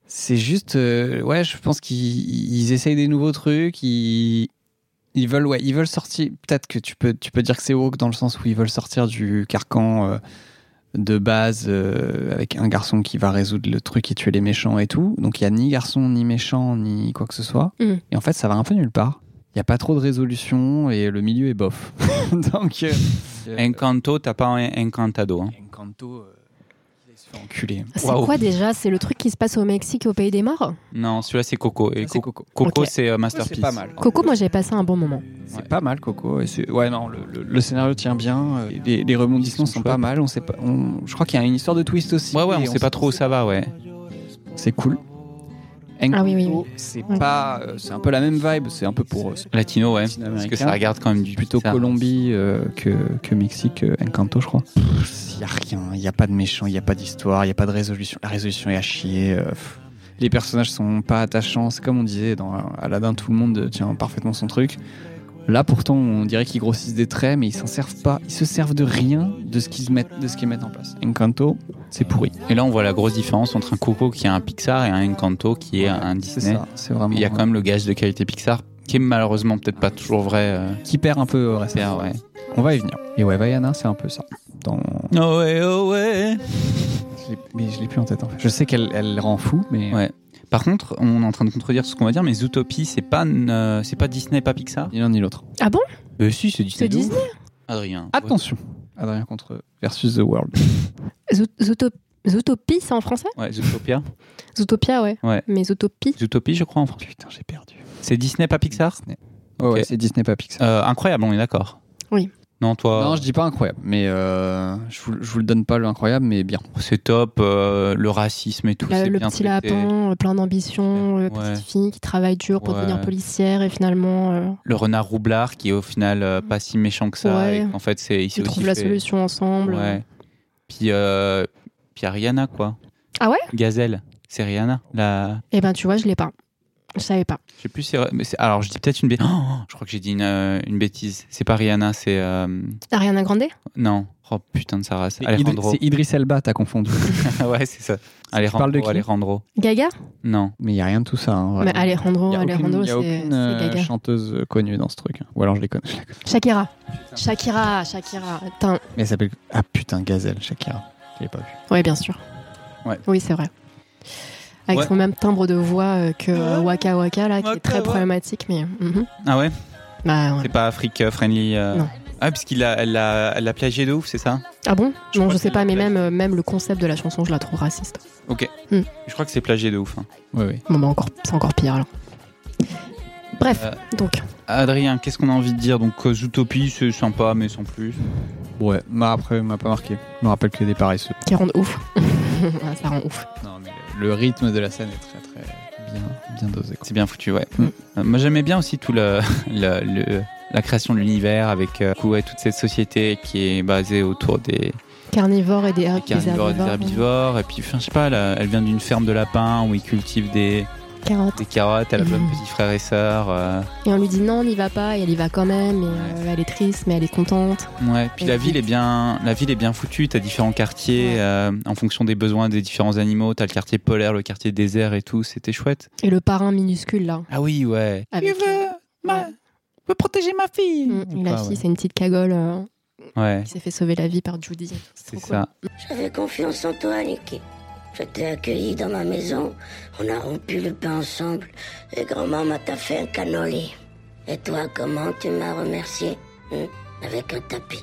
Speaker 2: C'est juste. euh, ouais, je pense qu'ils ils essayent des nouveaux trucs, ils. Ils veulent, ouais, ils veulent sortir. Peut-être que tu peux, tu peux dire que c'est woke dans le sens où ils veulent sortir du carcan euh, de base euh, avec un garçon qui va résoudre le truc et tuer les méchants et tout. Donc il y a ni garçon, ni méchant, ni quoi que ce soit.
Speaker 3: Mm.
Speaker 2: Et en fait, ça va un peu nulle part. Il n'y a pas trop de résolution et le milieu est bof. Donc. euh,
Speaker 1: Encanto, t'as pas un Encantado. hein.
Speaker 2: Encanto, euh, il se fait enculer.
Speaker 3: C'est
Speaker 1: Waouh.
Speaker 3: quoi déjà C'est le truc qui se passe au Mexique et au pays des morts
Speaker 1: Non, celui-là c'est Coco. Et
Speaker 2: Ça, Ah, c'est
Speaker 1: Co-
Speaker 2: Coco.
Speaker 1: Coco,
Speaker 3: Ok.
Speaker 1: c'est euh, Masterpiece.
Speaker 2: C'est pas mal.
Speaker 3: Coco, moi j'ai passé un bon moment.
Speaker 2: C'est pas mal, Coco. Et c'est- ouais, non, le, le- le scénario tient bien. euh, Les, les rebondissements
Speaker 1: Ils
Speaker 2: sont
Speaker 1: sont
Speaker 2: pas
Speaker 1: chouettes.
Speaker 2: mal. On sait pas, on- je crois qu'il y a une histoire de twist aussi.
Speaker 1: Ouais, ouais,
Speaker 2: et
Speaker 1: on sait pas trop où ça va, ouais.
Speaker 2: C'est cool. Encanto,
Speaker 3: Ah oui, oui, oui.
Speaker 2: c'est
Speaker 3: Ouais.
Speaker 2: pas, euh, c'est un peu la même vibe. C'est un peu pour euh, c'est
Speaker 1: Latino, ouais. Parce
Speaker 2: Latino-américain.
Speaker 1: que ça regarde quand même du
Speaker 2: plutôt
Speaker 1: ça.
Speaker 2: Colombie euh, que, que Mexique. euh, Encanto, je crois. Il y a rien. Il y a pas de méchant. Il y a pas d'histoire. Il y a pas de résolution. La résolution est à chier. euh, pff. les personnages sont pas attachants. C'est comme on disait dans Aladdin, tout le monde tient parfaitement son truc. Là, pourtant, on dirait qu'ils grossissent des traits, mais ils s'en servent pas. Ils se servent de rien de ce qu'ils mettent, de ce qu'ils mettent en place. Encanto, c'est pourri.
Speaker 1: Et là, on voit la grosse différence entre un Coco qui est un Pixar et un Encanto qui est un
Speaker 2: C'est
Speaker 1: Disney.
Speaker 2: ça. C'est vraiment.
Speaker 1: Il y a quand même le gage de qualité Pixar qui est malheureusement peut-être pas toujours vrai. euh,
Speaker 2: qui perd un peu au reste.
Speaker 1: Pixar, ouais.
Speaker 2: On va y venir. Et ouais, Vaiana, c'est un peu ça. Dans...
Speaker 1: Oh ouais, oh ouais.
Speaker 2: je l'ai- Mais je l'ai plus en tête. En fait. Je sais qu'elle elle rend fou, mais
Speaker 1: Ouais. Par contre, on est en train de contredire ce qu'on va dire, mais Zootopie, c'est pas, euh, c'est pas Disney, pas Pixar
Speaker 2: ni l'un ni l'autre.
Speaker 1: Euh, si, c'est
Speaker 3: Ah C'est
Speaker 1: de ouf.
Speaker 3: Disney
Speaker 1: Adrien.
Speaker 2: Attention. Adrien contre euh, Oh, versus The World.
Speaker 3: Zo- Zootop- Zootopie, c'est en français
Speaker 1: Ouais, Zootopia.
Speaker 3: Zootopia, ouais.
Speaker 1: Ouais.
Speaker 3: Mais Zootopie,
Speaker 1: Zootopie, je crois, en français.
Speaker 2: Putain, j'ai perdu.
Speaker 1: C'est Disney, pas Pixar
Speaker 2: Disney. Ouais, ouais,
Speaker 1: Ok.
Speaker 2: c'est Disney pas Pixar.
Speaker 1: Euh, Incroyable, on est d'accord.
Speaker 3: Oui.
Speaker 1: Non, toi,
Speaker 2: Euh, Non, je dis pas incroyable, mais euh, je, vous, je vous le donne pas le incroyable, mais bien.
Speaker 1: c'est top, euh, le racisme et tout,
Speaker 3: la-
Speaker 1: c'est
Speaker 3: le
Speaker 1: bien
Speaker 3: petit
Speaker 1: traité.
Speaker 3: lapin, euh, plein d'ambition, euh,
Speaker 1: Ouais.
Speaker 3: petite fille qui travaille dur pour
Speaker 1: Ouais.
Speaker 3: devenir policière et finalement, euh,
Speaker 1: Le renard roublard qui est au final euh, pas si méchant que ça.
Speaker 3: Ouais.
Speaker 1: et en fait, c'est, il s'est
Speaker 3: ils
Speaker 1: aussi
Speaker 3: trouvent la
Speaker 1: fait-
Speaker 3: solution ensemble.
Speaker 1: Ouais. Puis, euh, puis Ariana, quoi.
Speaker 3: Ah ouais
Speaker 1: Gazelle, c'est Rihanna. La...
Speaker 3: Et ben tu vois, je l'ai pas. Je savais pas.
Speaker 1: Je sais plus si... mais c'est- Alors, je dis peut-être une bêtise. je crois que j'ai dit une, euh, une bêtise. C'est pas Rihanna, c'est... euh,
Speaker 3: Ariana Grande
Speaker 1: Non. Oh putain de sa race.
Speaker 2: C'est Idri-
Speaker 1: Alejandro.
Speaker 2: c'est Idris Elba, t'as confondu.
Speaker 1: ouais, c'est ça.
Speaker 2: Tu parles de
Speaker 1: Alejandro,
Speaker 2: qui
Speaker 1: Alejandro.
Speaker 3: Gaga
Speaker 1: Non.
Speaker 2: Mais il y a rien de tout ça. hein,
Speaker 3: Mais
Speaker 2: vraiment.
Speaker 3: Alejandro,
Speaker 2: Il y a
Speaker 3: Alejandro,
Speaker 2: aucune, il y
Speaker 3: c'est
Speaker 2: a aucune,
Speaker 3: c'est
Speaker 2: euh,
Speaker 3: Gaga.
Speaker 2: chanteuse euh, connue dans ce truc. hein. Ou alors je les connais. je les connais.
Speaker 3: Shakira. Shakira, Shakira. Attends.
Speaker 2: Mais elle s'appelle. Ah putain, Gazelle, Shakira. Je l'ai pas vu.
Speaker 3: Ouais, bien sûr.
Speaker 1: Ouais.
Speaker 3: Oui, c'est vrai. avec
Speaker 1: Ouais. Ah.
Speaker 3: son même timbre de voix euh, que euh, Waka Waka, là, qui
Speaker 1: Waka
Speaker 3: est très
Speaker 1: Waka.
Speaker 3: problématique, mais. mhm.
Speaker 1: Ah ouais
Speaker 3: Bah, ouais.
Speaker 1: C'est pas Afrique friendly euh.
Speaker 3: Non.
Speaker 1: Ah, parce qu'il a, elle l'a elle l'a plagié de ouf, c'est ça
Speaker 3: Ah bon
Speaker 1: Je
Speaker 3: Non,
Speaker 1: crois
Speaker 3: je sais
Speaker 1: qu'il
Speaker 3: pas, mais
Speaker 1: l'a-
Speaker 3: même, euh, même le concept de la chanson, je la trouve raciste.
Speaker 1: Je crois que c'est plagié de ouf. hein.
Speaker 2: Oui, oui.
Speaker 3: Bon, bah, encore, c'est encore pire, alors. Bref,
Speaker 1: Euh.
Speaker 3: donc,
Speaker 1: Adrien, qu'est-ce qu'on a envie de dire Donc, euh, Zootopie, c'est sympa, mais sans plus.
Speaker 2: Ouais, bah après, il m'a pas marqué. Je me rappelle que des paresseux.
Speaker 3: qui rendent ouf. Ah, ça rend ouf.
Speaker 2: Non, mais le rythme de la scène est très, très bien, bien dosé. quoi.
Speaker 1: C'est bien foutu, ouais.
Speaker 2: Mm.
Speaker 1: Euh, moi, j'aimais bien aussi tout le, le- le- la création de l'univers avec euh, ouais, toute cette société qui est basée autour des,
Speaker 3: Carnivore et des,
Speaker 1: des
Speaker 3: herb- des
Speaker 1: carnivores et des
Speaker 3: herbivores.
Speaker 1: herbivores. Et puis, enfin, je sais pas, là, elle vient d'une ferme de lapins où ils cultivent des,
Speaker 3: Carottes.
Speaker 1: des carottes. Elle a plein de
Speaker 3: Mm.
Speaker 1: petits frères et sœurs. euh,
Speaker 3: Et on lui dit non, n'y va pas, et elle y va quand même, et euh, elle est triste, mais elle est contente.
Speaker 1: Ouais, puis la
Speaker 3: Et
Speaker 1: ville
Speaker 3: vite.
Speaker 1: est bien, la ville est bien foutue. T'as différents quartiers
Speaker 3: Ouais.
Speaker 1: euh, en fonction des besoins des différents animaux. T'as le quartier polaire, le quartier désert et tout. C'était chouette.
Speaker 3: Et le parrain minuscule, là.
Speaker 1: Ah oui, ouais.
Speaker 3: Avec, euh, ma-
Speaker 1: veux protéger ma fille.
Speaker 3: mm, la fille, c'est une petite cagole euh,
Speaker 1: Ouais,
Speaker 3: qui s'est fait sauver la vie par Judy.
Speaker 1: c'est
Speaker 3: trop cool.
Speaker 1: ça.
Speaker 8: J'avais confiance en toi, Nicky. Je t'ai accueilli dans ma maison, on a rompu le pain ensemble, et grand-maman t'a fait un cannoli. Et toi, comment tu m'as remercié hein Avec un tapis.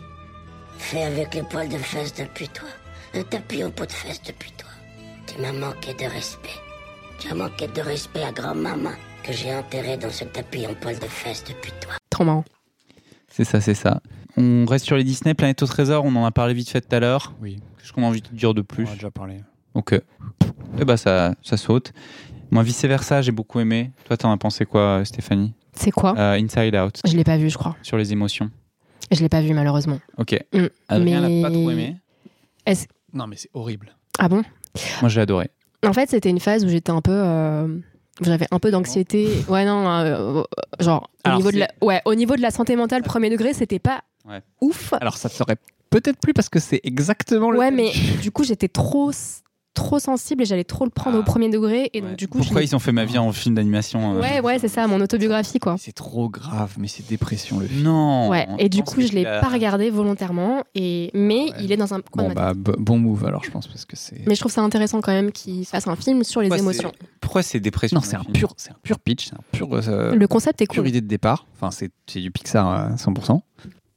Speaker 8: Fait avec les poils de fesses de putois. Un tapis au pot de fesses de putois. Tu m'as manqué de respect. Tu as manqué de respect à grand-maman, que j'ai enterré dans ce tapis en poils de fesses de putois.
Speaker 3: Trop marrant.
Speaker 1: C'est ça, c'est ça. On reste sur les Disney, Planète au Trésor, on en a parlé vite fait tout à l'heure.
Speaker 2: Oui,
Speaker 1: Qu'est-ce qu'on a envie de dire de plus
Speaker 2: on a déjà parlé.
Speaker 1: Ok. Eh bah ça, ça saute. Moi, vice versa, j'ai beaucoup aimé. Toi, t'en as pensé quoi, Stéphanie
Speaker 3: C'est quoi
Speaker 1: Euh, Inside Out,
Speaker 3: Je l'ai pas vu, je crois.
Speaker 1: sur les émotions.
Speaker 3: Je l'ai pas vu, malheureusement.
Speaker 1: Ok.
Speaker 3: Mm,
Speaker 1: Ah, Adrien
Speaker 3: mais-
Speaker 1: l'a pas trop aimé.
Speaker 2: Non, mais c'est horrible.
Speaker 3: Ah bon
Speaker 1: Moi, j'ai adoré.
Speaker 3: En fait, c'était une phase où j'étais un peu. euh, J'avais un peu d'anxiété. Ouais, non, euh, euh, genre, au
Speaker 2: Alors,
Speaker 3: niveau, de
Speaker 2: c'est-
Speaker 3: la... ouais, au niveau de la santé mentale, premier degré, c'était pas
Speaker 1: Ouais.
Speaker 3: ouf.
Speaker 2: Alors, ça serait peut-être plus parce que c'est exactement Ah, le.
Speaker 3: Ouais, mais du coup, j'étais trop, trop sensible et j'allais trop le prendre
Speaker 1: Ah.
Speaker 3: au premier degré. Et
Speaker 1: Ouais.
Speaker 3: donc, du coup,
Speaker 1: Pourquoi
Speaker 3: je...
Speaker 1: ils ont fait ma vie en film d'animation euh
Speaker 3: Ouais, ouais, c'est ça, mon autobiographie, quoi.
Speaker 2: C'est trop grave, mais c'est dépression le film.
Speaker 1: Non.
Speaker 3: Ouais, et du
Speaker 1: Oh, pense
Speaker 3: coup,
Speaker 1: que
Speaker 3: je l'ai
Speaker 1: la-
Speaker 3: pas regardé volontairement, et... mais
Speaker 2: Ouais.
Speaker 3: il est dans un coin de
Speaker 2: Bon, bah,
Speaker 3: ma
Speaker 2: b- bon move alors, je pense, parce que c'est.
Speaker 3: tête. Mais je trouve ça intéressant quand même qu'il fasse un film sur les
Speaker 1: Pourquoi
Speaker 3: émotions.
Speaker 1: c'est- Pourquoi c'est dépression
Speaker 2: Non,
Speaker 1: le
Speaker 2: c'est un,
Speaker 1: film
Speaker 2: pur, c'est un pur pitch, c'est un pur. euh,
Speaker 3: Le concept est
Speaker 2: pure
Speaker 3: cool.
Speaker 2: idée de départ. Enfin, c'est c'est du Pixar euh, à 100%.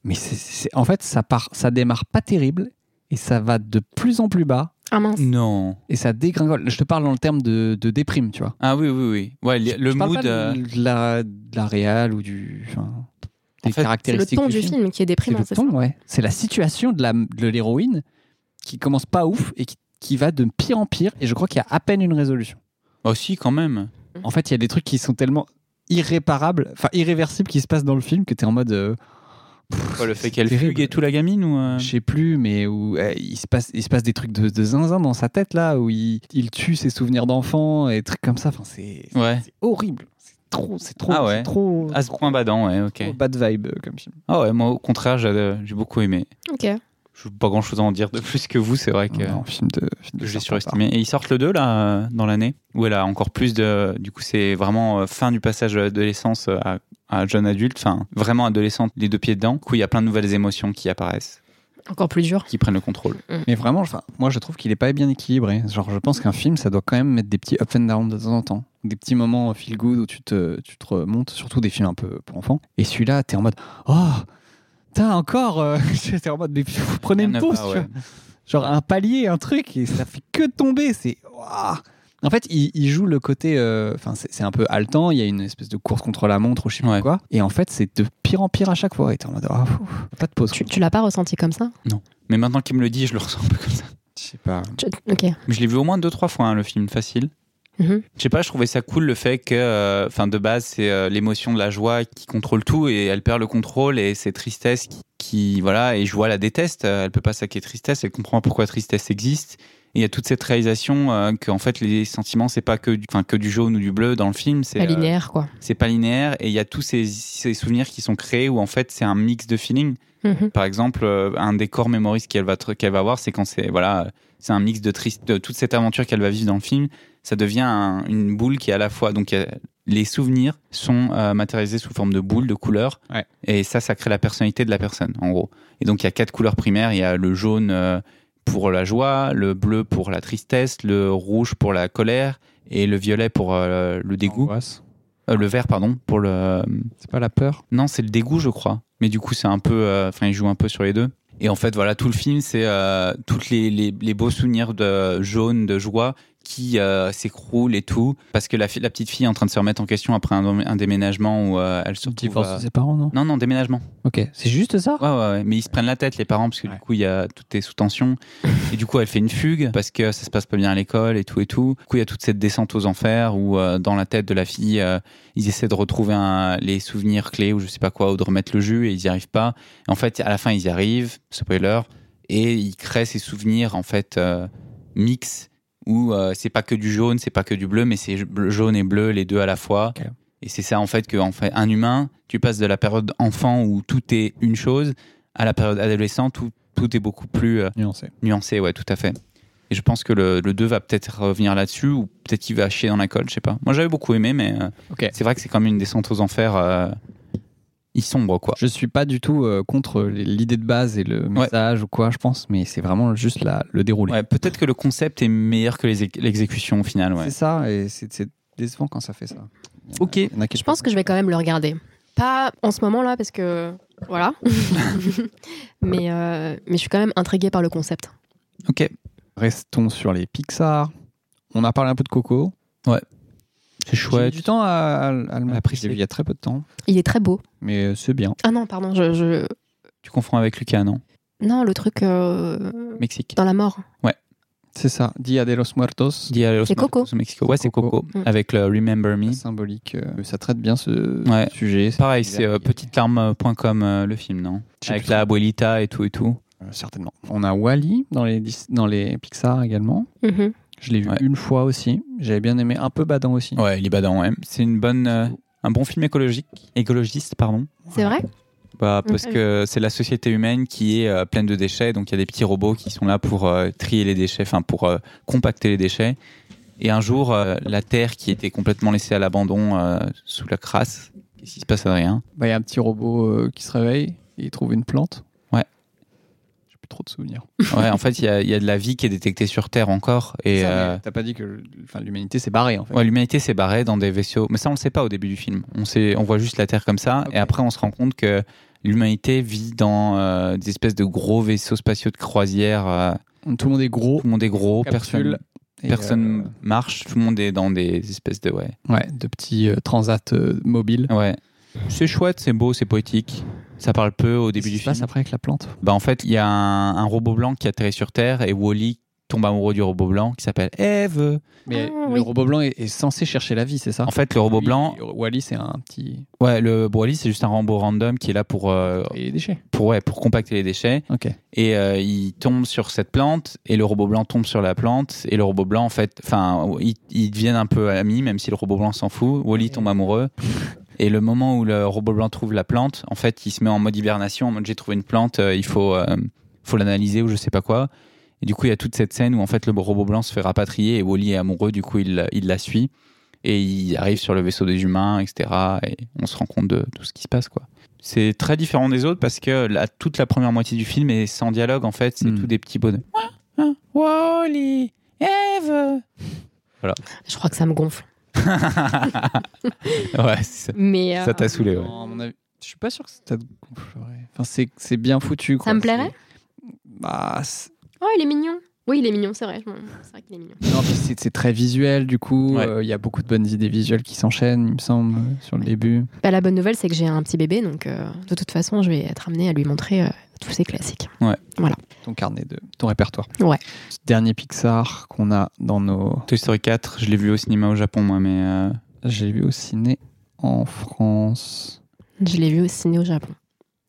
Speaker 2: Mais c'est- c'est- en fait, ça, part, ça démarre pas terrible et ça va de plus en plus bas
Speaker 3: Ah mince.
Speaker 1: Non.
Speaker 2: et ça dégringole. Je te parle dans le terme de, de déprime, tu vois.
Speaker 1: Ah oui, oui, oui. Ouais,
Speaker 2: Je-
Speaker 1: le le
Speaker 2: je parle
Speaker 1: mood.
Speaker 2: pas de-
Speaker 1: euh,
Speaker 2: de, la, de la réal ou du. enfin,
Speaker 1: En
Speaker 2: des
Speaker 1: fait, c'est le
Speaker 3: C'est le
Speaker 2: caractéristiques.
Speaker 3: ton du film, qui est
Speaker 2: C'est
Speaker 3: déprimant.
Speaker 2: le
Speaker 3: c'est
Speaker 2: ton, ouais. C'est la situation de la- de l'héroïne qui commence pas ouf et qui, qui va de pire en pire et je crois qu'il y a à peine une résolution.
Speaker 1: Oh, si, quand même.
Speaker 2: En fait, il y a des trucs qui sont tellement irréparables, enfin irréversibles qui se passent dans le film que tu es en mode. euh, pff,
Speaker 1: Quoi, le fait
Speaker 2: c'est
Speaker 1: qu'elle
Speaker 2: terrible.
Speaker 1: fugue et tout la gamine ou euh,
Speaker 2: Je sais plus, mais où euh, il, se passe, il se passe des trucs de, de zinzin dans sa tête là, où il, il tue ses souvenirs d'enfant et trucs comme ça. Enfin, c'est c'est
Speaker 1: Ouais.
Speaker 2: horrible. C'est trop, c'est trop,
Speaker 1: Ah ouais.
Speaker 2: c'est trop,
Speaker 1: À ce point badant, ouais, ok.
Speaker 2: trop bad vibe euh, comme film.
Speaker 1: Ah ouais, moi au contraire, j'ai euh, j'ai beaucoup aimé.
Speaker 3: ça. Ok.
Speaker 1: Je pas grand chose à en dire de plus que vous, c'est vrai que
Speaker 2: Non, film de, film de hein.
Speaker 1: j'ai
Speaker 2: serpent,
Speaker 1: surestimé. Et ils sortent le 2 là, euh, dans l'année, où elle a encore plus de. Du coup, c'est vraiment euh, fin du passage de l'essence à, à jeune adulte, enfin vraiment adolescente, les deux pieds dedans. Du coup, il y a plein de nouvelles émotions qui apparaissent,
Speaker 3: Encore plus dur.
Speaker 1: qui prennent le contrôle.
Speaker 2: par- Mais vraiment, enfin, moi je trouve qu'il est pas bien équilibré. Genre, je pense qu'un film, ça doit quand même mettre des petits up and down de temps en temps. Des petits moments feel good où tu te, tu te remontes, surtout des films un peu pour enfants. Et celui-là, t'es en mode Oh, t'as encore. euh, J'étais en mode Mais pff, prenez une
Speaker 1: Rien à
Speaker 2: pause,
Speaker 1: part,
Speaker 2: tu
Speaker 1: ouais.
Speaker 2: vois. genre un palier, un truc, et ça fait que tomber. C'est Ouah en fait, il, il joue le côté, euh, enfin, c'est c'est un peu haletant. Il y a une espèce de course contre la montre ou je sais pas
Speaker 1: Ouais.
Speaker 2: quoi. Et en fait, c'est de pire en pire à chaque fois. Et t'es en mode, Ah, pff, pas de pause.
Speaker 3: Tu, tu l'as pas ressenti comme ça
Speaker 1: Mais maintenant qu'il me le dit, je le ressens un peu comme ça.
Speaker 2: Je sais pas.
Speaker 3: Tu- Ok.
Speaker 1: Mais je l'ai vu au moins deux, trois fois, hein, le film facile.
Speaker 3: Mhm.
Speaker 1: Je sais pas, je trouvais ça cool le fait que, euh, enfin, de base, c'est euh, l'émotion de la joie qui contrôle tout et elle perd le contrôle et c'est tristesse qui, qui- voilà, et joie la déteste. euh, elle peut pas saquer tristesse, elle comprend pourquoi tristesse existe. Et il y a toute cette réalisation euh, que, en fait, les sentiments, c'est pas que du, enfin, que du jaune ou du bleu dans le film, c'est
Speaker 3: Pas
Speaker 1: euh,
Speaker 3: linéaire, quoi.
Speaker 1: c'est pas linéaire. Et il y a tous ces, ces souvenirs qui sont créés où, en fait, c'est un mix de feelings.
Speaker 3: Mhm.
Speaker 1: Par exemple, euh, un décor mémoriste qu'elle va, tr- qu'elle va avoir, c'est quand c'est voilà, euh, c'est un mix de triste, de toute cette aventure qu'elle va vivre dans le film, ça devient un- une boule qui est à la fois donc euh, les souvenirs sont euh, matérialisés sous forme de boules, de couleurs,
Speaker 2: Ouais.
Speaker 1: et ça, ça crée la personnalité de la personne en gros. Et donc il y a quatre couleurs primaires, il y a le jaune euh, pour la joie, le bleu pour la tristesse, le rouge pour la colère et le violet pour euh, le dégoût.
Speaker 2: Angoisse.
Speaker 1: Euh, le vert, pardon, pour le. euh,
Speaker 2: C'est pas la peur.
Speaker 1: Non, c'est le dégoût, je crois. Mais du coup, c'est un peu. euh, Enfin, il joue un peu sur les deux. Et en fait, voilà, tout le film, c'est euh, toutes les, les, les beaux souvenirs de jaune, de joie, qui euh, s'écroulent et tout. Parce que la, fi- la petite fille est en train de se remettre en question après un, un déménagement où euh, elle se retrouve,
Speaker 2: Divorce
Speaker 1: euh,
Speaker 2: de ses parents, non
Speaker 1: Non, non, déménagement.
Speaker 2: Ok, c'est juste ça
Speaker 1: Ouais, ouais, ouais. mais ils se prennent la tête, les parents, parce que
Speaker 2: Ouais.
Speaker 1: du coup, il y a, tout est sous tension. et du coup, elle fait une fugue parce que ça se passe pas bien à l'école et tout et tout. Du coup, il y a toute cette descente aux enfers où, euh, dans la tête de la fille, euh, ils essaient de retrouver un- les souvenirs clés ou je sais pas quoi, ou de remettre le jus et ils y arrivent pas. En fait, à la fin, ils y arrivent, spoiler, et ils créent ces souvenirs, en fait, euh, mix où euh, c'est pas que du jaune, c'est pas que du bleu, mais c'est bleu- jaune et bleu, les deux à la fois.
Speaker 2: Ok.
Speaker 1: Et c'est ça en fait que en fait, un humain, tu passes de la période enfant où tout est une chose à la période adolescente où tout est beaucoup plus euh,
Speaker 2: Nuancé.
Speaker 1: nuancé, ouais, tout à fait. Et je pense que le, le 2 va peut-être revenir là-dessus ou peut-être qu'il va chier dans la colle, je sais pas. Moi j'avais beaucoup aimé, mais euh,
Speaker 2: Ok.
Speaker 1: c'est vrai que c'est quand même une descente aux enfers. euh, ils sombrent quoi.
Speaker 2: Bah, Je suis pas du tout euh, contre les- l'idée de base et le message ou quoi, je pense, mais c'est vraiment juste la, le déroulé.
Speaker 1: Ouais, peut-être que le concept est meilleur que les é- l'exécution au final, ouais.
Speaker 2: C'est ça, et c'est c'est décevant quand ça fait ça. Il y en a-
Speaker 1: Ok.
Speaker 2: il y en a
Speaker 3: Je pense que je vais quand même le regarder. Pas en ce moment là, parce que voilà. mais, euh, mais je suis quand même intriguée par le concept.
Speaker 1: Ok.
Speaker 2: Restons sur les Pixar. On a parlé un peu de Coco.
Speaker 1: C'est
Speaker 2: J'ai mis
Speaker 1: chouette.
Speaker 2: du temps à, à, à le-
Speaker 1: Apprécier.
Speaker 2: j'ai vu Il y a très peu de temps,
Speaker 3: Il est très beau.
Speaker 2: mais euh, c'est bien.
Speaker 3: Ah non, pardon, je. je-
Speaker 1: Tu confonds avec Lucas, non
Speaker 3: Non, le truc euh,
Speaker 1: Mexique.
Speaker 3: dans la mort.
Speaker 2: C'est ça, Dia de los Muertos,
Speaker 1: Dia de los
Speaker 3: C'est Coco.
Speaker 1: Muertos au Mexico. Ouais, c'est
Speaker 2: euh, Coco.
Speaker 1: Coco.
Speaker 3: Mm.
Speaker 1: Avec le Remember Me.
Speaker 2: la symbolique. euh, ça traite bien ce
Speaker 1: Ouais.
Speaker 2: sujet.
Speaker 1: Pareil,
Speaker 2: Il y a-
Speaker 1: c'est euh,
Speaker 2: il y a-
Speaker 1: petitelarme.com euh, le film, non
Speaker 2: Je sais
Speaker 1: Avec
Speaker 2: plus.
Speaker 1: la abuelita et tout et tout.
Speaker 2: Euh, certainement. On a Wally dans les, Dis- dans les Pixar également.
Speaker 3: Mhm.
Speaker 2: Je l'ai vu
Speaker 1: Ouais.
Speaker 2: une fois aussi. J'avais bien aimé, un peu badant aussi.
Speaker 1: Ouais, il est badant, ouais. C'est une bonne, euh, un bon film écologique, écologiste, pardon.
Speaker 3: C'est vrai
Speaker 1: Bah, parce
Speaker 3: Ok.
Speaker 1: que c'est la société humaine qui est euh, pleine de déchets, donc il y a des petits robots qui sont là pour euh, trier les déchets, enfin pour euh, compacter les déchets. Et un jour, euh, la Terre qui était complètement laissée à l'abandon euh, sous la crasse, qu'est-ce qui se passe rien
Speaker 2: Bah, Il y a un petit robot euh, qui se réveille et il trouve une plante.
Speaker 1: Ouais.
Speaker 2: J'ai plus trop de souvenirs.
Speaker 1: Ouais, en fait, il y a, il y a de la vie qui est détectée sur Terre encore. Et,
Speaker 2: Ça, mais
Speaker 1: euh,
Speaker 2: T'as pas dit que le- enfin, l'humanité s'est barrée en fait.
Speaker 1: Ouais, l'humanité s'est barrée dans des vaisseaux. Mais ça, on le sait pas au début du film. On, sait, on voit juste la Terre comme ça.
Speaker 2: Ok.
Speaker 1: Et après, on se rend compte que l'humanité vit dans euh, des espèces de gros vaisseaux spatiaux de croisière. euh,
Speaker 2: Tout le monde est gros.
Speaker 1: tout le monde est gros. Personne,
Speaker 2: capsule, et,
Speaker 1: personne marche. Tout le monde est dans des espèces de. Ouais.
Speaker 2: euh, ouais, de petits euh, transats euh, mobiles.
Speaker 1: ouais. C'est chouette, c'est beau, c'est poétique. Ça parle peu au début
Speaker 2: Qu'est-ce
Speaker 1: du
Speaker 2: qui se passe
Speaker 1: film.
Speaker 2: après avec la plante.
Speaker 1: Bah, en fait, il y a un, un robot blanc qui atterrit sur Terre et Wally tombe amoureux du robot blanc qui s'appelle Eve.
Speaker 2: Mais
Speaker 3: Ah,
Speaker 2: le
Speaker 3: oui.
Speaker 2: robot blanc est, est censé chercher la vie, c'est ça
Speaker 1: En fait, le robot
Speaker 2: Lui,
Speaker 1: blanc.
Speaker 2: Wally, c'est un petit.
Speaker 1: Ouais, le Wally, c'est juste un robot random qui est là pour, euh,
Speaker 2: Et déchets.
Speaker 1: pour, ouais, pour compacter les déchets.
Speaker 2: Ok.
Speaker 1: et euh, il tombe sur cette plante et le robot blanc tombe sur la plante et le robot blanc en fait enfin ils, ils deviennent un peu amis même si le robot blanc s'en fout Wally tombe amoureux et le moment où le robot blanc trouve la plante en fait il se met en mode hibernation en mode j'ai trouvé une plante euh, il faut euh, faut l'analyser ou je sais pas quoi et du coup il y a toute cette scène où en fait le robot blanc se fait rapatrier et Wally est amoureux du coup il, il la suit et il arrive sur le vaisseau des humains etc et on se rend compte de tout ce qui se passe quoi c'est très différent des autres parce que la- toute la première moitié du film est sans dialogue en fait, c'est
Speaker 2: Mm.
Speaker 1: tout des petits bonhommes. Hein Wally, Eve.
Speaker 3: Je crois que ça me gonfle.
Speaker 1: ouais, c'est ça.
Speaker 3: Mais, euh,
Speaker 1: Ça t'a saoulé, ouais.
Speaker 2: Non, à mon avis, je suis pas sûr que ça te gonflerait. Enfin, c'est c'est bien foutu. Quoi.
Speaker 3: me plairait
Speaker 2: C'est- Bah, c'est-
Speaker 3: Oh, il est mignon. Oui, il est mignon, c'est vrai. je m'en- C'est vrai qu'il est mignon.
Speaker 2: non, puis c'est c'est très visuel du coup.
Speaker 1: Ouais.
Speaker 2: Euh, Il y a beaucoup de bonnes idées visuelles qui s'enchaînent, il me semble, euh, sur le début.
Speaker 3: Bah, la bonne nouvelle, c'est que j'ai un petit bébé, donc euh, de toute façon, je vais être amenée à lui montrer euh, tous ces classiques.
Speaker 2: Ton carnet de ton répertoire.
Speaker 3: Ouais.
Speaker 2: Ce dernier Pixar qu'on a dans nos.
Speaker 1: Toy Story 4, je l'ai vu au cinéma au Japon moi, mais euh,
Speaker 2: J'ai vu au ciné en France.
Speaker 3: Je l'ai vu au ciné au Japon.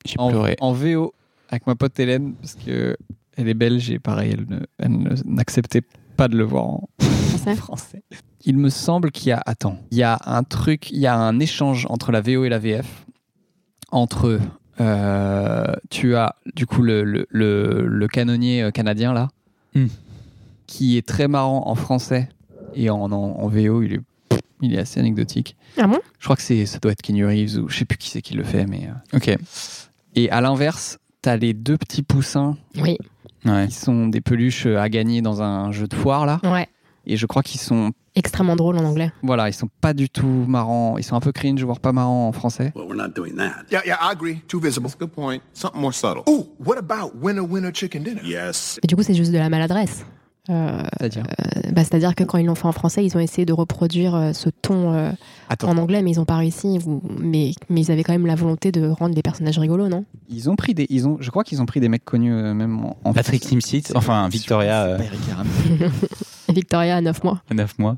Speaker 1: j'ai
Speaker 2: En,
Speaker 1: pleuré.
Speaker 2: en VO avec ma pote Hélène parce que elle est belge et pareil, elle ne- elle ne- n'acceptait pas de le voir en,
Speaker 3: Français
Speaker 2: français. Il me semble qu'il y a. Attends, il y a un truc, il y a un échange entre la VO et la VF. Entre. euh, tu as du coup le, le, le- le canonnier euh, canadien là,
Speaker 1: Hmm.
Speaker 2: qui est très marrant en français et en, en, en VO, il est, il est assez anecdotique.
Speaker 3: Ah bon
Speaker 2: Je crois que c'est, ça doit être Kenny Reeves ou je sais plus qui c'est qui le fait, mais. euh.
Speaker 1: Ok,
Speaker 2: Et à l'inverse, t'as les deux petits poussins
Speaker 3: Oui.
Speaker 1: ouais.
Speaker 2: qui sont des peluches à gagner dans un jeu de foire là
Speaker 3: Ouais.
Speaker 2: Et je crois qu'ils sont,
Speaker 3: Extrêmement drôle en anglais.
Speaker 2: voilà, ils sont pas du tout marrants. Ils sont un peu cringe, voire pas marrants en français.
Speaker 10: Well, we're not doing that.
Speaker 11: Yeah, yeah, I agree. Too visible.
Speaker 10: Good point. Something more subtle.
Speaker 11: Ooh, what about winner winner chicken dinner?
Speaker 10: Yes.
Speaker 3: Mais du coup, c'est juste de la maladresse. Euh,
Speaker 2: C'est-à-dire.
Speaker 3: euh, bah, C'est-à-dire que quand ils l'ont fait en français, ils ont essayé de reproduire euh, ce ton euh,
Speaker 11: Attends,
Speaker 3: en anglais, mais ils n'ont pas réussi. Vous- Mais, mais ils avaient quand même la volonté de rendre les personnages rigolos, non
Speaker 2: Ils ont pris des, ils ont, je crois qu'ils ont pris des mecs connus euh, même en, en
Speaker 1: Patrick
Speaker 2: France.
Speaker 1: Timsit, enfin Victoria,
Speaker 2: C'est
Speaker 1: euh,
Speaker 2: pas Eric Aram.
Speaker 3: Victoria, à 9 mois.
Speaker 1: 9 mois.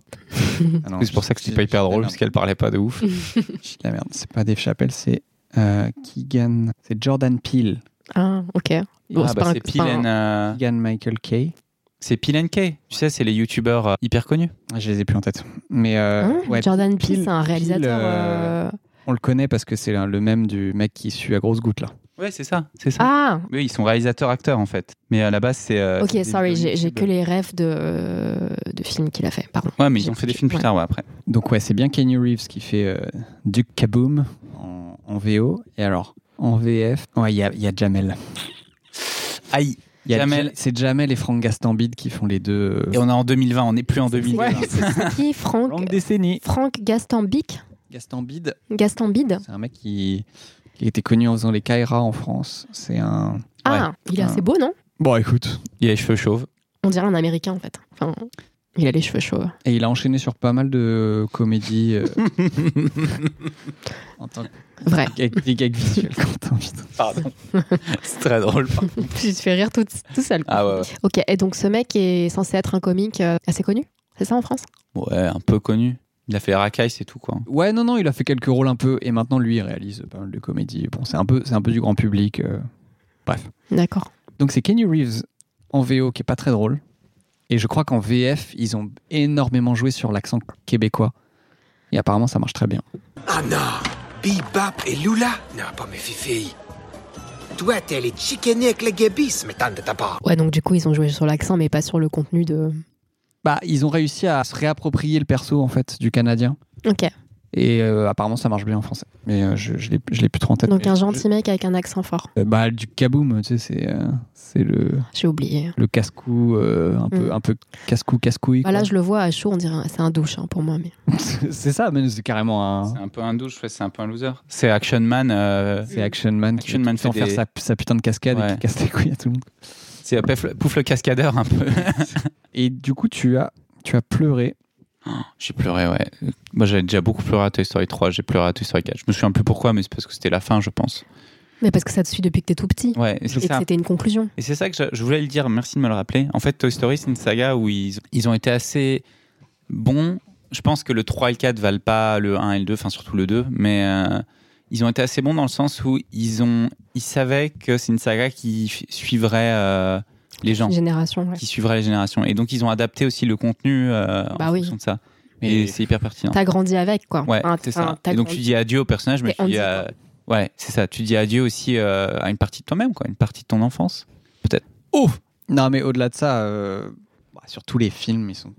Speaker 2: Ah non,
Speaker 1: C'est pour
Speaker 2: je-
Speaker 1: ça que c'était
Speaker 2: je-
Speaker 1: pas
Speaker 2: je-
Speaker 1: hyper drôle,
Speaker 2: merde.
Speaker 1: parce qu'elle parlait pas de ouf.
Speaker 2: Je dis la merde, c'est pas Dave Chappelle, c'est euh, Keegan. C'est Jordan Peele.
Speaker 3: Ah, ok. Bon,
Speaker 1: Ah, bah,
Speaker 3: c'est pas un-
Speaker 1: c'est
Speaker 3: c'est pas un-
Speaker 1: Pilen, euh,
Speaker 2: Keegan Michael Kay.
Speaker 1: c'est Pilen Kay. Tu sais, c'est les youtubeurs euh, hyper connus.
Speaker 2: Ah, Je les ai plus en tête. Mais euh,
Speaker 3: Hein
Speaker 2: ouais,
Speaker 3: Jordan Peele,
Speaker 2: Peele,
Speaker 3: c'est un réalisateur.
Speaker 2: Peele,
Speaker 3: euh,
Speaker 2: euh, on le connaît parce que c'est le- le même du mec qui suit à grosses gouttes là.
Speaker 1: Ouais, c'est ça, c'est ça.
Speaker 3: Ah,
Speaker 1: Oui, ils sont réalisateurs-acteurs en fait. Mais à la base, c'est. euh, c'est
Speaker 3: ok,
Speaker 1: des
Speaker 3: sorry,
Speaker 1: vidéos
Speaker 3: j'ai j'ai
Speaker 1: YouTube.
Speaker 3: que les rêves de, de films qu'il a fait, pardon.
Speaker 1: Ouais, mais ils ont fait des films plus
Speaker 3: Ouais.
Speaker 1: tard, ouais, après.
Speaker 2: Donc ouais, c'est bien Kenny Reeves qui fait euh, Duke Kaboom en, en VO. Et alors, en VF, ouais, il y a, il y a Jamel.
Speaker 1: Aïe.
Speaker 2: Il y a
Speaker 1: Jamel.
Speaker 2: Ja- C'est Jamel et Franck Gastambide qui font les deux. euh,
Speaker 1: Et on est en 2020, on n'est plus en 2000.
Speaker 3: Ouais, c'est qui Franck
Speaker 2: Longue décennie.
Speaker 3: Franck Gastambic
Speaker 2: Gastambide,
Speaker 3: Gastambide
Speaker 2: c'est un mec qui, qui était connu en faisant les Kaira en France. C'est un...
Speaker 3: Ah, il est assez beau, non
Speaker 2: Bon, écoute.
Speaker 1: Il a les cheveux chauves.
Speaker 3: On dirait un américain en fait. Enfin, il a les cheveux chauves.
Speaker 2: Et il a enchaîné sur pas mal de comédies euh, en tant que
Speaker 3: Vrai.
Speaker 2: gag, des gags visuels. Quentin, putain.
Speaker 1: Pardon. c'est très drôle. pardon.
Speaker 3: Je te fais rire tout, tout seul.
Speaker 1: Ah ouais, ouais.
Speaker 3: Ok, et donc ce mec est censé être un comique euh, assez connu C'est ça en France
Speaker 1: Ouais, un peu connu. Il a fait Rakai, c'est tout quoi.
Speaker 2: Ouais, non, non, il a fait quelques rôles un peu. Et maintenant, lui, il réalise pas mal de comédies. Bon, c'est un peu, c'est un peu du grand public. euh, bref.
Speaker 3: D'accord.
Speaker 2: Donc c'est Kenny Reeves en VO qui est pas très drôle. Et je crois qu'en VF, ils ont énormément joué sur l'accent québécois. Et apparemment, ça marche très bien.
Speaker 12: Ah non Bebop et Lula Non, pas mes filles. Toi, t'es allé chicaner avec les guébis, mais t'en de ta part.
Speaker 3: Ouais, donc du coup, ils ont joué sur l'accent, mais pas sur le contenu de.
Speaker 2: Bah, ils ont réussi à se réapproprier le perso en fait du Canadien.
Speaker 3: Ok,
Speaker 2: Et euh, apparemment, ça marche bien en français. Mais euh, je, je l'ai, je l'ai plus trop en tête.
Speaker 3: donc
Speaker 2: Mais
Speaker 3: un
Speaker 2: je-
Speaker 3: gentil mec avec un accent fort.
Speaker 2: Euh, bah, du kaboom, tu sais, c'est, euh, c'est le,
Speaker 3: J'ai oublié.
Speaker 2: le casse-cou, euh, un, peu,
Speaker 3: Mm.
Speaker 2: un peu casse-cou, casse-couille.
Speaker 3: Bah là,
Speaker 2: quoi.
Speaker 3: je le vois à chaud, on dirait un- c'est un douche hein, pour moi. Mais...
Speaker 2: c'est ça, mais c'est carrément un.
Speaker 1: C'est un peu un douche, ouais, c'est un peu un loser. C'est Action Man. euh,
Speaker 2: C'est Action Man
Speaker 1: Action
Speaker 2: qui va
Speaker 1: Man
Speaker 2: tout le temps
Speaker 1: fait
Speaker 2: faire
Speaker 1: des-
Speaker 2: sa, sa putain de cascade et
Speaker 1: Ouais.
Speaker 2: qui casse les couilles à tout le monde.
Speaker 1: c'est Pef- Pouf le cascadeur un peu.
Speaker 2: Et du coup, tu as, tu as pleuré.
Speaker 1: Oh, J'ai pleuré, ouais. Moi, j'avais déjà beaucoup pleuré à Toy Story 3, j'ai pleuré à Toy Story 4. Je me souviens plus pourquoi, mais c'est parce que c'était la fin, je pense.
Speaker 3: mais parce que ça te suit depuis que t'es tout petit.
Speaker 1: Ouais, et c'est
Speaker 3: Et que
Speaker 1: ça.
Speaker 3: c'était une conclusion.
Speaker 1: Et c'est ça que je, je voulais le dire, merci de me le rappeler. En fait, Toy Story, c'est une saga où ils, ils ont été assez bons. Je pense que le 3 et le 4 valent pas le 1 et le 2, enfin surtout le 2, mais euh, ils ont été assez bons dans le sens où ils, ont, ils savaient que c'est une saga qui f- suivrait euh, les gens,
Speaker 3: Une génération, ouais.
Speaker 1: qui suivrait les générations. Et donc, ils ont adapté aussi le contenu euh,
Speaker 3: Bah
Speaker 1: en
Speaker 3: oui.
Speaker 1: fonction de ça.
Speaker 2: Mais-
Speaker 1: Et c'est hyper pertinent.
Speaker 3: T'as grandi avec, quoi.
Speaker 1: hein. Ouais,
Speaker 3: Enfin,
Speaker 1: c'est
Speaker 3: enfin,
Speaker 1: ça.
Speaker 3: t'as
Speaker 1: Et donc
Speaker 3: grandi-
Speaker 1: tu dis adieu au personnage, mais
Speaker 3: T'es
Speaker 1: tu dis,
Speaker 3: handic,
Speaker 1: euh, ouais, c'est ça. Tu dis adieu aussi euh, à une partie de toi-même, quoi, une partie de ton enfance.
Speaker 2: Oh Non, mais au-delà de ça, euh, bah, sur tous les films, ils sont,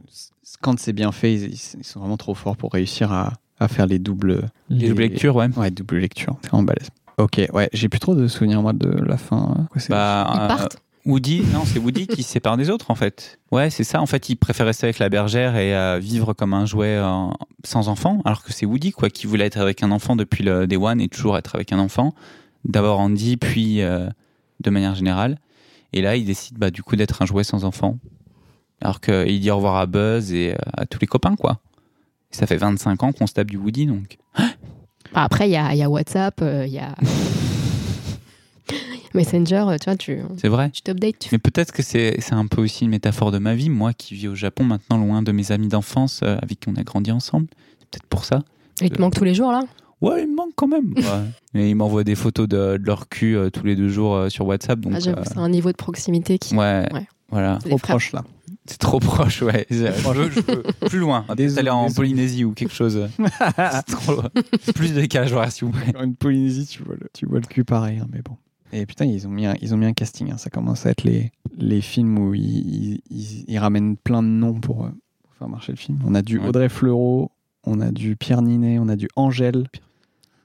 Speaker 2: quand c'est bien fait, ils, ils sont vraiment trop forts pour réussir à, à faire les doubles.
Speaker 1: Les doubles lectures, ouais.
Speaker 2: Ouais, double lecture. C'est vraiment balèze. Ok, ouais, j'ai plus trop de souvenirs, moi, de la fin. hein. Quoi, c'est-
Speaker 1: Bah,
Speaker 3: Ils
Speaker 1: euh,
Speaker 3: partent.
Speaker 1: Woody, non, c'est Woody qui se sépare des autres en fait. Ouais, c'est ça. En fait, il préfère rester avec la bergère et euh, vivre comme un jouet euh, sans enfant, alors que c'est Woody quoi qui voulait être avec un enfant depuis le day one et toujours être avec un enfant. D'abord Andy, puis euh, de manière générale. Et là, il décide bah, du coup d'être un jouet sans enfant, alors qu'il dit au revoir à Buzz et euh, à tous les copains quoi. Ça fait 25 ans qu'on se tape du Woody donc.
Speaker 3: Bah, après, il y a, il y a WhatsApp, euh, il y a Messenger, euh, tu vois, tu,
Speaker 1: C'est vrai.
Speaker 3: tu t'updates. tu-
Speaker 1: Mais peut-être que c'est c'est un peu aussi une métaphore de ma vie, moi qui vis au Japon maintenant, loin de mes amis d'enfance euh, avec qui on a grandi ensemble. C'est peut-être pour ça.
Speaker 3: Il te manque tous les jours, là.
Speaker 1: Ouais, il me manque quand même. Ouais. Et ils m'envoient des photos de, de leur cul euh, tous les deux jours euh, sur WhatsApp. Donc,
Speaker 3: Ah, J'avoue,
Speaker 1: euh,
Speaker 3: c'est un niveau de proximité qui.
Speaker 1: ouais,
Speaker 3: Ouais.
Speaker 1: voilà.
Speaker 3: c'est des
Speaker 2: trop
Speaker 3: frères.
Speaker 2: proche, là.
Speaker 1: C'est trop proche, ouais. Je veux, je veux plus loin. On va peut-être
Speaker 2: Désolé,
Speaker 1: aller en
Speaker 2: désolé.
Speaker 1: Polynésie ou quelque chose. C'est trop loin. Plus de décalage horaire, s'il vous plaît.
Speaker 2: Dans une Polynésie, tu vois le, tu vois le cul pareil, hein, mais bon. Et putain, ils ont mis un, ils ont mis un casting. hein. Ça commence à être les, les films où ils, ils- ils- ils ramènent plein de noms pour, euh, pour faire marcher le film. On a du
Speaker 1: Ouais.
Speaker 2: Audrey Fleurot, on a du Pierre Ninet, on a du Angèle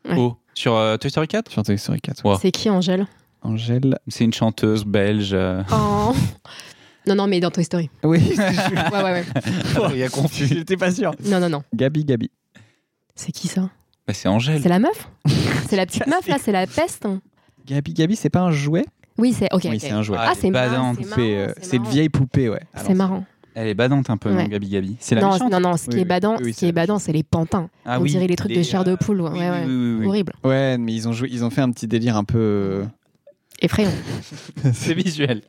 Speaker 3: Ouais.
Speaker 1: Oh, sur euh, Toy Story 4
Speaker 2: sur Toy Story 4.
Speaker 1: Wow.
Speaker 3: C'est qui, Angèle
Speaker 2: Angèle,
Speaker 1: C'est une chanteuse belge. euh,
Speaker 3: Oh, Non, non, mais dans Toy Story.
Speaker 2: Oui.
Speaker 3: ouais, ouais, ouais.
Speaker 1: Il y a confus.
Speaker 2: J'étais pas sûr.
Speaker 3: Non, non, non.
Speaker 2: Gabi, Gabi.
Speaker 3: C'est qui ça
Speaker 1: Bah, c'est Angèle.
Speaker 3: C'est la meuf C'est la petite meuf là, c'est la peste
Speaker 2: Gabi, Gabi, c'est pas un jouet
Speaker 3: Oui, c'est. Ok.
Speaker 2: Oui,
Speaker 3: ok.
Speaker 2: c'est un jouet.
Speaker 3: Ah, c'est marrant.
Speaker 1: badante.
Speaker 3: C'est
Speaker 2: C'est
Speaker 3: marrant,
Speaker 2: euh, c'est une
Speaker 3: marrant.
Speaker 2: vieille poupée, ouais. Alors,
Speaker 3: C'est marrant.
Speaker 1: Elle est badante un peu, non,
Speaker 3: Ouais.
Speaker 1: Gabi Gabi. C'est la
Speaker 3: Non,
Speaker 1: méchante.
Speaker 3: non, non, ce qui
Speaker 2: Oui,
Speaker 3: est badant,
Speaker 2: oui, oui,
Speaker 3: ce qui est badant, c'est les pantins.
Speaker 1: Ah
Speaker 3: On
Speaker 1: oui,
Speaker 3: dirait les trucs de
Speaker 1: les,
Speaker 3: chair de poule. ouais,
Speaker 1: oui,
Speaker 3: ouais,
Speaker 1: oui, oui, oui.
Speaker 3: Horrible.
Speaker 2: Ouais, mais ils ont joué, ils ont fait un petit délire un peu. euh,
Speaker 3: Effrayant.
Speaker 1: C'est visuel.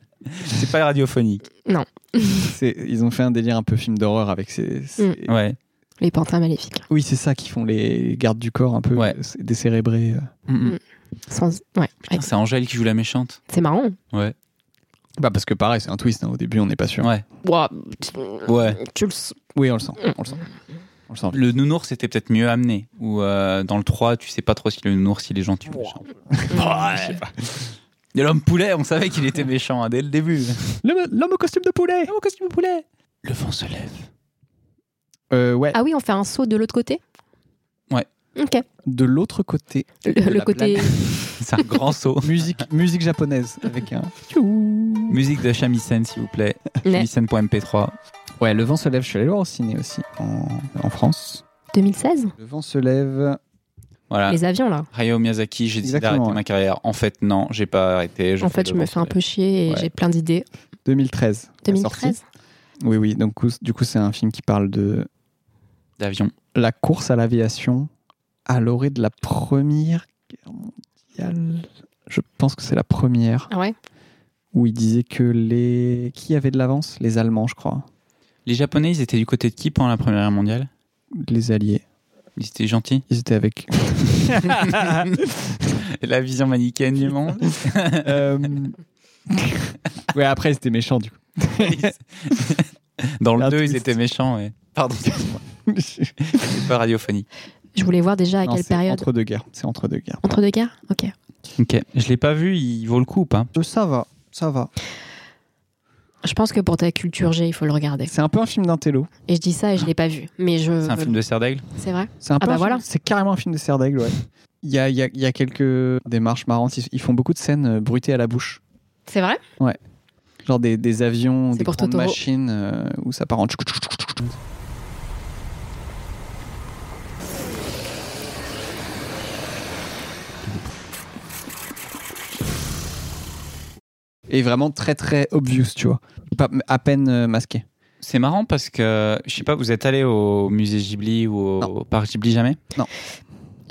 Speaker 1: C'est pas radiophonique.
Speaker 3: Non,
Speaker 2: c'est- ils ont fait un délire un peu film d'horreur avec ces.
Speaker 3: Mm.
Speaker 2: ces-
Speaker 1: Ouais.
Speaker 3: les pantins maléfiques.
Speaker 2: Oui, c'est ça qui font les gardes du corps un peu c- décérébrés. euh.
Speaker 1: Mm, mm.
Speaker 3: Sans- ouais,
Speaker 1: Putain, C'est Angèle qui joue la méchante.
Speaker 3: C'est marrant.
Speaker 1: Ouais.
Speaker 2: Bah parce que pareil, c'est un twist. hein, au début, on n'est pas sûr.
Speaker 1: Ouais.
Speaker 3: Ouah,
Speaker 1: Ouais.
Speaker 3: Tu le s-
Speaker 2: Oui, on le sent. On le sent. On le sent.
Speaker 1: Le nounours c'était peut-être mieux amené. Ou euh, dans le 3, tu sais pas trop si le nounours il est gentil ou méchant.
Speaker 3: Mm.
Speaker 1: Ouais. Et l'homme poulet, on savait qu'il était méchant hein, dès le début.
Speaker 2: Le- L'homme au costume de poulet.
Speaker 1: au costume de poulet. Le vent se lève.
Speaker 2: Euh, ouais.
Speaker 3: Ah oui, on fait un saut de l'autre côté
Speaker 1: Ouais.
Speaker 3: Ok.
Speaker 2: De l'autre côté.
Speaker 3: Le,
Speaker 2: de
Speaker 3: le
Speaker 2: la
Speaker 3: côté.
Speaker 2: planète.
Speaker 1: C'est un grand saut.
Speaker 2: musique, musique japonaise avec un.
Speaker 1: Musique de Shamisen, s'il vous plaît.
Speaker 3: Ouais.
Speaker 1: Shamisen.mp3.
Speaker 2: Ouais, le vent se lève. Je suis allé le voir au ciné aussi en, en France.
Speaker 3: 2016
Speaker 2: Le vent se lève. Ah.
Speaker 1: Voilà.
Speaker 3: Les avions, là.
Speaker 1: Hayao Miyazaki, j'ai décidé
Speaker 2: Exactement,
Speaker 1: d'arrêter
Speaker 2: ouais.
Speaker 1: ma carrière. En fait, non, j'ai pas arrêté.
Speaker 3: En fait,
Speaker 1: le
Speaker 3: je me
Speaker 1: vent
Speaker 3: fais
Speaker 1: se
Speaker 3: un
Speaker 1: lève.
Speaker 3: peu chier et
Speaker 1: Ouais.
Speaker 3: j'ai plein d'idées.
Speaker 2: 2013. la sortie.
Speaker 3: 2013
Speaker 2: Oui, oui. Donc, du coup, c'est un film qui parle de
Speaker 1: D'avion.
Speaker 2: la course à l'aviation à l'orée de la première guerre mondiale. Je pense que c'est la première
Speaker 3: Ah
Speaker 1: Mm.
Speaker 3: ouais
Speaker 2: où il disait que les qui avait de l'avance, les Allemands, je crois,
Speaker 1: Les Japonais, ils étaient du côté de qui pendant la Première Guerre mondiale
Speaker 2: les Alliés.
Speaker 1: Ils étaient gentils.
Speaker 2: Ils étaient avec.
Speaker 1: la vision manichéenne du monde.
Speaker 2: Euh, Ouais, après ils étaient méchants du coup.
Speaker 1: Dans le
Speaker 2: Un
Speaker 1: 2, ils
Speaker 2: twist.
Speaker 1: étaient méchants. ouais. Pardon, excuse-moi. c'est pas radiophonique.
Speaker 3: Je voulais voir déjà à
Speaker 2: Non,
Speaker 3: quelle
Speaker 2: c'est
Speaker 3: période. Entre...
Speaker 2: entre deux guerres. C'est entre deux guerres.
Speaker 3: deux guerres Ok.
Speaker 1: Ok. Je l'ai pas vu, il vaut le coup ou pas
Speaker 2: Ça va, ça va.
Speaker 3: Je pense que pour ta culture G, il faut le regarder.
Speaker 2: C'est un peu un film d'intello.
Speaker 3: Et je dis ça et je l'ai pas vu. Mais je.
Speaker 1: Ah. C'est un film de serre d'aigle
Speaker 3: C'est vrai
Speaker 2: C'est un peu
Speaker 3: Ah bah
Speaker 2: un film-
Speaker 3: voilà.
Speaker 2: C'est carrément un film de serre d'aigle, ouais. Il y a, il y a- il y a quelques démarches marrantes. Ils, ils font beaucoup de scènes euh, bruitées à la bouche.
Speaker 3: C'est vrai
Speaker 2: Genre des, des avions,
Speaker 3: C'est
Speaker 2: des
Speaker 3: pour
Speaker 2: grandes
Speaker 3: Totoro.
Speaker 2: machines euh, où ça part en. tchouk, tchouk, tchouk, tchouk, tchouk. Et vraiment très très obvious, tu vois. Pas- à peine euh, masqué.
Speaker 1: C'est marrant parce que, je sais pas, vous êtes allé au musée Ghibli ou au parc Ghibli jamais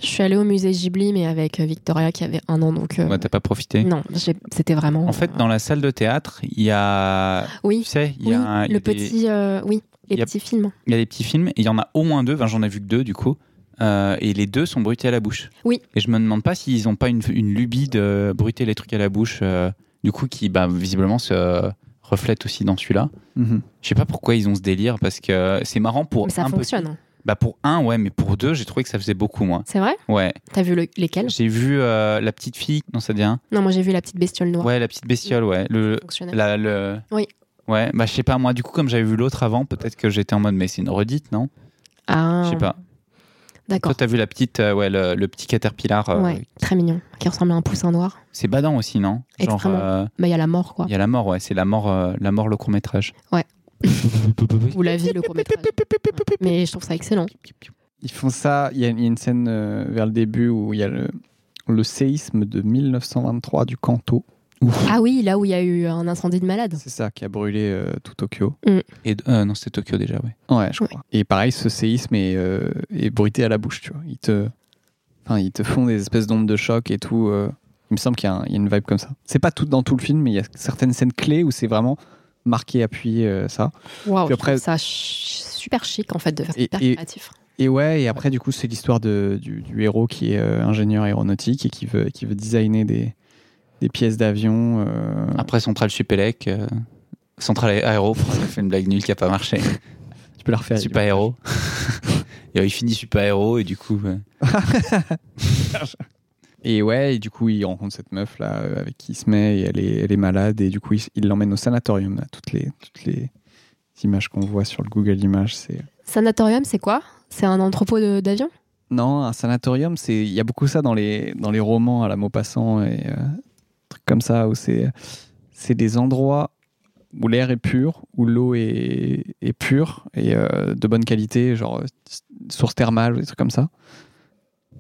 Speaker 3: Je suis allée au musée Ghibli, mais avec euh, Victoria qui avait un an, donc. euh,
Speaker 1: Bah, T'as pas profité
Speaker 3: Non, j'ai- c'était vraiment. euh,
Speaker 1: En fait, dans la salle de théâtre, il y a. Tu
Speaker 3: Oui,
Speaker 1: sais, il y
Speaker 3: oui,
Speaker 1: a, un- il y
Speaker 3: le
Speaker 1: a des-
Speaker 3: petit. euh, oui, les
Speaker 1: il y a-
Speaker 3: petits films.
Speaker 1: il y a des petits films et il y en a au moins deux. Enfin, j'en ai vu que deux du coup. Euh, et les deux sont bruités à la bouche.
Speaker 3: Oui.
Speaker 1: Et je me demande pas s'ils ont pas une, une lubie de bruiter les trucs à la bouche, euh, du coup, qui bah, visiblement se reflète aussi dans celui-là.
Speaker 2: Mhm.
Speaker 1: Je sais pas pourquoi ils ont ce délire, parce que c'est marrant pour
Speaker 3: Mais ça
Speaker 1: Oh, un petit-
Speaker 3: fonctionne. hein.
Speaker 1: Bah pour un, ouais, mais pour deux, j'ai trouvé que ça faisait beaucoup, moi.
Speaker 3: C'est vrai
Speaker 1: Ouais.
Speaker 3: T'as vu le- lesquels
Speaker 1: J'ai vu euh, la petite fille, non, ça dit rien.
Speaker 3: Non, moi j'ai vu la petite bestiole noire.
Speaker 1: Ouais, la petite bestiole, ouais. Le,
Speaker 3: Fonctionnelle.
Speaker 1: la, le...
Speaker 3: Oui.
Speaker 1: Ouais, bah je sais pas, moi, du coup, comme j'avais vu l'autre avant, peut-être que j'étais en mode, mais c'est une redite, non
Speaker 3: Ah,
Speaker 1: Je sais pas. Toi,
Speaker 3: D'accord.
Speaker 1: t'as vu la petite, euh, ouais, le, le petit caterpillar. euh,
Speaker 3: ouais, très mignon, qui ressemble à un poussin noir.
Speaker 1: C'est badant aussi, non Genre,
Speaker 3: Extrêmement.
Speaker 1: euh,
Speaker 3: Bah, il y a la mort, quoi.
Speaker 1: il y a la mort, ouais. C'est la mort, euh, la mort, le court métrage.
Speaker 3: Ouais. Ou la vie, le court-métrage. Ouais. Mais je trouve ça excellent.
Speaker 2: Ils font ça. Il y, a il y a une scène euh, vers le début où il y a le, le séisme de 1923 du Kanto.
Speaker 3: Ah oui, là où il y a eu un incendie de malade.
Speaker 2: C'est ça qui a brûlé euh, tout Tokyo.
Speaker 1: Et euh, non, c'était Tokyo déjà, ouais.
Speaker 2: Ouais, je
Speaker 3: Ouais.
Speaker 2: crois. Et pareil, ce séisme est, euh, est bruité à la bouche, tu vois. Ils te, enfin, ils te font des espèces d'ondes de choc et tout. euh. Il me semble qu'il y, a un- il y a une vibe comme ça. C'est pas tout dans tout le film, mais il y a certaines scènes clés où c'est vraiment marqué, appuyé, euh, ça.
Speaker 3: Waouh,
Speaker 2: Puis
Speaker 3: je
Speaker 2: après-
Speaker 3: trouve ça ch- super chic, en fait, de faire
Speaker 2: Et-
Speaker 3: super
Speaker 2: et-
Speaker 3: créatif.
Speaker 2: Et ouais, et après, du coup, c'est l'histoire de- du, du héros qui est euh, ingénieur aéronautique et qui veut, qui veut designer des, des pièces d'avion. euh,
Speaker 1: Après Central Supélec, euh, Central Aéro, j'ai fait une blague nulle qui a pas marché.
Speaker 2: tu peux la refaire.
Speaker 1: Super Héros. et euh, il finit Super Héros, et du coup. euh,
Speaker 2: Et ouais, et du coup, il rencontre cette meuf là euh, avec qui il se met et elle est, elle est malade et du coup, il il l'emmène au sanatorium. Là. Toutes les toutes les images qu'on voit sur le Google Images, c'est
Speaker 3: Sanatorium, c'est quoi C'est un entrepôt de- d'avions
Speaker 2: non, un sanatorium, c'est il y a beaucoup ça dans les dans les romans à la Maupassant et euh, trucs comme ça où c'est c'est des endroits où l'air est pur, où l'eau est, est pure et euh, de bonne qualité, genre euh, source thermale ou des trucs comme ça.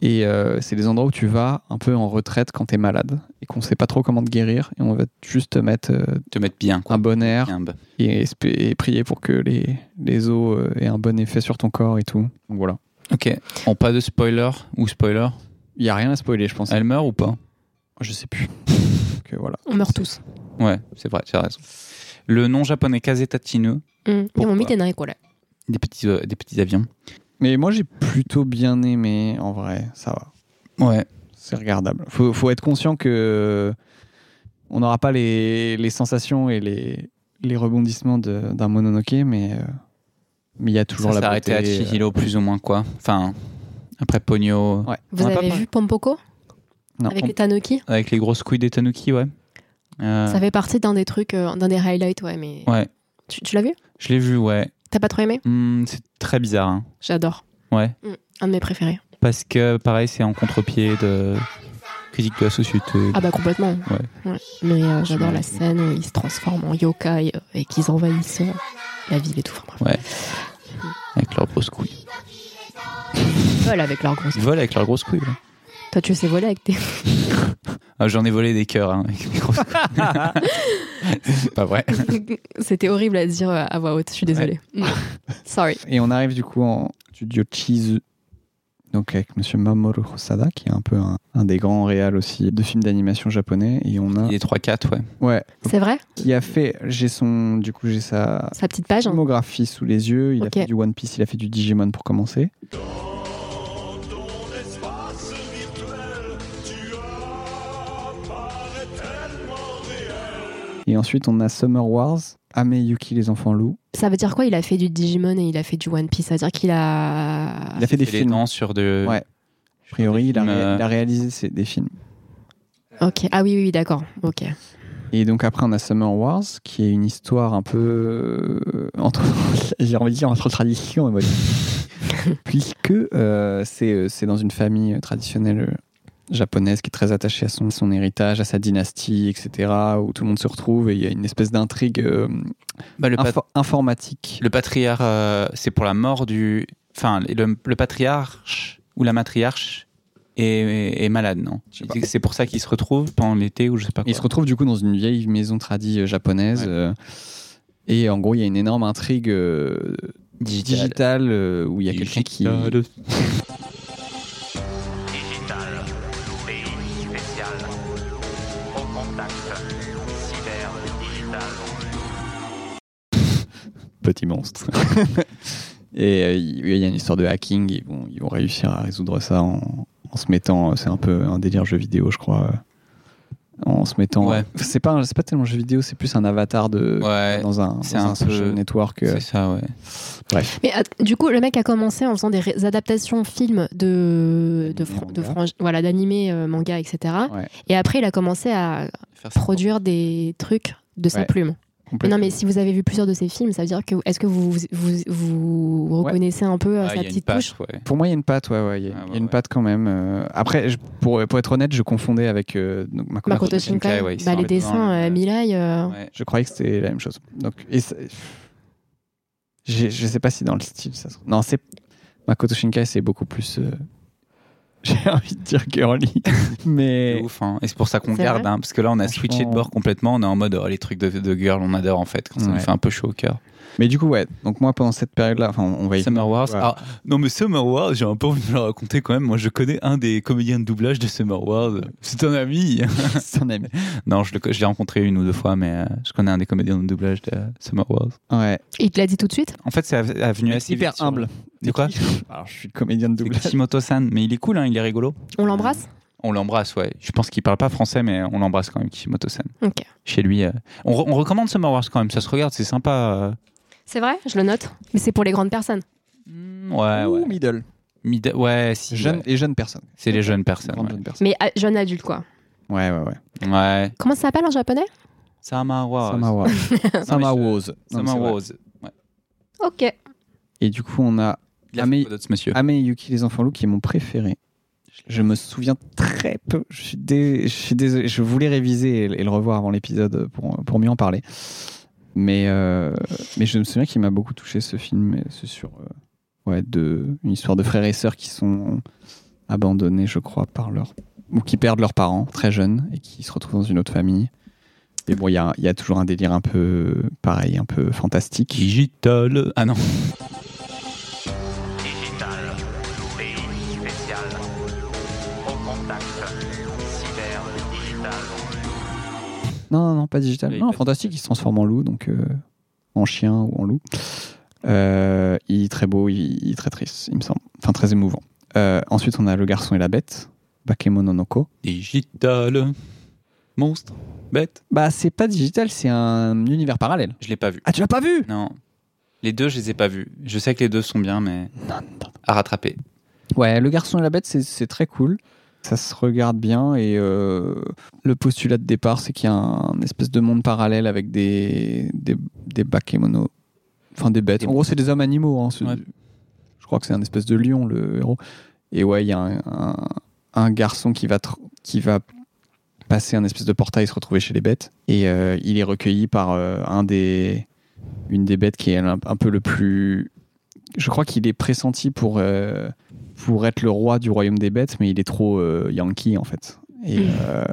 Speaker 2: Et euh, c'est des endroits où tu vas un peu en retraite quand t'es malade et qu'on sait pas trop comment te guérir et on va juste te mettre, euh,
Speaker 1: te mettre bien,
Speaker 2: un bon air
Speaker 1: Bien, bah.
Speaker 2: et, esp- et prier pour que les, les eaux euh, aient un bon effet sur ton corps et tout. Donc voilà.
Speaker 1: Ok. En pas de spoiler ou spoiler
Speaker 2: Il y a rien à spoiler, je pense.
Speaker 1: Elle meurt ou pas
Speaker 2: Je sais plus. Donc, euh, voilà.
Speaker 3: On meurt tous.
Speaker 1: Ouais, c'est vrai, tu as raison. Le nom japonais Kazeta Chino,
Speaker 3: Mm. Ils m'ont mis des naricolaires.
Speaker 1: des petits, euh, des petits avions.
Speaker 2: Mais moi j'ai plutôt bien aimé en vrai, ça va.
Speaker 1: Ouais.
Speaker 2: c'est regardable. Faut, faut être conscient que on n'aura pas les, les sensations et les, les rebondissements de- d'un Mononoke, mais euh, mais il y a toujours
Speaker 1: ça
Speaker 2: la
Speaker 1: s'est arrêté
Speaker 2: beauté.
Speaker 1: à Chihiro, plus ou moins, quoi. Enfin, après Pogno.
Speaker 2: euh, ouais.
Speaker 3: Vous
Speaker 1: On a pas
Speaker 3: avez
Speaker 1: parlé-
Speaker 3: vu Pompoko
Speaker 1: Non.
Speaker 3: Avec les Tanuki
Speaker 1: Avec les grosses couilles des Tanuki, ouais. Euh,
Speaker 3: Ça fait partie d'un des trucs, euh, d'un des highlights, ouais, mais.
Speaker 1: Ouais,
Speaker 3: Tu, tu l'as vu
Speaker 1: je l'ai vu, ouais.
Speaker 3: T'as pas trop aimé
Speaker 1: Hmm, c'est très bizarre, hein.
Speaker 3: J'adore.
Speaker 1: Ouais.
Speaker 3: Mm. Un de mes préférés.
Speaker 1: Parce que, pareil, c'est en contre-pied de critique de la société.
Speaker 3: Ah bah complètement.
Speaker 1: Ouais.
Speaker 3: Ouais. Mais euh, j'adore la scène où ils se transforment en yokai euh, et qu'ils envahissent euh, la ville et tout. Enfin, bref.
Speaker 1: Ouais. Avec leurs grosses couilles.
Speaker 3: Ils volent avec leurs grosses.
Speaker 1: Ils volent avec leurs grosses couilles. ouais.
Speaker 3: Toi, tu sais voler avec tes.
Speaker 1: Ah, J'en ai volé des cœurs, hein, avec mes grosses couilles. c'est pas vrai.
Speaker 3: C'était horrible à dire euh, à voix haute. Je suis désolée. Mm. Sorry.
Speaker 2: Et on arrive du coup en studio Cheese, donc avec Monsieur Mamoru Hosada, qui est un peu un, un des grands réals aussi de films d'animation japonais, et on a
Speaker 1: Il est 3-4, ouais.
Speaker 2: ouais
Speaker 3: C'est vrai
Speaker 2: qui a fait j'ai son du coup j'ai sa
Speaker 3: Sa petite page. hein.
Speaker 2: filmographie sous les yeux. Il
Speaker 3: Ok.
Speaker 2: a fait du One Piece, il a fait du Digimon pour commencer. Et ensuite, on a Summer Wars, Ame et Yuki, les enfants loups.
Speaker 3: Ça veut dire quoi Il a fait du Digimon et il a fait du One Piece. Ça veut dire qu'il a.
Speaker 2: Il a fait des
Speaker 1: Ah, les
Speaker 2: films.
Speaker 1: dents sur de.
Speaker 2: Ouais. A priori, il a,
Speaker 1: films,
Speaker 2: ré-
Speaker 1: euh,
Speaker 2: il a réalisé ses- des films.
Speaker 3: Ok. Ah oui, oui, oui, d'accord. Ok.
Speaker 2: Et donc après, on a Summer Wars, qui est une histoire un peu euh, entre, j'ai envie de dire entre traditions, et mode. puisque euh, c'est euh, c'est dans une famille traditionnelle euh, japonaise qui est très attachée à son, son héritage, à sa dynastie, etc., où tout le monde se retrouve et il y a une espèce d'intrigue euh,
Speaker 1: Bah, le, pat-
Speaker 2: info- informatique.
Speaker 1: le patriarche, euh, c'est pour la mort du. Enfin, le, le patriarche ou la matriarche est, est malade, non
Speaker 2: sais pas.
Speaker 1: C'est pour ça qu'ils se retrouvent pendant l'été ou je sais pas quoi.
Speaker 2: Il se retrouve du coup dans une vieille maison tradie euh, japonaise.
Speaker 1: Ouais.
Speaker 2: euh, et en gros, il y a une énorme intrigue euh, digitale, euh, où il y a quelqu'un qui, petit monstre. et euh, il il y a une histoire de hacking, ils vont, ils vont réussir à résoudre ça en, en se mettant, euh, c'est un peu un délire jeu vidéo, je crois. euh, En se mettant.
Speaker 1: Ouais.
Speaker 2: C'est pas, un- c'est pas tellement jeu vidéo, c'est plus un avatar de.
Speaker 1: Ouais,
Speaker 2: Dans un,
Speaker 1: c'est
Speaker 2: dans
Speaker 1: un
Speaker 2: un social
Speaker 1: peu-
Speaker 2: network. euh,
Speaker 1: c'est ça, ouais.
Speaker 2: Bref.
Speaker 3: Mais ah, du coup, le mec a commencé en faisant des ré- adaptations films de de, fran- de
Speaker 2: Manga.
Speaker 3: frange- voilà d'animés, euh, mangas, etc.
Speaker 2: Ouais.
Speaker 3: Et après, il a commencé à
Speaker 1: Faire ça.
Speaker 3: produire des trucs de sa
Speaker 2: Ouais.
Speaker 3: plume. Mais
Speaker 2: complètement.
Speaker 3: non, mais si vous avez vu plusieurs de ses films, ça veut dire que est-ce que vous vous, vous reconnaissez un peu euh,
Speaker 1: Ah, il
Speaker 3: sa
Speaker 1: y a une
Speaker 3: petite
Speaker 1: patte,
Speaker 3: touche
Speaker 1: ouais.
Speaker 2: Pour moi, il y a une patte, ouais, ouais, il y a,
Speaker 1: Ah,
Speaker 2: il y a
Speaker 1: ouais,
Speaker 2: une
Speaker 1: ouais.
Speaker 2: patte quand même. euh, après, je- pour, pour être honnête, je confondais avec euh, donc, Makoto
Speaker 3: Makoto
Speaker 2: Shinkai.
Speaker 3: Shinkai,
Speaker 1: ouais, il
Speaker 3: bah,
Speaker 1: s'en
Speaker 3: les
Speaker 1: met dedans,
Speaker 3: dessins,
Speaker 1: le-
Speaker 3: euh, Mirai, euh,
Speaker 1: Ouais.
Speaker 2: Je croyais que c'était la même chose. Donc, et c'est- J'ai- je sais pas si dans le style ça. se- Non, c'est Makoto Shinkai, c'est beaucoup plus. euh, J'ai envie de dire girly,
Speaker 1: C'est
Speaker 2: mais
Speaker 1: ouf, hein. Et c'est pour ça qu'on
Speaker 3: C'est
Speaker 1: garde,
Speaker 3: vrai
Speaker 1: hein, parce que là on a
Speaker 2: Franchement-
Speaker 1: switché de bord complètement, on est en mode oh, les trucs de, de girl on adore en fait, quand ça nous
Speaker 2: Ouais.
Speaker 1: fait un peu chaud au cœur.
Speaker 2: mais du coup ouais. Donc moi pendant cette période-là, enfin on on va y.
Speaker 1: Summer Wars,
Speaker 2: Ouais.
Speaker 1: ah, non mais Summer Wars, j'ai un peu envie de le raconter quand même, moi je connais un des comédiens de doublage de Summer Wars, c'est un ami
Speaker 2: Son ami.
Speaker 1: Non, je, le co- je l'ai rencontré une ou deux fois, mais euh, je connais un des comédiens de doublage de euh, Summer Wars.
Speaker 2: Ouais.
Speaker 3: il te l'a dit tout de suite.
Speaker 1: En fait, c'est av- avenu assez
Speaker 2: Hyper
Speaker 1: vite sur-
Speaker 2: humble.
Speaker 1: De quoi
Speaker 2: Alors je suis comédien de
Speaker 1: C'est
Speaker 2: doublage.
Speaker 1: Kishimoto-san, mais il est cool, hein, il est rigolo.
Speaker 3: On l'embrasse
Speaker 1: On l'embrasse, ouais. Je pense qu'il parle pas français, mais on l'embrasse quand même, Kishimoto-san.
Speaker 3: Ok.
Speaker 1: Chez lui, euh, on, re- on recommande Summer Wars quand même, ça se regarde, c'est sympa.
Speaker 3: C'est vrai, je le note. Mais c'est pour les grandes personnes.
Speaker 1: euh. Ouais,
Speaker 2: Ou
Speaker 1: ouais.
Speaker 2: middle.
Speaker 1: Mid- ouais, si,
Speaker 2: Jeune
Speaker 1: ouais.
Speaker 2: et jeune personne.
Speaker 1: C'est les jeunes personnes.
Speaker 2: Grande
Speaker 1: Ouais.
Speaker 2: jeune personne.
Speaker 3: Mais ah, jeune adulte, quoi.
Speaker 2: Ouais ouais ouais.
Speaker 1: ouais.
Speaker 3: Comment ça s'appelle en japonais
Speaker 1: Summer Wars.
Speaker 2: Summer Wars. Summer
Speaker 1: je-
Speaker 2: Wars. Non, mais
Speaker 1: Summer
Speaker 2: c'est vrai.
Speaker 1: Wars. Ouais.
Speaker 3: Ok.
Speaker 2: Et du coup on a
Speaker 1: Il a
Speaker 2: Ah,
Speaker 1: fait
Speaker 2: mais-
Speaker 1: quoi d'autre, ce monsieur
Speaker 2: Ame et Yuki les enfants loups qui est mon préféré. Je me souviens très peu. Je suis, dé- je suis désolé. Je voulais réviser et, et le revoir avant l'épisode pour, pour mieux en parler. Mais, euh, mais je me souviens qu'il m'a beaucoup touché ce film. et C'est sur euh, ouais, deux- une histoire de frères et sœurs qui sont abandonnés, je crois, par leur. ou qui perdent leurs parents très jeunes et qui se retrouvent dans une autre famille. Et bon, il y a, il y a toujours un délire un peu pareil, un peu fantastique.
Speaker 1: Digital. Ah non.
Speaker 13: Digital, pays spécial, au contact, cyber, digital.
Speaker 2: Non, non, non, pas digital. Non, fantastique, il se transforme en loup, donc euh, en chien ou en loup. Euh, il est très beau, il, il est très triste, il me semble. Enfin, très émouvant. Euh, ensuite, on a Le garçon et la bête, Bakemononoko.
Speaker 1: Digital. Monstre. Bête.
Speaker 2: Bah, c'est pas digital, c'est un univers parallèle.
Speaker 1: Je l'ai pas vu.
Speaker 2: Ah, tu l'as pas vu
Speaker 1: Non. Les deux, je les ai pas vus. Je sais que les deux sont bien, mais à rattraper.
Speaker 2: Ouais, Le garçon et la bête, c'est- c'est très cool. Ça se regarde bien et euh, le postulat de départ, c'est qu'il y a un espèce de monde parallèle avec des, des, des bakemono, enfin des bêtes. En gros, c'est des hommes animaux. hein, c'est- Je crois que c'est un espèce de lion, le héros. Et ouais, il y a un, un- un garçon qui va, tr- qui va passer un espèce de portail et se retrouver chez les bêtes. Et euh, il est recueilli par euh, un des, une des bêtes qui est un, un peu le plus. Je crois qu'il est pressenti pour, euh, pour être le roi du royaume des bêtes, mais il est trop euh, yankee en fait. Et,
Speaker 14: Mm.
Speaker 2: euh,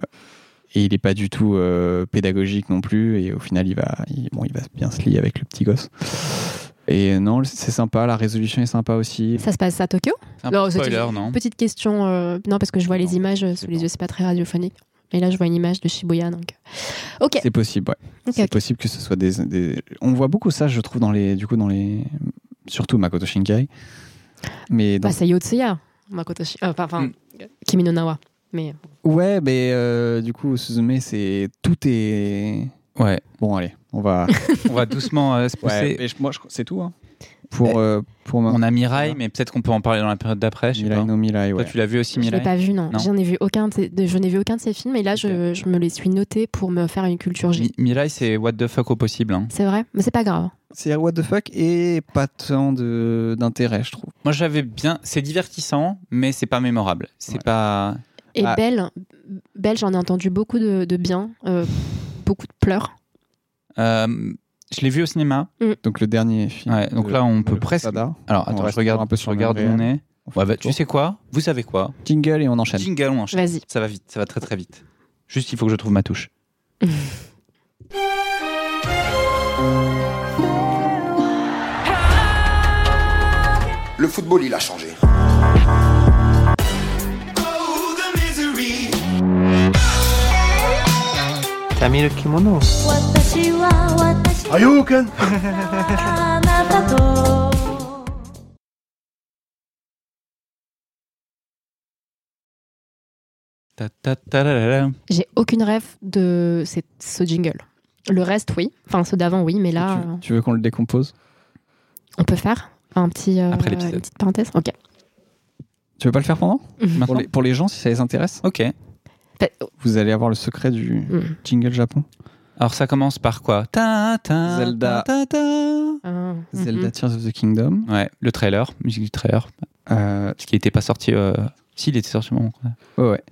Speaker 2: et il n'est pas du tout euh, pédagogique non plus. Et au final, il va, il- bon, il va bien se lier avec le petit gosse. Et non, c'est sympa, la résolution est sympa aussi.
Speaker 3: Ça se passe à Tokyo
Speaker 2: Un
Speaker 3: Non,
Speaker 2: spoiler,
Speaker 3: c'était une
Speaker 2: non
Speaker 3: Petite question, euh, non, parce que je vois les images euh, sous les yeux, c'est pas très radiophonique. Mais là, je vois une image de Shibuya, donc. euh, Ok.
Speaker 2: C'est possible, ouais.
Speaker 3: Ok,
Speaker 2: c'est
Speaker 3: ok.
Speaker 2: possible que ce soit des, des- On voit beaucoup ça, je trouve, dans les, du coup, dans les, surtout Makoto Shinkai. Mais dans...
Speaker 3: Bah, c'est Yotsuya, Makoto Shi- euh, Enfin, enfin, Kimi no Nawa. Mais
Speaker 2: ouais, mais euh, du coup, Suzume, c'est tout est.
Speaker 1: Ouais.
Speaker 2: Bon, allez, on va.
Speaker 1: On va doucement euh, se pousser.
Speaker 2: Ouais, mais je- moi, je- c'est tout. Hein. Pour, euh, pour ma-
Speaker 1: On a Mirai, mais peut-être qu'on peut en parler dans la période d'après. Mirai
Speaker 2: no Mirai,
Speaker 1: Toi, tu l'as vu aussi,
Speaker 3: je
Speaker 1: Mirai
Speaker 3: l'ai pas vu, non.
Speaker 1: Non.
Speaker 3: J'en ai vu aucun de ces- de- je n'ai vu aucun de ces films, et là, je, je me les suis notés pour me faire une culture G.
Speaker 1: Mi- Mirai, c'est what the fuck au possible. hein.
Speaker 3: C'est vrai, mais c'est pas grave.
Speaker 2: C'est what the fuck et pas tant de- d'intérêt, je trouve.
Speaker 1: Moi, j'avais bien. C'est divertissant, mais c'est pas mémorable. C'est pas.
Speaker 3: Et
Speaker 1: Ah,
Speaker 3: Belle, Belle, j'en ai entendu beaucoup de, de bien, euh, beaucoup de pleurs.
Speaker 1: euh, je l'ai vu au cinéma.
Speaker 3: Mm.
Speaker 2: Donc le dernier film.
Speaker 1: Ouais, donc
Speaker 2: de-
Speaker 1: là, on peut
Speaker 2: de
Speaker 1: presque.
Speaker 2: Sada.
Speaker 1: Alors,
Speaker 2: On
Speaker 1: attends, je
Speaker 2: reste
Speaker 1: regarde
Speaker 2: un peu
Speaker 1: je
Speaker 2: sur le
Speaker 1: regarde où
Speaker 2: même
Speaker 1: on
Speaker 2: réel.
Speaker 1: est. Ouais, bah, tu sais quoi Vous savez quoi
Speaker 2: Jingle et on enchaîne.
Speaker 1: Jingle, on enchaîne.
Speaker 3: Vas-y.
Speaker 1: Ça va vite, ça va très très vite. Juste, il faut que je trouve ma touche.
Speaker 6: Le football, il a changé.
Speaker 12: T'as mis le kimono.
Speaker 1: Ta ta ta la la la.
Speaker 3: J'ai aucune rêve de ces- ce jingle. Le reste, oui. Enfin, ceux d'avant, oui, mais là, euh,
Speaker 2: Tu veux qu'on le décompose
Speaker 3: on peut faire un petit, euh,
Speaker 1: Après
Speaker 3: une
Speaker 1: l'épisode.
Speaker 3: petite parenthèse. Ok.
Speaker 2: Tu veux pas le faire pendant
Speaker 1: Maintenant
Speaker 2: pour les, pour les gens, si ça les intéresse
Speaker 1: Ok.
Speaker 3: oh,
Speaker 2: Vous allez avoir le secret du
Speaker 3: Mm.
Speaker 2: jingle japon.
Speaker 1: Alors, ça commence par quoi Ta ta
Speaker 2: Zelda.
Speaker 1: ta ta ta.
Speaker 3: Ah,
Speaker 2: Zelda
Speaker 3: mhm.
Speaker 2: Tears of the Kingdom.
Speaker 1: Ouais, le trailer, musique du trailer. Ce qui n'était pas sorti. euh, Si, il était sorti au moment. qu'on a-
Speaker 2: Ouais, ouais.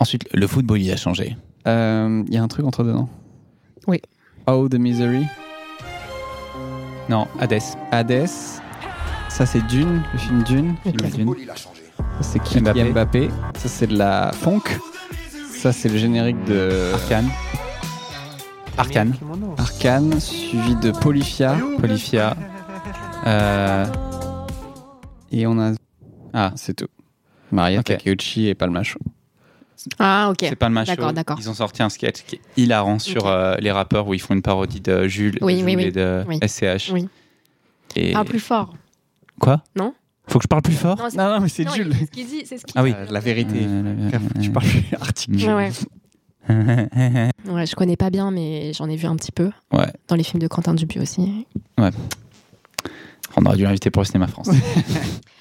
Speaker 1: Ensuite, le football, il a changé.
Speaker 2: Euh, Il y a un truc entre deux, non
Speaker 3: Oui.
Speaker 2: Oh, the Misery.
Speaker 1: Non, Hades.
Speaker 2: Hades. Ça, c'est Dune, le film Dune.
Speaker 3: Ok.
Speaker 2: Ça, c'est qui
Speaker 1: Mbappé.
Speaker 2: Mbappé. Ça, c'est de la funk. Ça, c'est le générique de.
Speaker 1: Arcane. Arcane.
Speaker 2: Arcane, suivi de Polyphia.
Speaker 1: Polyphia. Euh,
Speaker 2: Et on a.
Speaker 1: Ah.
Speaker 2: C'est tout. Maria Takeuchi et Palma Show.
Speaker 3: Ah, ok.
Speaker 1: C'est pas le macho.
Speaker 3: D'accord, d'accord.
Speaker 1: Ils ont sorti un sketch qui est hilarant sur euh, les rappeurs où ils font une parodie de Jules, de
Speaker 3: Oui,
Speaker 1: Jules
Speaker 3: oui, oui.
Speaker 1: et de
Speaker 3: Oui.
Speaker 1: SCH.
Speaker 3: Oui.
Speaker 1: Et...
Speaker 3: Ah, plus fort.
Speaker 1: Quoi
Speaker 3: Non
Speaker 1: Faut que je parle plus fort
Speaker 3: Non, c'est-
Speaker 2: Non, non, mais c'est
Speaker 3: Non,
Speaker 2: Jules.
Speaker 3: C'est ce qu'il dit. C'est ce qu'il
Speaker 1: Ah oui.
Speaker 2: Euh, La vérité. tu parles article.
Speaker 3: Ouais, ouais.
Speaker 1: ouais.
Speaker 3: Ouais, je connais pas bien, mais j'en ai vu un petit peu.
Speaker 1: ouais.
Speaker 3: Dans les films de Quentin Dupieux aussi.
Speaker 1: On aurait dû l'inviter pour le cinéma France.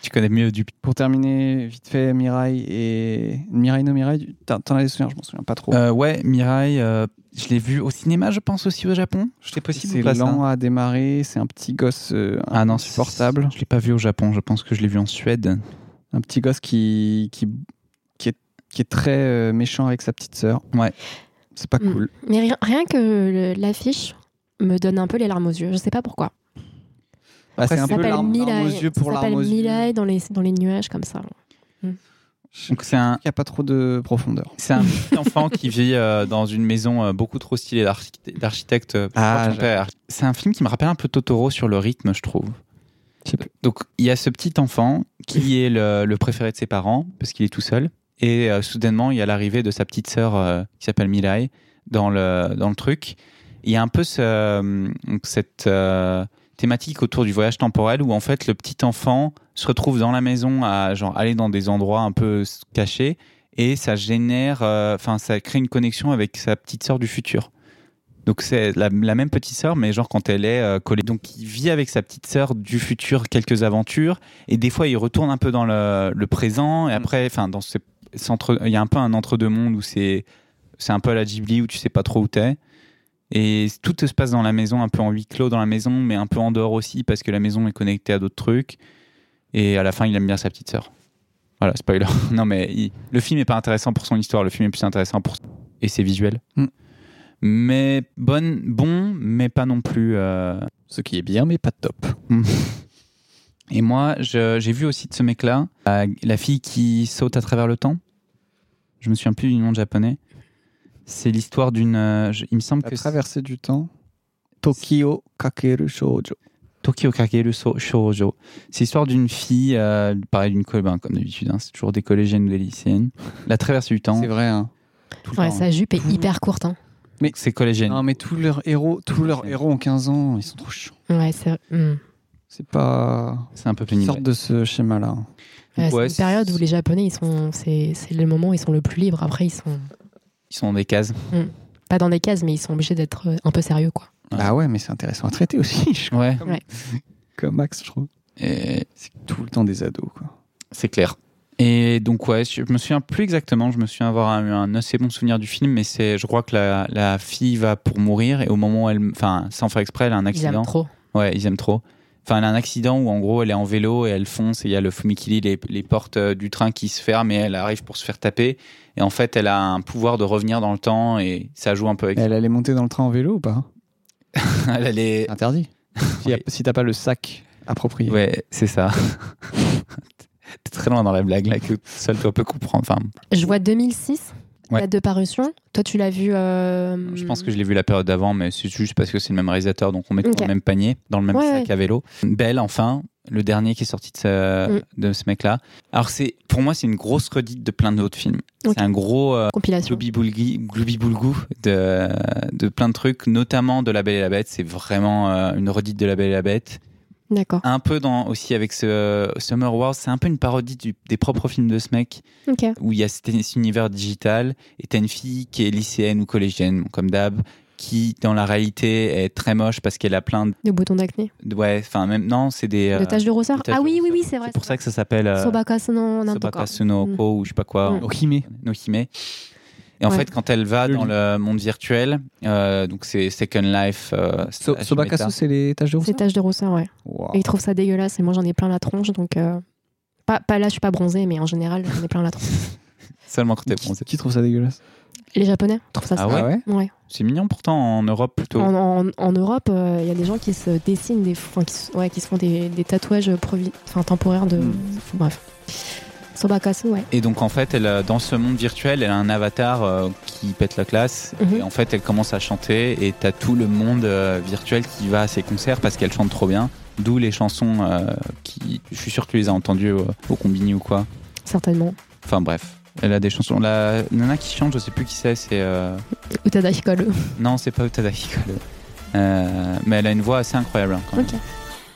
Speaker 1: tu connais mieux du
Speaker 2: Pour terminer, vite fait, Mirai et. Mirai no Mirai, t'en t'en as des souvenirs, je m'en souviens pas trop.
Speaker 1: Euh, ouais, Mirai, euh, je l'ai vu au cinéma, je pense aussi au Japon. C'est possible
Speaker 2: c'est
Speaker 1: ou pas ça
Speaker 2: lent à démarrer, c'est un petit gosse euh,
Speaker 1: Ah non, c'est-
Speaker 2: insupportable.
Speaker 1: Je l'ai pas vu au Japon, je pense que je l'ai vu en Suède.
Speaker 2: Un petit gosse qui, qui, qui, est, qui est très euh, méchant avec sa petite sœur.
Speaker 1: Ouais.
Speaker 2: C'est pas
Speaker 3: Mm.
Speaker 2: cool.
Speaker 3: Mais rien, rien que le- l'affiche, me donne un peu les larmes aux yeux. Je sais pas pourquoi.
Speaker 1: Bah, c'est
Speaker 3: Ça
Speaker 1: un peu
Speaker 3: s'appelle
Speaker 1: l'arme
Speaker 3: Mirai.
Speaker 1: aux yeux pour
Speaker 3: Ça
Speaker 1: l'arme aux
Speaker 3: s'appelle
Speaker 1: yeux.
Speaker 3: Mirai dans les, dans les nuages comme ça.
Speaker 1: Donc c'est un.
Speaker 2: Il n'y a pas trop de profondeur.
Speaker 1: C'est un petit enfant qui vit euh, dans une maison euh, beaucoup trop stylée d'archi- d'architecte euh, par
Speaker 2: Ah,
Speaker 1: son
Speaker 2: j'ai-
Speaker 1: père. C'est un film qui me rappelle un peu Totoro sur le rythme, je trouve. Donc il y a ce petit enfant qui est le, le préféré de ses parents parce qu'il est tout seul. Et euh, soudainement, il y a l'arrivée de sa petite sœur euh, qui s'appelle Mirai dans le, dans le truc. Il y a un peu ce, euh, donc cette euh, thématique autour du voyage temporel où en fait le petit enfant se retrouve dans la maison à genre, aller dans des endroits un peu s- cachés et ça génère, euh, enfin ça crée une connexion avec sa petite sœur du futur. Donc c'est la, la même petite sœur, mais genre quand elle est euh, collée. Donc il vit avec sa petite sœur du futur quelques aventures, et des fois il retourne un peu dans le, le présent, et après, enfin dans ce, c'est entre- il y a un peu un entre-deux mondes où c'est c'est un peu à la Ghibli où tu sais pas trop où t'es. Et tout se passe dans la maison, un peu en huis clos dans la maison, mais un peu en dehors aussi, parce que la maison est connectée à d'autres trucs. Et à la fin, il aime bien sa petite sœur. Voilà, spoiler. non, mais il- le film est pas intéressant pour son histoire, le film est plus intéressant pour. et ses visuels.
Speaker 2: Mm.
Speaker 1: Mais bonne, bon, mais pas non plus. euh.
Speaker 2: Ce qui est bien, mais pas top.
Speaker 1: Et moi, je- j'ai vu aussi de ce mec-là, euh, la fille qui saute à travers le temps. Je me souviens plus du nom de japonais. C'est l'histoire d'une. euh, je- il me semble
Speaker 2: La
Speaker 1: que. c'est-
Speaker 2: traversée du temps. Tokyo Kakeru Shoujo.
Speaker 1: Tokyo Kakeru So- Shoujo. C'est l'histoire d'une fille, euh, pareil, d'une co- ben, comme d'habitude, hein, c'est toujours des collégiennes ou des lycéennes. La traversée du temps. C'est
Speaker 2: vrai, hein.
Speaker 3: Ouais, sa jupe est hyper courte. hein.
Speaker 1: Mais c'est collégienne.
Speaker 2: Non, mais tous leurs héros, tous leurs héros ont 15 ans, ils sont trop chiants.
Speaker 3: Ouais, c'est hmm.
Speaker 2: C'est pas.
Speaker 1: C'est un peu pénible.
Speaker 2: Ils sortent de ce schéma-là.
Speaker 3: Ouais, c'est
Speaker 1: Ouais,
Speaker 3: une période où les Japonais, ils sont, c'est, c'est le moment où ils sont le plus libres. Après, ils sont
Speaker 1: Ils sont dans des cases.
Speaker 3: hmm, pas dans des cases, mais ils sont obligés d'être euh, un peu sérieux, quoi.
Speaker 2: Bah ouais, mais c'est intéressant à traiter aussi. je crois,
Speaker 1: Ouais.
Speaker 2: Comme,
Speaker 3: Ouais.
Speaker 2: comme Max, je trouve.
Speaker 1: Et
Speaker 2: c'est tout le temps des ados, quoi.
Speaker 1: C'est clair. Et donc, ouais, je je me souviens plus exactement. Je me souviens avoir eu un assez bon souvenir du film, mais c'est, je crois que la, la fille va pour mourir et au moment où elle, enfin, sans faire exprès, elle a un accident.
Speaker 3: aiment trop.
Speaker 1: Ouais, ils aiment trop. Enfin, elle a un accident où en gros, elle est en vélo et elle fonce et il y a le fumikili, les, les portes euh, du train qui se ferment et elle arrive pour se faire taper. Et en fait, elle a un pouvoir de revenir dans le temps et ça joue un peu avec.
Speaker 2: Elle allait monter dans le train en vélo ou pas
Speaker 1: elle allait.
Speaker 2: Interdit. Si y a- Si t'as pas le sac approprié.
Speaker 1: Ouais, c'est ça. T'es très loin dans la blague là que seul toi peux comprendre. Enfin,
Speaker 3: Je vois 2006,
Speaker 1: Ouais.
Speaker 3: date de parution. Toi, tu l'as vu. euh,
Speaker 1: Je pense que je l'ai vu la période d'avant, mais c'est juste parce que c'est le même réalisateur, donc on met tout dans
Speaker 3: Ok.
Speaker 1: le même panier, dans le même
Speaker 3: Ouais,
Speaker 1: sac
Speaker 3: ouais.
Speaker 1: à vélo. Belle, enfin, le dernier qui est sorti de ce,
Speaker 3: Mm.
Speaker 1: de ce mec-là. Alors, c'est, pour moi, c'est une grosse redite de plein d'autres films.
Speaker 3: Ok.
Speaker 1: C'est un gros euh,
Speaker 3: Compilation.
Speaker 1: gloubi-boulgui- gloubi-boulgou de, de plein de trucs, notamment de La Belle et la Bête. C'est vraiment euh, une redite de La Belle et la Bête.
Speaker 3: D'accord.
Speaker 1: Un peu dans, aussi avec ce euh, Summer Wars, c'est un peu une parodie du- des propres films de ce mec
Speaker 3: Ok.
Speaker 1: où il y a cet, cet univers digital et t'as une fille qui est lycéenne ou collégienne, bon, comme d'hab, qui dans la réalité est très moche parce qu'elle a plein de.
Speaker 3: De boutons d'acné.
Speaker 1: de- Ouais, enfin, même. Non, c'est des.
Speaker 3: de taches de rousseur.
Speaker 1: des taches
Speaker 3: ah
Speaker 1: Euh, de
Speaker 3: oui, oui, oui, c'est vrai.
Speaker 1: C'est pour ça que ça s'appelle. euh,
Speaker 3: Sobaka Sono
Speaker 1: Sobaka
Speaker 3: Nantoka.
Speaker 1: Sunoko ou je sais pas quoi.
Speaker 3: Mm.
Speaker 2: Nohime.
Speaker 1: Nohime. Et en
Speaker 3: Ouais.
Speaker 1: fait, quand elle va dans le monde virtuel, euh, donc c'est Second Life. euh,
Speaker 2: So-
Speaker 1: Ashimeta.
Speaker 2: Sobakasu, c'est les taches de rousse
Speaker 3: C'est taches de rousseur, ouais.
Speaker 2: Wow.
Speaker 3: Et ils trouvent ça dégueulasse. Et moi, j'en ai plein la tronche. Donc, euh, pas, pas là, je suis pas bronzée, mais en général, j'en ai plein la tronche.
Speaker 1: Seulement quand t'es bronzé.
Speaker 2: Qui trouve ça dégueulasse
Speaker 3: Les Japonais trouvent ça
Speaker 1: Ah
Speaker 3: sale.
Speaker 1: ouais C'est mignon pourtant en Europe plutôt.
Speaker 3: En, en- en Europe, euh, il y a des gens qui se dessinent, des, enfin, qui, se- ouais, qui se font des, des tatouages provi- enfin, temporaires de.
Speaker 1: Hmm.
Speaker 3: Bref. Sobakasu, ouais.
Speaker 1: Et donc en fait, elle, euh, dans ce monde virtuel, elle a un avatar euh, qui pète la classe.
Speaker 3: Mhm.
Speaker 1: Et en fait, elle commence à chanter et t'as tout le monde euh, virtuel qui va à ses concerts parce qu'elle chante trop bien. D'où les chansons euh, qui, je suis sûr que tu les as entendues euh, au combini ou quoi.
Speaker 3: Certainement.
Speaker 1: Enfin bref, elle a des chansons. La nana qui chante, je sais plus qui c'est. C'est euh,
Speaker 3: Utada Hikaru.
Speaker 1: non, c'est pas Utada Hikaru. Euh, mais elle a une voix assez incroyable. hein, quand même.
Speaker 3: Ok.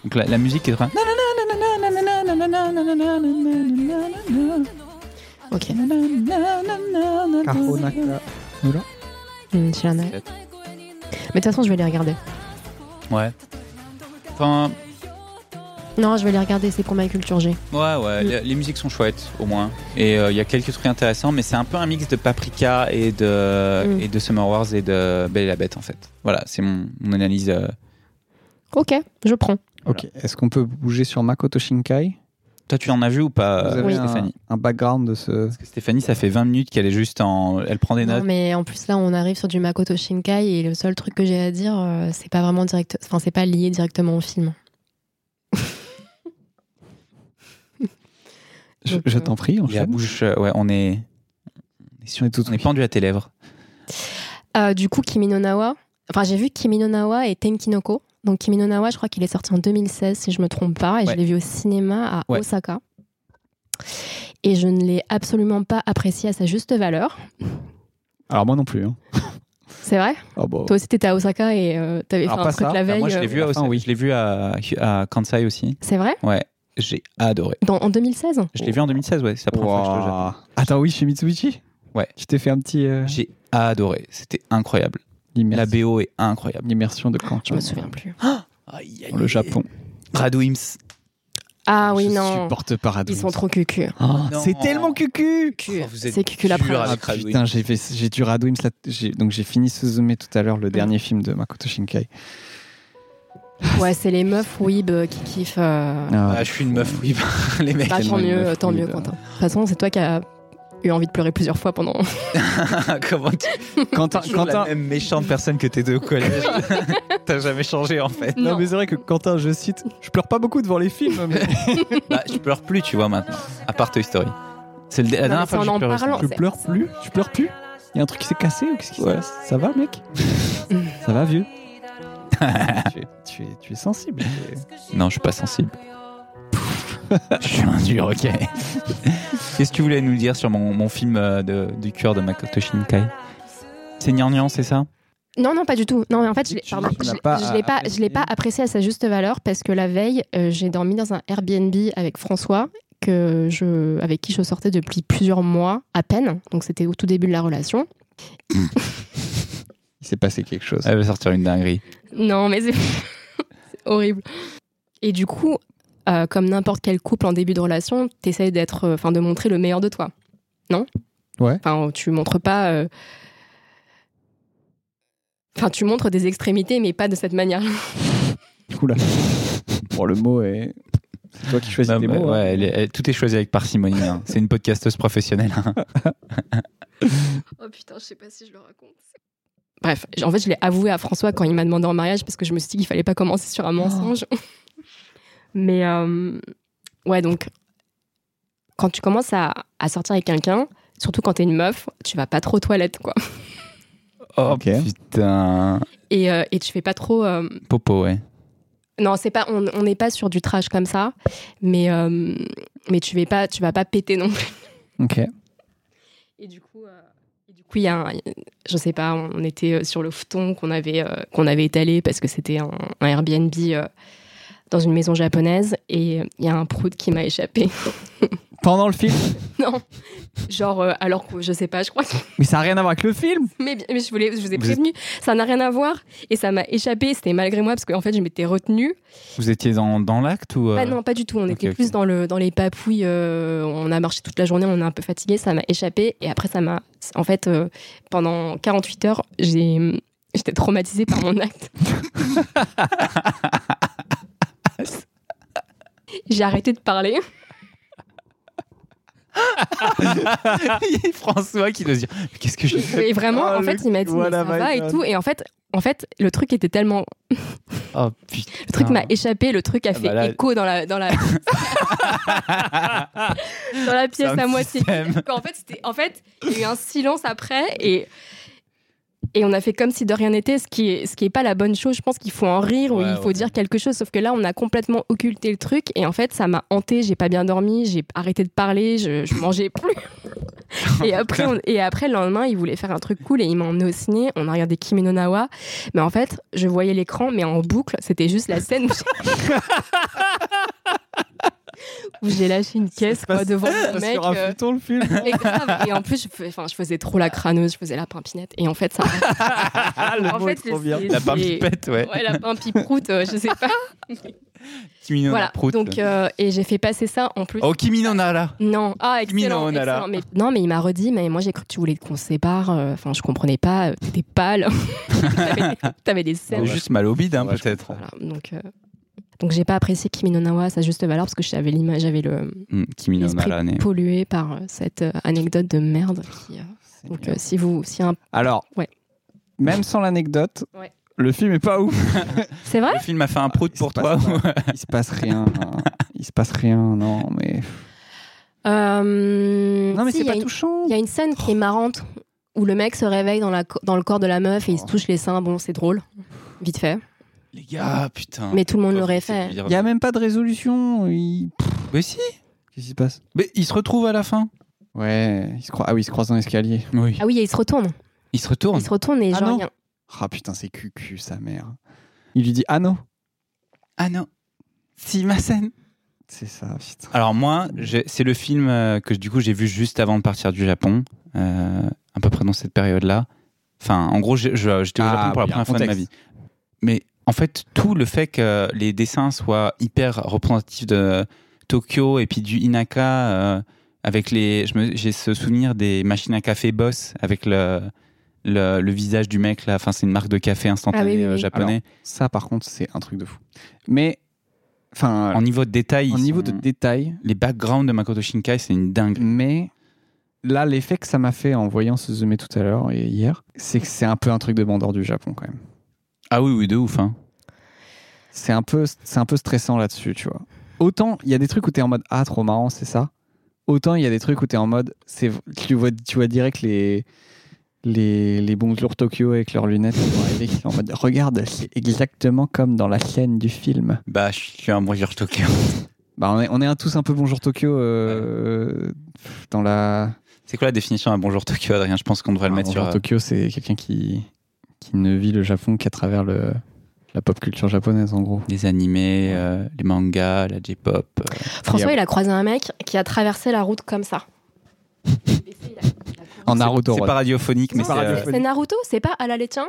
Speaker 1: Donc la, la musique est très.
Speaker 3: Ok.
Speaker 2: Kahonaka. Nura
Speaker 3: Hmm, je l'en ai. Mais de toute façon, je vais les regarder.
Speaker 1: Ouais. Enfin,
Speaker 3: Non, je vais les regarder, c'est pour ma culture G.
Speaker 1: Ouais, ouais, les, les musiques sont chouettes, au moins. Et euh, il y a quelques trucs intéressants, mais c'est un peu un mix de Paprika et de,
Speaker 3: Mm.
Speaker 1: et de Summer Wars et de Belle et la Bête, en fait. Voilà, c'est mon, mon analyse. euh.
Speaker 3: Ok, je prends.
Speaker 2: Ok. Est-ce qu'on peut bouger sur Makoto Shinkai
Speaker 1: Toi, tu en as vu ou pas,
Speaker 2: Vous avez
Speaker 1: euh,
Speaker 2: un-
Speaker 1: Stéphanie
Speaker 2: un, background de ce.
Speaker 1: Parce que Stéphanie, ça fait 20 minutes qu'elle est juste en. Elle prend des
Speaker 3: Non,
Speaker 1: notes.
Speaker 3: mais en plus là, on arrive sur du Makoto Shinkai et le seul truc que j'ai à dire, euh, c'est pas vraiment direct, enfin c'est pas lié directement au film.
Speaker 2: Je, je t'en prie,
Speaker 1: Et la
Speaker 2: enchaîne.
Speaker 1: bouche, euh, ouais, on est.
Speaker 2: On est tout.
Speaker 1: On est pendu à tes lèvres.
Speaker 3: Euh, du coup, Kimi no Nawa. Enfin, j'ai vu Kimi no Nawa et Tenkinoko. Donc Kimi no Nawa, je crois qu'il est sorti en 2016 si je me trompe pas, et
Speaker 1: Ouais.
Speaker 3: je l'ai vu au cinéma à
Speaker 1: Ouais.
Speaker 3: Osaka. Et je ne l'ai absolument pas apprécié à sa juste valeur.
Speaker 2: Alors moi non plus. hein.
Speaker 3: C'est vrai.
Speaker 2: Ah bah.
Speaker 3: Toi aussi, t'étais à Osaka et euh, t'avais fait
Speaker 1: Alors,
Speaker 3: un
Speaker 1: pas
Speaker 3: truc
Speaker 1: ça.
Speaker 3: la
Speaker 1: Ah,
Speaker 3: veille.
Speaker 1: moi, je
Speaker 3: euh,
Speaker 1: l'ai vu, à Osaka. Je l'ai vu à, à Kansai aussi.
Speaker 3: C'est vrai
Speaker 1: Ouais, j'ai adoré.
Speaker 3: Dans- en 2016
Speaker 1: Je l'ai vu en 2016, ouais, c'est la première fois que je le jette.
Speaker 2: Ouah. Attends, oui, chez Mitsubishi
Speaker 1: Ouais.
Speaker 2: Tu t'es fait un petit. euh,
Speaker 1: J'ai adoré, c'était incroyable. La
Speaker 2: l'immersion-
Speaker 1: BO est incroyable.
Speaker 2: L'immersion de quand
Speaker 3: Je me souviens plus.
Speaker 1: Aïe, aïe,
Speaker 2: Le
Speaker 1: aïe.
Speaker 2: Japon.
Speaker 1: Radouims.
Speaker 3: Ah oui,
Speaker 2: je
Speaker 3: non.
Speaker 2: supporte pas Radouims.
Speaker 3: Ils sont trop cucu.
Speaker 2: Ah,
Speaker 1: Non.
Speaker 2: c'est tellement cucu
Speaker 1: Oh, vous êtes
Speaker 3: C'est cucu la
Speaker 1: dur
Speaker 3: première.
Speaker 1: avec
Speaker 2: Ah,
Speaker 1: Radouims.
Speaker 2: putain, j'ai fait- j'ai du Radouims là. j'ai- Donc j'ai fini Suzume tout à l'heure, le dernier film de Makoto Shinkai.
Speaker 3: Ouais, c'est les meufs weeb euh, qui kiffent. euh,
Speaker 2: Ah,
Speaker 1: Ah, je suis une meuf, oui, bah, les mecs.
Speaker 3: bah,
Speaker 2: tellement
Speaker 3: tant
Speaker 2: une
Speaker 3: mieux,
Speaker 2: meuf
Speaker 3: tant mieux,
Speaker 2: weeb, hein.
Speaker 3: Quentin. De toute façon, c'est toi qui as eu envie de pleurer plusieurs fois pendant.
Speaker 1: Comment tu
Speaker 2: Quentin,
Speaker 1: toujours la
Speaker 2: Quentin,
Speaker 1: même méchante personne que t'étais au collège T'as jamais changé en fait.
Speaker 2: Non,
Speaker 3: Non.
Speaker 2: mais c'est vrai que Quentin, je cite, je pleure pas beaucoup devant les films, mais
Speaker 1: Bah, je pleure plus, tu vois, maintenant. À part Toy Story. C'est le- la
Speaker 3: Non, mais
Speaker 1: dernière
Speaker 3: c'est
Speaker 1: fois que
Speaker 3: en
Speaker 1: j'ai
Speaker 3: en
Speaker 1: pleuré.
Speaker 3: parlant.
Speaker 2: je
Speaker 3: c'est-
Speaker 2: pleure plus, je pleure plus. Il y a un truc qui s'est cassé ou qu'est-ce qui se
Speaker 1: Ouais.
Speaker 2: passe Ça va, mec Ça va, vieux tu, es, tu es- tu es sensible. tu es-
Speaker 1: Non, je suis pas sensible. je suis un dur, ok. Qu'est-ce que tu voulais nous dire sur mon, mon film euh, de- du cœur de Makoto Shinkai C'est gnangnan, c'est ça
Speaker 3: Non, non, pas du tout. Non, mais en fait, je l'ai
Speaker 2: Tu-
Speaker 3: pardon,
Speaker 2: tu
Speaker 3: je
Speaker 2: n'as
Speaker 3: l'ai-
Speaker 2: pas
Speaker 3: je l'ai pas, je l'ai pas apprécié à sa juste valeur parce que la veille, euh, j'ai dormi dans un Airbnb avec François que je, avec qui je sortais depuis plusieurs mois à peine. Donc c'était au tout début de la relation.
Speaker 2: Il s'est passé quelque chose.
Speaker 1: Elle va sortir une dinguerie.
Speaker 3: Non, mais c'est c'est horrible. Et du coup, euh, comme n'importe quel couple en début de relation, t'essayes d'être, euh, enfin, de montrer le meilleur de toi, non
Speaker 2: Ouais.
Speaker 3: Enfin, tu montres pas. euh, Enfin, tu montres des extrémités, mais pas de cette manière.
Speaker 2: Oula. Bon, le mot est. C'est toi qui choisis
Speaker 1: Non,
Speaker 2: tes
Speaker 1: mais
Speaker 2: mots.
Speaker 1: ouais,
Speaker 2: hein.
Speaker 1: elle est- elle- tout est choisi avec parcimonie. hein. C'est une podcasteuse professionnelle. hein.
Speaker 3: Oh putain, je sais pas si je le raconte. Bref, j- en fait, je l'ai avoué à François quand il m'a demandé en mariage parce que je me suis dit qu'il fallait pas commencer sur un mensonge. Mais euh, ouais, donc quand tu commences à, à sortir avec quelqu'un, surtout quand t'es une meuf, tu vas pas trop aux toilettes, quoi.
Speaker 1: Oh
Speaker 2: Ok.
Speaker 1: putain.
Speaker 3: Et, euh, et tu fais pas trop. euh,
Speaker 1: Popo, ouais.
Speaker 3: Non, c'est pas. On on n'est pas sur du trash comme ça, mais euh, mais tu vas pas, tu vas pas péter non plus.
Speaker 2: Ok.
Speaker 3: Et du coup, euh, et du coup, il y a, un- je sais pas, on était euh, sur le futon qu'on avait euh, qu'on avait étalé parce que c'était un, un Airbnb euh, dans une maison japonaise et euh, il y a un prout qui m'a échappé.
Speaker 2: Pendant le film
Speaker 3: non, genre euh, alors que je sais pas, je crois. que-
Speaker 2: Mais ça n'a rien à voir avec le film
Speaker 3: Mais, bien- mais je voulais, je vous ai prévenu, ça n'a rien à voir et ça m'a échappé. C'était malgré moi parce qu'en fait, je m'étais retenue.
Speaker 1: Vous étiez dans, dans l'acte ou. euh,
Speaker 3: Bah non, pas du tout. On
Speaker 1: ok,
Speaker 3: était
Speaker 1: ok.
Speaker 3: plus dans le dans les papouilles. euh, on a marché toute la journée, on est un peu fatigué, ça m'a échappé et après ça m'a. En fait, euh, pendant 48 heures, j'ai j'étais traumatisée par mon acte. j'ai arrêté de parler.
Speaker 1: Et François qui doit se dire Mais Qu'est-ce que j'ai fait
Speaker 3: Et vraiment,
Speaker 2: Ah,
Speaker 3: en fait,
Speaker 2: le-
Speaker 3: il m'a dit mais
Speaker 2: voilà,
Speaker 3: ça va
Speaker 2: Maïdan.
Speaker 3: et tout. Et en fait, en fait, le truc était tellement.
Speaker 1: Oh putain.
Speaker 3: Le truc m'a échappé. Le truc a
Speaker 1: bah
Speaker 3: fait
Speaker 1: là-
Speaker 3: écho dans la dans la dans la pièce
Speaker 1: C'est un
Speaker 3: à moitié.
Speaker 1: système.
Speaker 3: Qu'en fait, c'était, en fait, il y a eu un silence après et et on a fait comme si de rien n'était, ce qui est, ce qui est pas la bonne chose. Je pense qu'il faut en rire ou
Speaker 1: Ouais,
Speaker 3: il faut
Speaker 1: ouais.
Speaker 3: dire quelque chose. Sauf que là, on a complètement occulté le truc et en fait, ça m'a hanté. J'ai pas bien dormi, j'ai arrêté de parler, je, je mangeais plus. et après, on- et après le lendemain, il voulait faire un truc cool et il m'a emmené au ciné. On a regardé Kimi no Na wa. mais en fait, je voyais l'écran, mais en boucle. C'était juste la scène où j'ai, où j'ai lâché une caisse quoi, devant mon mec.
Speaker 2: sur un
Speaker 3: euh,
Speaker 2: futon, le film.
Speaker 3: mais grave. Et en plus, je, fais- enfin, je faisais trop la craneuse, je faisais la pimpinette. Et en fait, ça.
Speaker 2: le
Speaker 3: en
Speaker 2: mot
Speaker 3: fait,
Speaker 2: est Ah, trop
Speaker 3: c'est-
Speaker 2: bien.
Speaker 3: c'est-
Speaker 1: La barbe qui pète, ouais.
Speaker 3: Ouais, la pimpiproute, euh, je sais pas.
Speaker 1: Kimino
Speaker 3: voilà.
Speaker 1: na prout.
Speaker 3: Donc, euh, et j'ai fait passer ça en plus.
Speaker 1: Oh, Kimino na là.
Speaker 3: Non, ah, excellent.
Speaker 1: Mignon, on a là.
Speaker 3: excellent. Mais, non, mais il m'a redit, mais moi j'ai cru que tu voulais qu'on se sépare. euh, Enfin, je comprenais pas, euh, t'étais pâle. t'avais, des- t'avais des
Speaker 1: Elle a
Speaker 3: scènes.
Speaker 1: juste mal au bide, hein,
Speaker 2: Ouais, je
Speaker 1: peut-être.
Speaker 3: Voilà, donc, euh, Donc j'ai pas apprécié Kimi no Na wa à sa juste valeur parce que j'avais l'image, j'avais le
Speaker 1: Mm, Kimi no
Speaker 3: l'esprit
Speaker 1: Na wa, né.
Speaker 3: pollué par euh, cette euh, anecdote de merde. qui, euh, donc euh, si vous, si un,
Speaker 2: Alors,
Speaker 3: ouais,
Speaker 2: même sans l'anecdote,
Speaker 3: Ouais.
Speaker 2: le film est pas ouf.
Speaker 3: c'est vrai.
Speaker 1: Le film a fait un prout pour toi.
Speaker 2: passe
Speaker 1: ou-
Speaker 2: Ah, Il se passe rien. hein. Il se passe rien, non, mais.
Speaker 3: Euh,
Speaker 2: Non, mais
Speaker 3: si,
Speaker 2: c'est
Speaker 3: il y a
Speaker 2: pas
Speaker 3: une-
Speaker 2: touchant.
Speaker 3: Il y a une scène qui est marrante où le mec se réveille dans, la, co- dans le corps de la meuf et il se touche les seins. Bon, c'est drôle, vite fait.
Speaker 1: Les gars,
Speaker 2: Ah.
Speaker 1: putain.
Speaker 3: Mais tout le monde
Speaker 1: Pauvre,
Speaker 3: l'aurait
Speaker 1: c'est
Speaker 3: fait.
Speaker 1: dire-
Speaker 2: Il y a même pas de résolution. il-
Speaker 1: Mais si.
Speaker 2: Qu'est-ce qui se passe
Speaker 1: Mais ils se retrouvent à la fin.
Speaker 2: Ouais, il se croise... ah oui, il se croise dans l'escalier.
Speaker 1: Oui.
Speaker 3: Ah oui, et il se retourne.
Speaker 1: Ils se retournent.
Speaker 3: Il se retourne et
Speaker 2: Ah
Speaker 3: genre.
Speaker 2: non.
Speaker 3: il y a-
Speaker 2: Ah putain, c'est cucu, sa mère. Il lui dit Ah non
Speaker 1: Ah non. Si ma scène.
Speaker 2: C'est ça, putain.
Speaker 1: Alors moi, j'ai- c'est le film euh, que du coup j'ai vu juste avant de partir du Japon, euh, à peu près dans cette période-là. Enfin, en gros, j'ai- je- j'étais au
Speaker 2: Ah
Speaker 1: Japon pour la
Speaker 2: oui, un
Speaker 1: première fois de ma vie.
Speaker 2: contexte.
Speaker 1: Mais en fait, tout le fait que les dessins soient hyper représentatifs de Tokyo et puis du Inaka, euh, avec les, je me- j'ai ce souvenir des machines à café Boss avec le le, le visage du mec là. Enfin, c'est une marque de café instantané
Speaker 3: Ah oui, oui,
Speaker 1: euh,
Speaker 3: oui.
Speaker 1: japonais.
Speaker 2: Ça, par contre, c'est un truc de fou. Mais, enfin,
Speaker 1: en niveau de détail,
Speaker 2: en
Speaker 1: ils
Speaker 2: niveau de
Speaker 1: sont-
Speaker 2: détail,
Speaker 1: les backgrounds de Makoto Shinkai, c'est une dingue.
Speaker 2: mais là, l'effet que ça m'a fait en voyant ce Zume tout à l'heure et hier, c'est que c'est un peu un truc de bandeur du Japon quand même.
Speaker 1: Ah oui, oui, de ouf. Hein.
Speaker 2: C'est un peu, c'est un peu stressant là-dessus, tu vois. Autant il y a des trucs où t'es en mode ah trop marrant, c'est ça. Autant il y a des trucs où t'es en mode c'est, tu vois, tu vois direct les les les bonjours Tokyo avec leurs lunettes qui vont arriver, qui sont en mode regarde, c'est exactement comme dans la scène du film.
Speaker 1: Bah, je suis un voyageur Tokyo.
Speaker 2: Bah, on est, on est un tous un peu Bonjour Tokyo euh, dans la.
Speaker 1: C'est quoi la définition d'un bonjour Tokyo, Adrien Je pense qu'on devrait le
Speaker 2: Ah,
Speaker 1: mettre
Speaker 2: Bonjour
Speaker 1: sur. euh,
Speaker 2: Tokyo, c'est quelqu'un qui, qui ne vit le Japon qu'à travers le, la pop culture japonaise, en gros.
Speaker 1: Les animés, euh, les mangas, la J-pop. euh.
Speaker 3: François,
Speaker 2: Et-
Speaker 3: il a croisé un mec qui a traversé la route comme ça.
Speaker 2: En Naruto.
Speaker 1: C'est
Speaker 2: Rod.
Speaker 1: pas radiophonique, mais
Speaker 3: Non,
Speaker 1: c'est. euh,
Speaker 2: radiophonique.
Speaker 3: C'est Naruto, c'est pas Alale Tien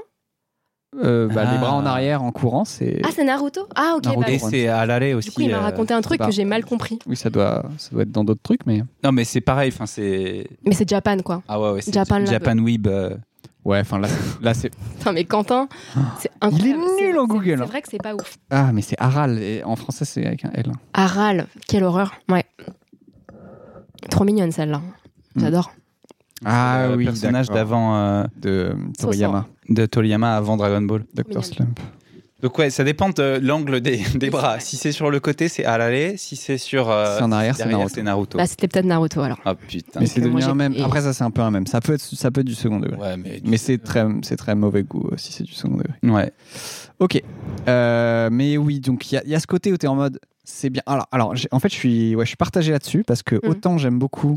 Speaker 2: Euh, bah, Les
Speaker 1: Ah.
Speaker 2: bras en arrière en courant, c'est.
Speaker 3: Ah, c'est Naruto Ah, ok,
Speaker 2: Naruto.
Speaker 3: bah,
Speaker 1: Et c'est à l'aller aussi.
Speaker 3: du coup, il m'a
Speaker 1: euh,
Speaker 3: raconté un truc
Speaker 2: pas-
Speaker 3: que j'ai mal compris.
Speaker 2: Oui, ça doit, ça doit être dans d'autres trucs, mais.
Speaker 1: Non, mais c'est pareil. Enfin, c'est.
Speaker 3: Mais c'est Japan, quoi.
Speaker 1: Ah ouais, ouais c'est
Speaker 3: Japan
Speaker 1: Japan,
Speaker 3: Lab.
Speaker 1: Weeb. euh.
Speaker 2: Ouais, enfin là, c'est- là c'est.
Speaker 3: Putain, mais Quentin, c'est incroyable.
Speaker 2: Ah. Il est nul
Speaker 3: C'est-
Speaker 2: en
Speaker 3: c'est-
Speaker 2: Google. hein.
Speaker 3: C'est vrai que c'est pas ouf.
Speaker 2: Ah, mais c'est Aral. Et en français, c'est avec un L. hein.
Speaker 3: Aral, quelle horreur. Ouais. Trop mignonne celle-là.
Speaker 1: Mm.
Speaker 3: J'adore.
Speaker 2: Ah
Speaker 1: le
Speaker 2: oui,
Speaker 1: euh, personnage
Speaker 2: d'accord.
Speaker 1: d'avant euh,
Speaker 2: de Toriyama,
Speaker 1: de Toriyama avant Dragon Ball.
Speaker 2: Dr.
Speaker 3: Mignon.
Speaker 2: Slump.
Speaker 1: Donc ouais, ça dépend de l'angle des, des bras. Si c'est sur le côté, c'est à l'aller. Si c'est sur euh,
Speaker 2: Si en arrière, c'est
Speaker 1: derrière,
Speaker 2: Naruto.
Speaker 1: c'est Naruto.
Speaker 3: Bah, c'était peut-être Naruto alors.
Speaker 1: Ah putain.
Speaker 2: Mais c'est
Speaker 3: que moi,
Speaker 2: devenu un
Speaker 3: j'ai-
Speaker 2: même.
Speaker 3: et-
Speaker 2: Après, ça, c'est un peu un même. Ça peut être, ça peut être du second degré.
Speaker 1: Ouais, mais.
Speaker 2: Mais c'est très, c'est très mauvais goût euh, si c'est du second degré.
Speaker 1: Ouais.
Speaker 2: Ok. Euh, mais oui, donc il y, a- il y a ce côté où tu es en mode c'est bien. Alors, alors j'ai- en fait, je suis, ouais, je suis partagé là-dessus parce que
Speaker 3: Mhm.
Speaker 2: autant j'aime beaucoup,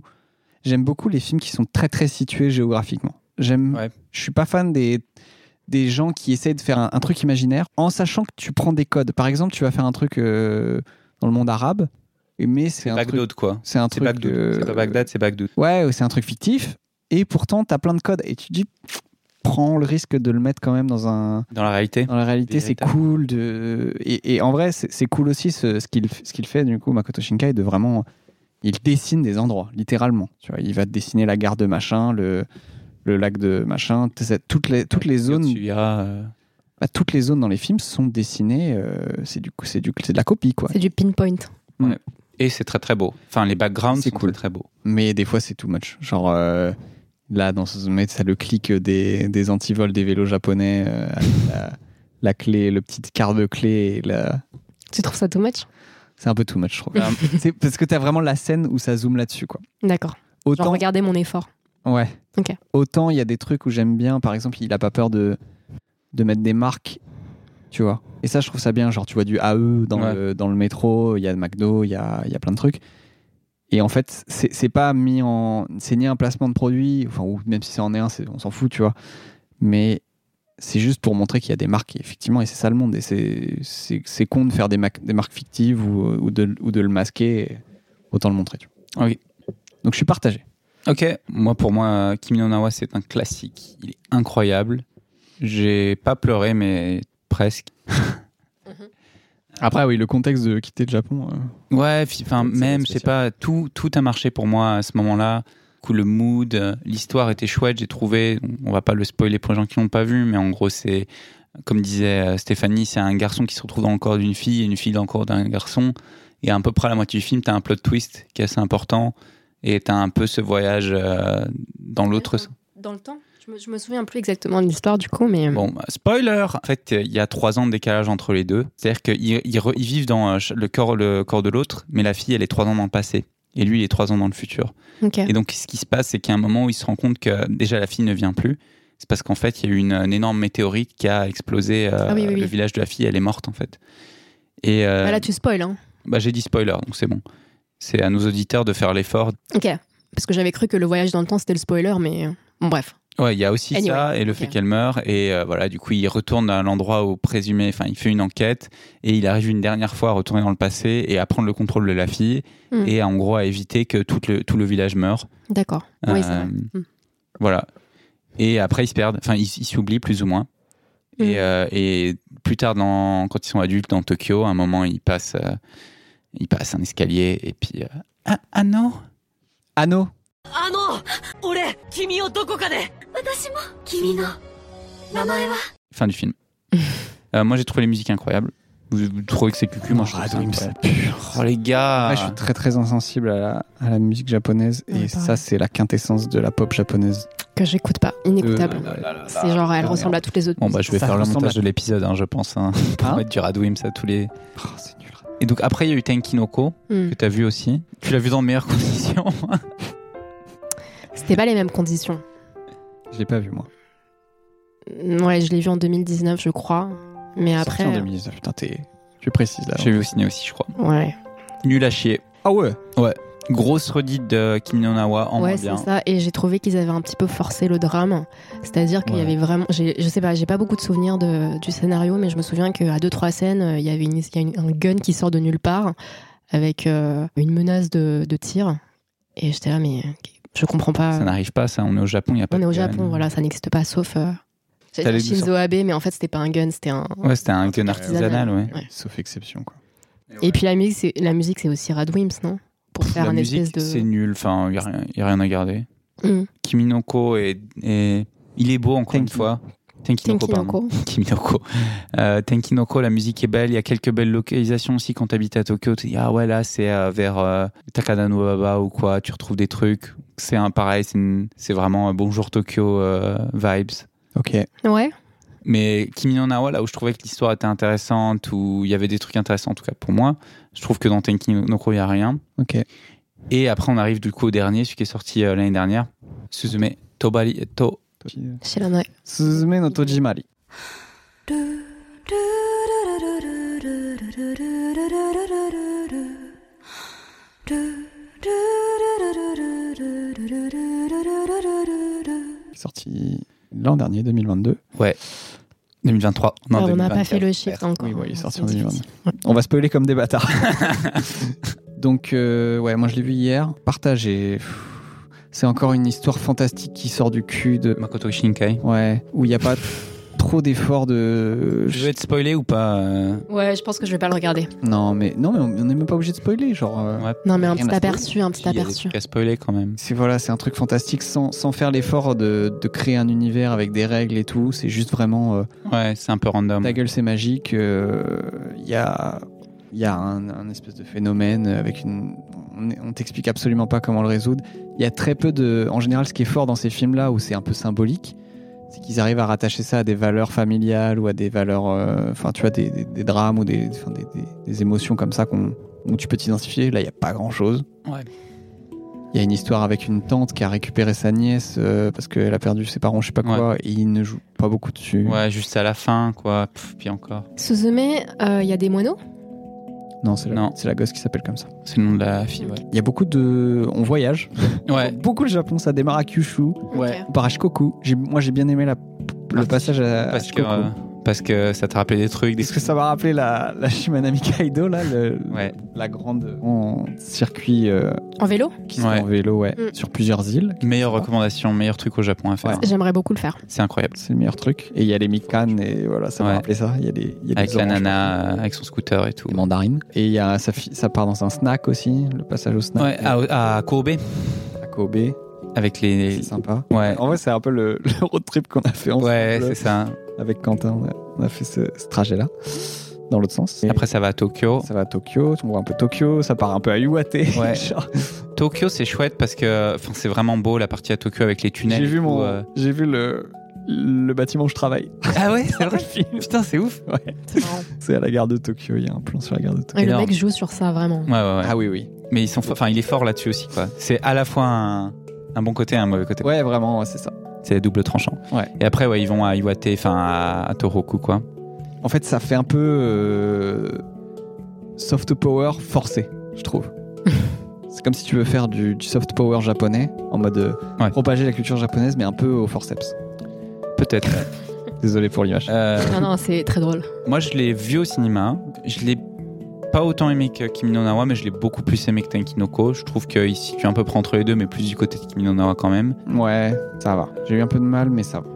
Speaker 2: j'aime beaucoup les films qui sont très très situés géographiquement. J'aime.
Speaker 1: Ouais.
Speaker 2: Je suis pas fan des des gens qui essayent de faire un, un truc imaginaire en sachant que tu prends des codes. Par exemple, tu vas faire un truc euh, dans le monde arabe, mais c'est un truc.
Speaker 1: Bagdad, quoi.
Speaker 2: C'est un
Speaker 1: C'est
Speaker 2: truc.
Speaker 1: Bagdad.
Speaker 2: euh,
Speaker 1: C'est pas Bagdad, c'est Bagdad.
Speaker 2: Ouais, ou c'est un truc fictif. Et pourtant, t'as plein de codes. Et tu te dis, prends le risque de le mettre quand même dans un.
Speaker 1: Dans la réalité.
Speaker 2: Dans la réalité, c'est
Speaker 1: Véritable.
Speaker 2: cool. De... Et, et en vrai, c'est c'est cool aussi ce, ce qu'il ce qu'il fait, du coup, Makoto Shinkai, de vraiment. Il dessine des endroits, littéralement. Tu vois, il va dessiner la gare de machin, le, le lac de machin. t'sais, c'est- Toutes les, toutes les zones
Speaker 1: Yotsuya, euh,
Speaker 2: bah, toutes les zones dans les films sont dessinées. euh, c'est du coup, c'est du- c'est de la copie, quoi.
Speaker 3: C'est du pinpoint.
Speaker 1: Et c'est très très beau. Enfin, les backgrounds,
Speaker 2: C'est
Speaker 1: c'est
Speaker 2: cool.
Speaker 1: cool. très beau.
Speaker 2: Mais des fois, c'est too much. Genre, euh, là, dans ce sommet, ça le clic des, des antivols des vélos japonais, euh, avec la, la clé, le petit quart de clé. et la-
Speaker 3: Tu trouves ça too much
Speaker 2: C'est un peu too much, je trouve.
Speaker 1: Bah,
Speaker 2: C'est parce que t'as vraiment la scène où ça zoome là-dessus, quoi.
Speaker 3: D'accord.
Speaker 2: Autant,
Speaker 3: Genre, regardez mon effort.
Speaker 2: ouais.
Speaker 3: Ok.
Speaker 2: Autant il y a des trucs où j'aime bien, par exemple, il a pas peur de, de mettre des marques, tu vois. Et ça, je trouve ça bien. Genre, tu vois du AE dans,
Speaker 1: Ouais.
Speaker 2: le, dans le métro, il y a le McDo, il y a, il y a plein de trucs. Et en fait, c'est c'est pas mis en. C'est ni un placement de produit, enfin, ou même si ça en est un, c'est- on s'en fout, tu vois. Mais c'est juste pour montrer qu'il y a des marques, et effectivement, et c'est ça le monde. Et c'est- c'est c'est con de faire des, mac- des marques fictives ou, ou de, ou de le masquer, autant le montrer, tu vois.
Speaker 1: Ah oui.
Speaker 2: Donc je suis partagé.
Speaker 1: Ok, moi pour moi, Kimi no Na wa, c'est un classique. Il est incroyable. J'ai pas pleuré, mais presque.
Speaker 2: Après, oui, le contexte de quitter le Japon. euh,
Speaker 1: Ouais, puis, enfin
Speaker 2: C'est
Speaker 1: même, je
Speaker 2: spécial.
Speaker 1: sais pas, tout tout a marché pour moi à ce moment-là. Du coup, le mood, euh, l'histoire était chouette. J'ai trouvé, on va pas le spoiler pour les gens qui l'ont pas vu, mais en gros c'est comme disait euh, Stéphanie, c'est un garçon qui se retrouve dans le corps d'une fille et une fille dans le corps d'un garçon. Et à peu près à la moitié du film, tu as un plot twist qui est assez important et tu as un peu ce voyage euh, dans l'autre sens.
Speaker 3: Dans le temps je me, je me souviens plus exactement de l'histoire du coup, mais.
Speaker 1: Bon, bah, spoiler En fait, euh, il y a trois ans de décalage entre les deux. C'est-à-dire qu'ils ils re- ils vivent dans euh, ch- le corps, le corps de l'autre, mais la fille, elle est trois ans dans le passé. Et lui, il est trois ans dans le futur.
Speaker 3: Ok.
Speaker 1: Et euh, donc, ce qui se passe, c'est qu'il y a un moment où il se rend compte que déjà la fille ne vient plus. C'est parce qu'en fait, il y a eu une, une énorme météorite qui a explosé euh,
Speaker 3: Ah oui, oui, oui.
Speaker 1: le village de la fille. Elle est morte, en fait. Et euh,
Speaker 3: Bah là, tu spoil, hein.
Speaker 1: bah, j'ai dit spoiler, donc c'est bon. C'est à nos auditeurs de faire l'effort.
Speaker 3: Ok. Parce que j'avais cru que le voyage dans le temps c'était le spoiler, mais bon, bref.
Speaker 1: Ouais, il y a aussi
Speaker 3: Anyway,
Speaker 1: ça et le fait
Speaker 3: ok.
Speaker 1: qu'elle meurt. Et euh, voilà, du coup, il retourne à l'endroit où présumé, enfin, il fait une enquête et il arrive une dernière fois à retourner dans le passé et à prendre le contrôle de la fille
Speaker 3: Hmm.
Speaker 1: et en gros à éviter que tout le, tout le village meure.
Speaker 3: D'accord. Oui, c'est
Speaker 1: Euh,
Speaker 3: vrai. Mm.
Speaker 1: Voilà. Et après, ils se perdent. Enfin, ils ils s'oublient plus ou moins.
Speaker 3: Hmm.
Speaker 1: Et, euh, et plus tard, dans, quand ils sont adultes dans Tokyo, à un moment, ils passent, euh, ils passent un escalier. Et puis. euh, Ah, ah non Ah non
Speaker 4: あの俺君をどこかで私も君の名前は
Speaker 1: Fin du film. Euh, moi, j'ai trouvé les musiques incroyables. Vous, vous trouvez que c'est cucu Moi, je trouve ça incroyable. Ah, Oh, les gars
Speaker 2: Ouais, je suis très très insensible à la, à la musique japonaise
Speaker 3: Ouais,
Speaker 2: et ça
Speaker 3: pareil.
Speaker 2: c'est la quintessence de la pop japonaise.
Speaker 3: Que j'écoute pas. Inécoutable.
Speaker 2: Euh,
Speaker 3: c'est genre, elle
Speaker 2: là,
Speaker 3: ressemble à toutes les autres.
Speaker 1: Bon, bah, je vais
Speaker 2: Ça
Speaker 1: faire le
Speaker 2: ressemble
Speaker 1: montage
Speaker 2: à-
Speaker 1: de l'épisode, hein, je pense. hein, pour
Speaker 2: Hein
Speaker 1: mettre du Radwimps à tous les.
Speaker 2: Ah,
Speaker 1: Et donc, après, il y a eu Tenkinoko,
Speaker 3: Hmm.
Speaker 1: que t'as vu aussi. Tu l'as vu dans de meilleures conditions.
Speaker 3: C'était pas les mêmes conditions.
Speaker 2: Je l'ai pas vu moi.
Speaker 3: Ouais, je l'ai vu en 2019, je crois. Mais
Speaker 2: Sorti
Speaker 3: après. euh,
Speaker 2: en 2019. Putain, t'es. Tu précises là.
Speaker 1: J'ai vu au ciné aussi, je crois.
Speaker 3: Ouais,
Speaker 1: Nul à chier.
Speaker 2: Ah ouais
Speaker 1: Ouais. Grosse redite de Kimi no Nawa en moins
Speaker 3: ouais c'est
Speaker 1: bien.
Speaker 3: ça. Et j'ai trouvé qu'ils avaient un petit peu forcé le drame. C'est-à-dire qu'il y
Speaker 1: Ouais.
Speaker 3: avait vraiment. j'ai- Je sais pas, j'ai pas beaucoup de souvenirs de- du scénario, mais je me souviens qu'à deux, trois scènes, euh, il y avait une, il y a une- un gun qui sort de nulle part avec euh, une menace de, de tir. Et j'étais là, mais je comprends pas.
Speaker 1: Ça n'arrive pas, ça. On est au Japon, il n'y a pas
Speaker 3: On est
Speaker 1: de
Speaker 3: au
Speaker 1: gun.
Speaker 3: Japon, voilà, ça n'existe pas sauf. euh, j'allais
Speaker 1: T'allais
Speaker 3: dire
Speaker 1: dire
Speaker 3: Shinzo Abe, mais en fait, c'était pas un gun, c'était un.
Speaker 1: Ouais, c'était un gun
Speaker 3: artisanal,
Speaker 1: artisanal, ouais.
Speaker 2: Sauf exception quoi.
Speaker 3: Et puis la musique, c'est la musique, c'est aussi Radwimps, non Pour faire
Speaker 1: La
Speaker 3: un espèce
Speaker 1: musique,
Speaker 3: de.
Speaker 1: c'est nul. Enfin, il n'y a, rien- y a rien à garder.
Speaker 3: Mm.
Speaker 1: Kiminoko est, est- Il est beau, encore une fois. Tenkinoko, pardon. Kiminoko. Euh, Tenkinoko, la musique est belle. Il y a quelques belles localisations aussi quand tu habites à Tokyo. Tu dis, ah ouais, là, c'est euh, vers euh, Takada no Baba ou quoi. Tu retrouves des trucs. C'est un pareil. C'est une- c'est vraiment un Bonjour Tokyo euh, vibes.
Speaker 2: Ok.
Speaker 3: Ouais.
Speaker 1: Mais Kimi no Nawa, là où je trouvais que l'histoire était intéressante, où il y avait des trucs intéressants, en tout cas pour moi, je trouve que dans Tenki no Ko, il n'y a rien.
Speaker 2: Ok.
Speaker 1: Et après, on arrive du coup au dernier, celui qui est sorti euh, l'année dernière, Suzume Tobari, euh, to,
Speaker 3: Shiranai.
Speaker 2: euh, Suzume no Tojimari. Sorti l'an dernier, 2022.
Speaker 1: Ouais. 2023. Non,
Speaker 3: Ah, on n'a
Speaker 1: 2024.
Speaker 3: pas fait le chiffre encore.
Speaker 2: Oui, oui, il est sorti
Speaker 3: C'est
Speaker 2: en 2022.
Speaker 3: difficile.
Speaker 2: On va spoiler comme des bâtards. Donc, euh, ouais, moi je l'ai vu hier. Partagé. Pff, C'est encore une histoire fantastique qui sort du cul de.
Speaker 1: Makoto Shinkai.
Speaker 2: Ouais, où il n'y a pas trop d'efforts de.
Speaker 1: Je vais être spoilé ou pas euh
Speaker 3: Ouais, je pense que je vais pas le regarder.
Speaker 2: Non, mais, non, mais on on n'est même pas obligé de spoiler. Genre. euh,
Speaker 1: Ouais.
Speaker 3: Non, mais un
Speaker 2: Rien
Speaker 3: petit
Speaker 2: à spoiler.
Speaker 3: aperçu, un petit
Speaker 1: Il y a des
Speaker 3: aperçu.
Speaker 1: trucs à spoiler quand même.
Speaker 2: C'est voilà, c'est un truc fantastique sans, sans faire l'effort de, de créer un univers avec des règles et tout. C'est juste vraiment euh,
Speaker 1: Ouais, c'est un peu random.
Speaker 2: ta gueule, c'est magique. Il y a, y a un, un espèce de phénomène avec une. On est- on t'explique absolument pas comment le résoudre. Il y a très peu de. En général, ce qui est fort dans ces films-là où c'est un peu symbolique, c'est qu'ils arrivent à rattacher ça à des valeurs familiales ou à des valeurs. euh, Enfin, tu vois, des, des- des drames ou des, enfin, des, des- des émotions comme ça qu'on, où tu peux t'identifier. Là, il n'y a pas grand-chose.
Speaker 1: Ouais.
Speaker 2: Il y a une histoire avec une tante qui a récupéré sa nièce euh, parce qu'elle a perdu ses parents, je sais pas quoi, et il ne joue pas beaucoup dessus.
Speaker 1: Ouais, juste à la fin, quoi. Pff, puis encore.
Speaker 3: Suzume, euh, il y a des moineaux
Speaker 2: Non, c'est la,
Speaker 1: Non.
Speaker 2: c'est la gosse qui s'appelle comme ça.
Speaker 1: C'est le nom de la fille, ouais.
Speaker 2: Il y a beaucoup de. On voyage.
Speaker 1: Ouais.
Speaker 2: Beaucoup le Japon, ça démarre à Kyushu.
Speaker 1: Ouais.
Speaker 2: On part à Shikoku. J'ai- Moi, j'ai bien aimé la, le passage à, à
Speaker 1: Ah, Parce que,
Speaker 2: Shikoku.
Speaker 1: euh, parce que ça t'a rappelé des trucs, des
Speaker 2: Parce que ça m'a rappelé la, la Shimanami Kaido, là, le-
Speaker 1: Ouais.
Speaker 2: la grande en circuit euh,
Speaker 3: En vélo
Speaker 2: qui se fait
Speaker 1: Ouais.
Speaker 2: en vélo, ouais,
Speaker 3: Mm.
Speaker 2: sur plusieurs îles.
Speaker 1: Meilleure recommandation, meilleur truc au Japon à faire.
Speaker 2: Ouais.
Speaker 3: J'aimerais beaucoup le faire.
Speaker 1: C'est incroyable.
Speaker 2: C'est le meilleur truc. Et il y a les Mikan, et voilà, ça m'a
Speaker 1: Ouais.
Speaker 2: rappelé ça. Il y a des, il y a des
Speaker 1: Avec la
Speaker 2: oranges
Speaker 1: nana, euh, avec son scooter et tout.
Speaker 2: les mandarines. Et il y a, ça, fi- ça part dans un snack aussi, le passage au snack
Speaker 1: Ouais, ah. à, à Kobe,
Speaker 2: à Kobe.
Speaker 1: avec
Speaker 2: C'est
Speaker 1: les.
Speaker 2: sympa.
Speaker 1: Ouais,
Speaker 2: En vrai, c'est un peu le, le road trip qu'on a fait ensemble.
Speaker 1: ouais
Speaker 2: euh,
Speaker 1: c'est ça.
Speaker 2: avec Quentin. On a, on a fait ce, ce trajet-là, dans l'autre sens.
Speaker 1: Après, ça va à Tokyo.
Speaker 2: Ça va à Tokyo, on voit un peu Tokyo, ça part un peu à Iwate.
Speaker 1: Ouais.
Speaker 2: genre.
Speaker 1: Tokyo, c'est chouette parce que enfin, c'est vraiment beau la partie à Tokyo avec les tunnels.
Speaker 2: J'ai
Speaker 1: et
Speaker 2: vu,
Speaker 1: tout,
Speaker 2: mon,
Speaker 1: euh.
Speaker 2: j'ai vu le, le bâtiment où je travaille.
Speaker 1: Ah ouais, c'est vrai. Putain, c'est ouf.
Speaker 2: Ouais.
Speaker 3: C'est marrant.
Speaker 2: C'est à la gare de Tokyo, il y a un plan sur la gare de Tokyo.
Speaker 3: Et le mec joue sur ça vraiment.
Speaker 1: Ah
Speaker 2: oui, oui.
Speaker 1: Mais ils sont, fo- enfin, il est fort là-dessus aussi, quoi. C'est à la fois un, un bon côté et un mauvais côté.
Speaker 2: Ouais, vraiment, ouais, c'est ça.
Speaker 1: C'est double tranchant.
Speaker 2: Ouais.
Speaker 1: Et après, ouais, ils vont à Iwate, enfin à, à Tohoku, quoi.
Speaker 2: En fait, ça fait un peu euh, soft power forcé, je trouve. c'est comme si tu veux faire du, du soft power japonais, en mode euh,
Speaker 1: Ouais.
Speaker 2: propager la culture japonaise, mais un peu au forceps.
Speaker 1: Peut-être.
Speaker 2: Désolé pour l'image.
Speaker 1: Euh,
Speaker 3: Non, non, c'est très drôle.
Speaker 1: moi, je l'ai vu au cinéma. Je l'ai pas autant aimé que Kimi no Nawa, mais je l'ai beaucoup plus aimé que Tenkinoko. Je trouve qu'il se situe un peu près entre les deux, mais plus du côté de Kimi no Nawa quand même.
Speaker 2: Euh, Ouais, ça va. J'ai eu un peu de mal, mais ça va.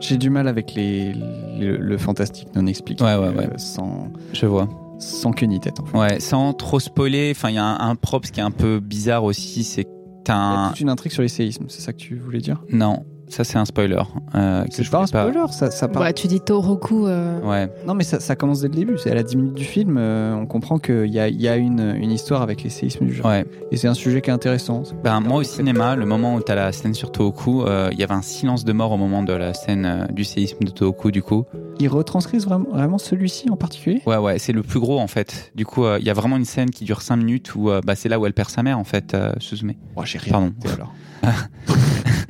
Speaker 2: J'ai du mal avec les, le, le fantastique non expliqué.
Speaker 1: Ouais, ouais, ouais.
Speaker 2: euh, sans,
Speaker 1: Je vois.
Speaker 2: sans queue ni tête, en fait.
Speaker 1: Ouais, sans trop spoiler, enfin, il y a un, un props qui est un peu bizarre aussi, c'est que t'as
Speaker 2: Il y a
Speaker 1: un...
Speaker 2: toute une intrigue sur les séismes, c'est ça que tu voulais dire
Speaker 1: Non, ça c'est un spoiler. euh, que
Speaker 2: C'est
Speaker 1: je
Speaker 2: pas un
Speaker 1: voulais
Speaker 2: spoiler, ça, ça parle.
Speaker 3: Ouais, tu dis Toroku. euh,
Speaker 1: Ouais,
Speaker 2: Non, mais ça, ça commence dès le début. C'est à la 10 minutes du film, euh, on comprend qu'il y a, il y a une, une histoire avec les séismes du Japon.
Speaker 1: ouais.
Speaker 2: Et c'est un sujet qui est intéressant.
Speaker 1: Ben, moi au cinéma, le moment où t'as la scène sur Tohoku, euh, il y avait un silence de mort au moment de la scène euh, du séisme de Tohoku, du coup.
Speaker 2: Ils retranscrivent vraiment, vraiment celui-ci en particulier
Speaker 1: Ouais, ouais, c'est le plus gros en fait. Du coup, euh, il y a vraiment une scène qui dure 5 minutes où euh, bah, c'est là où elle perd sa mère en fait, euh, Suzume.
Speaker 2: Oh, J'ai rien.
Speaker 1: Pardon.
Speaker 2: noté, alors.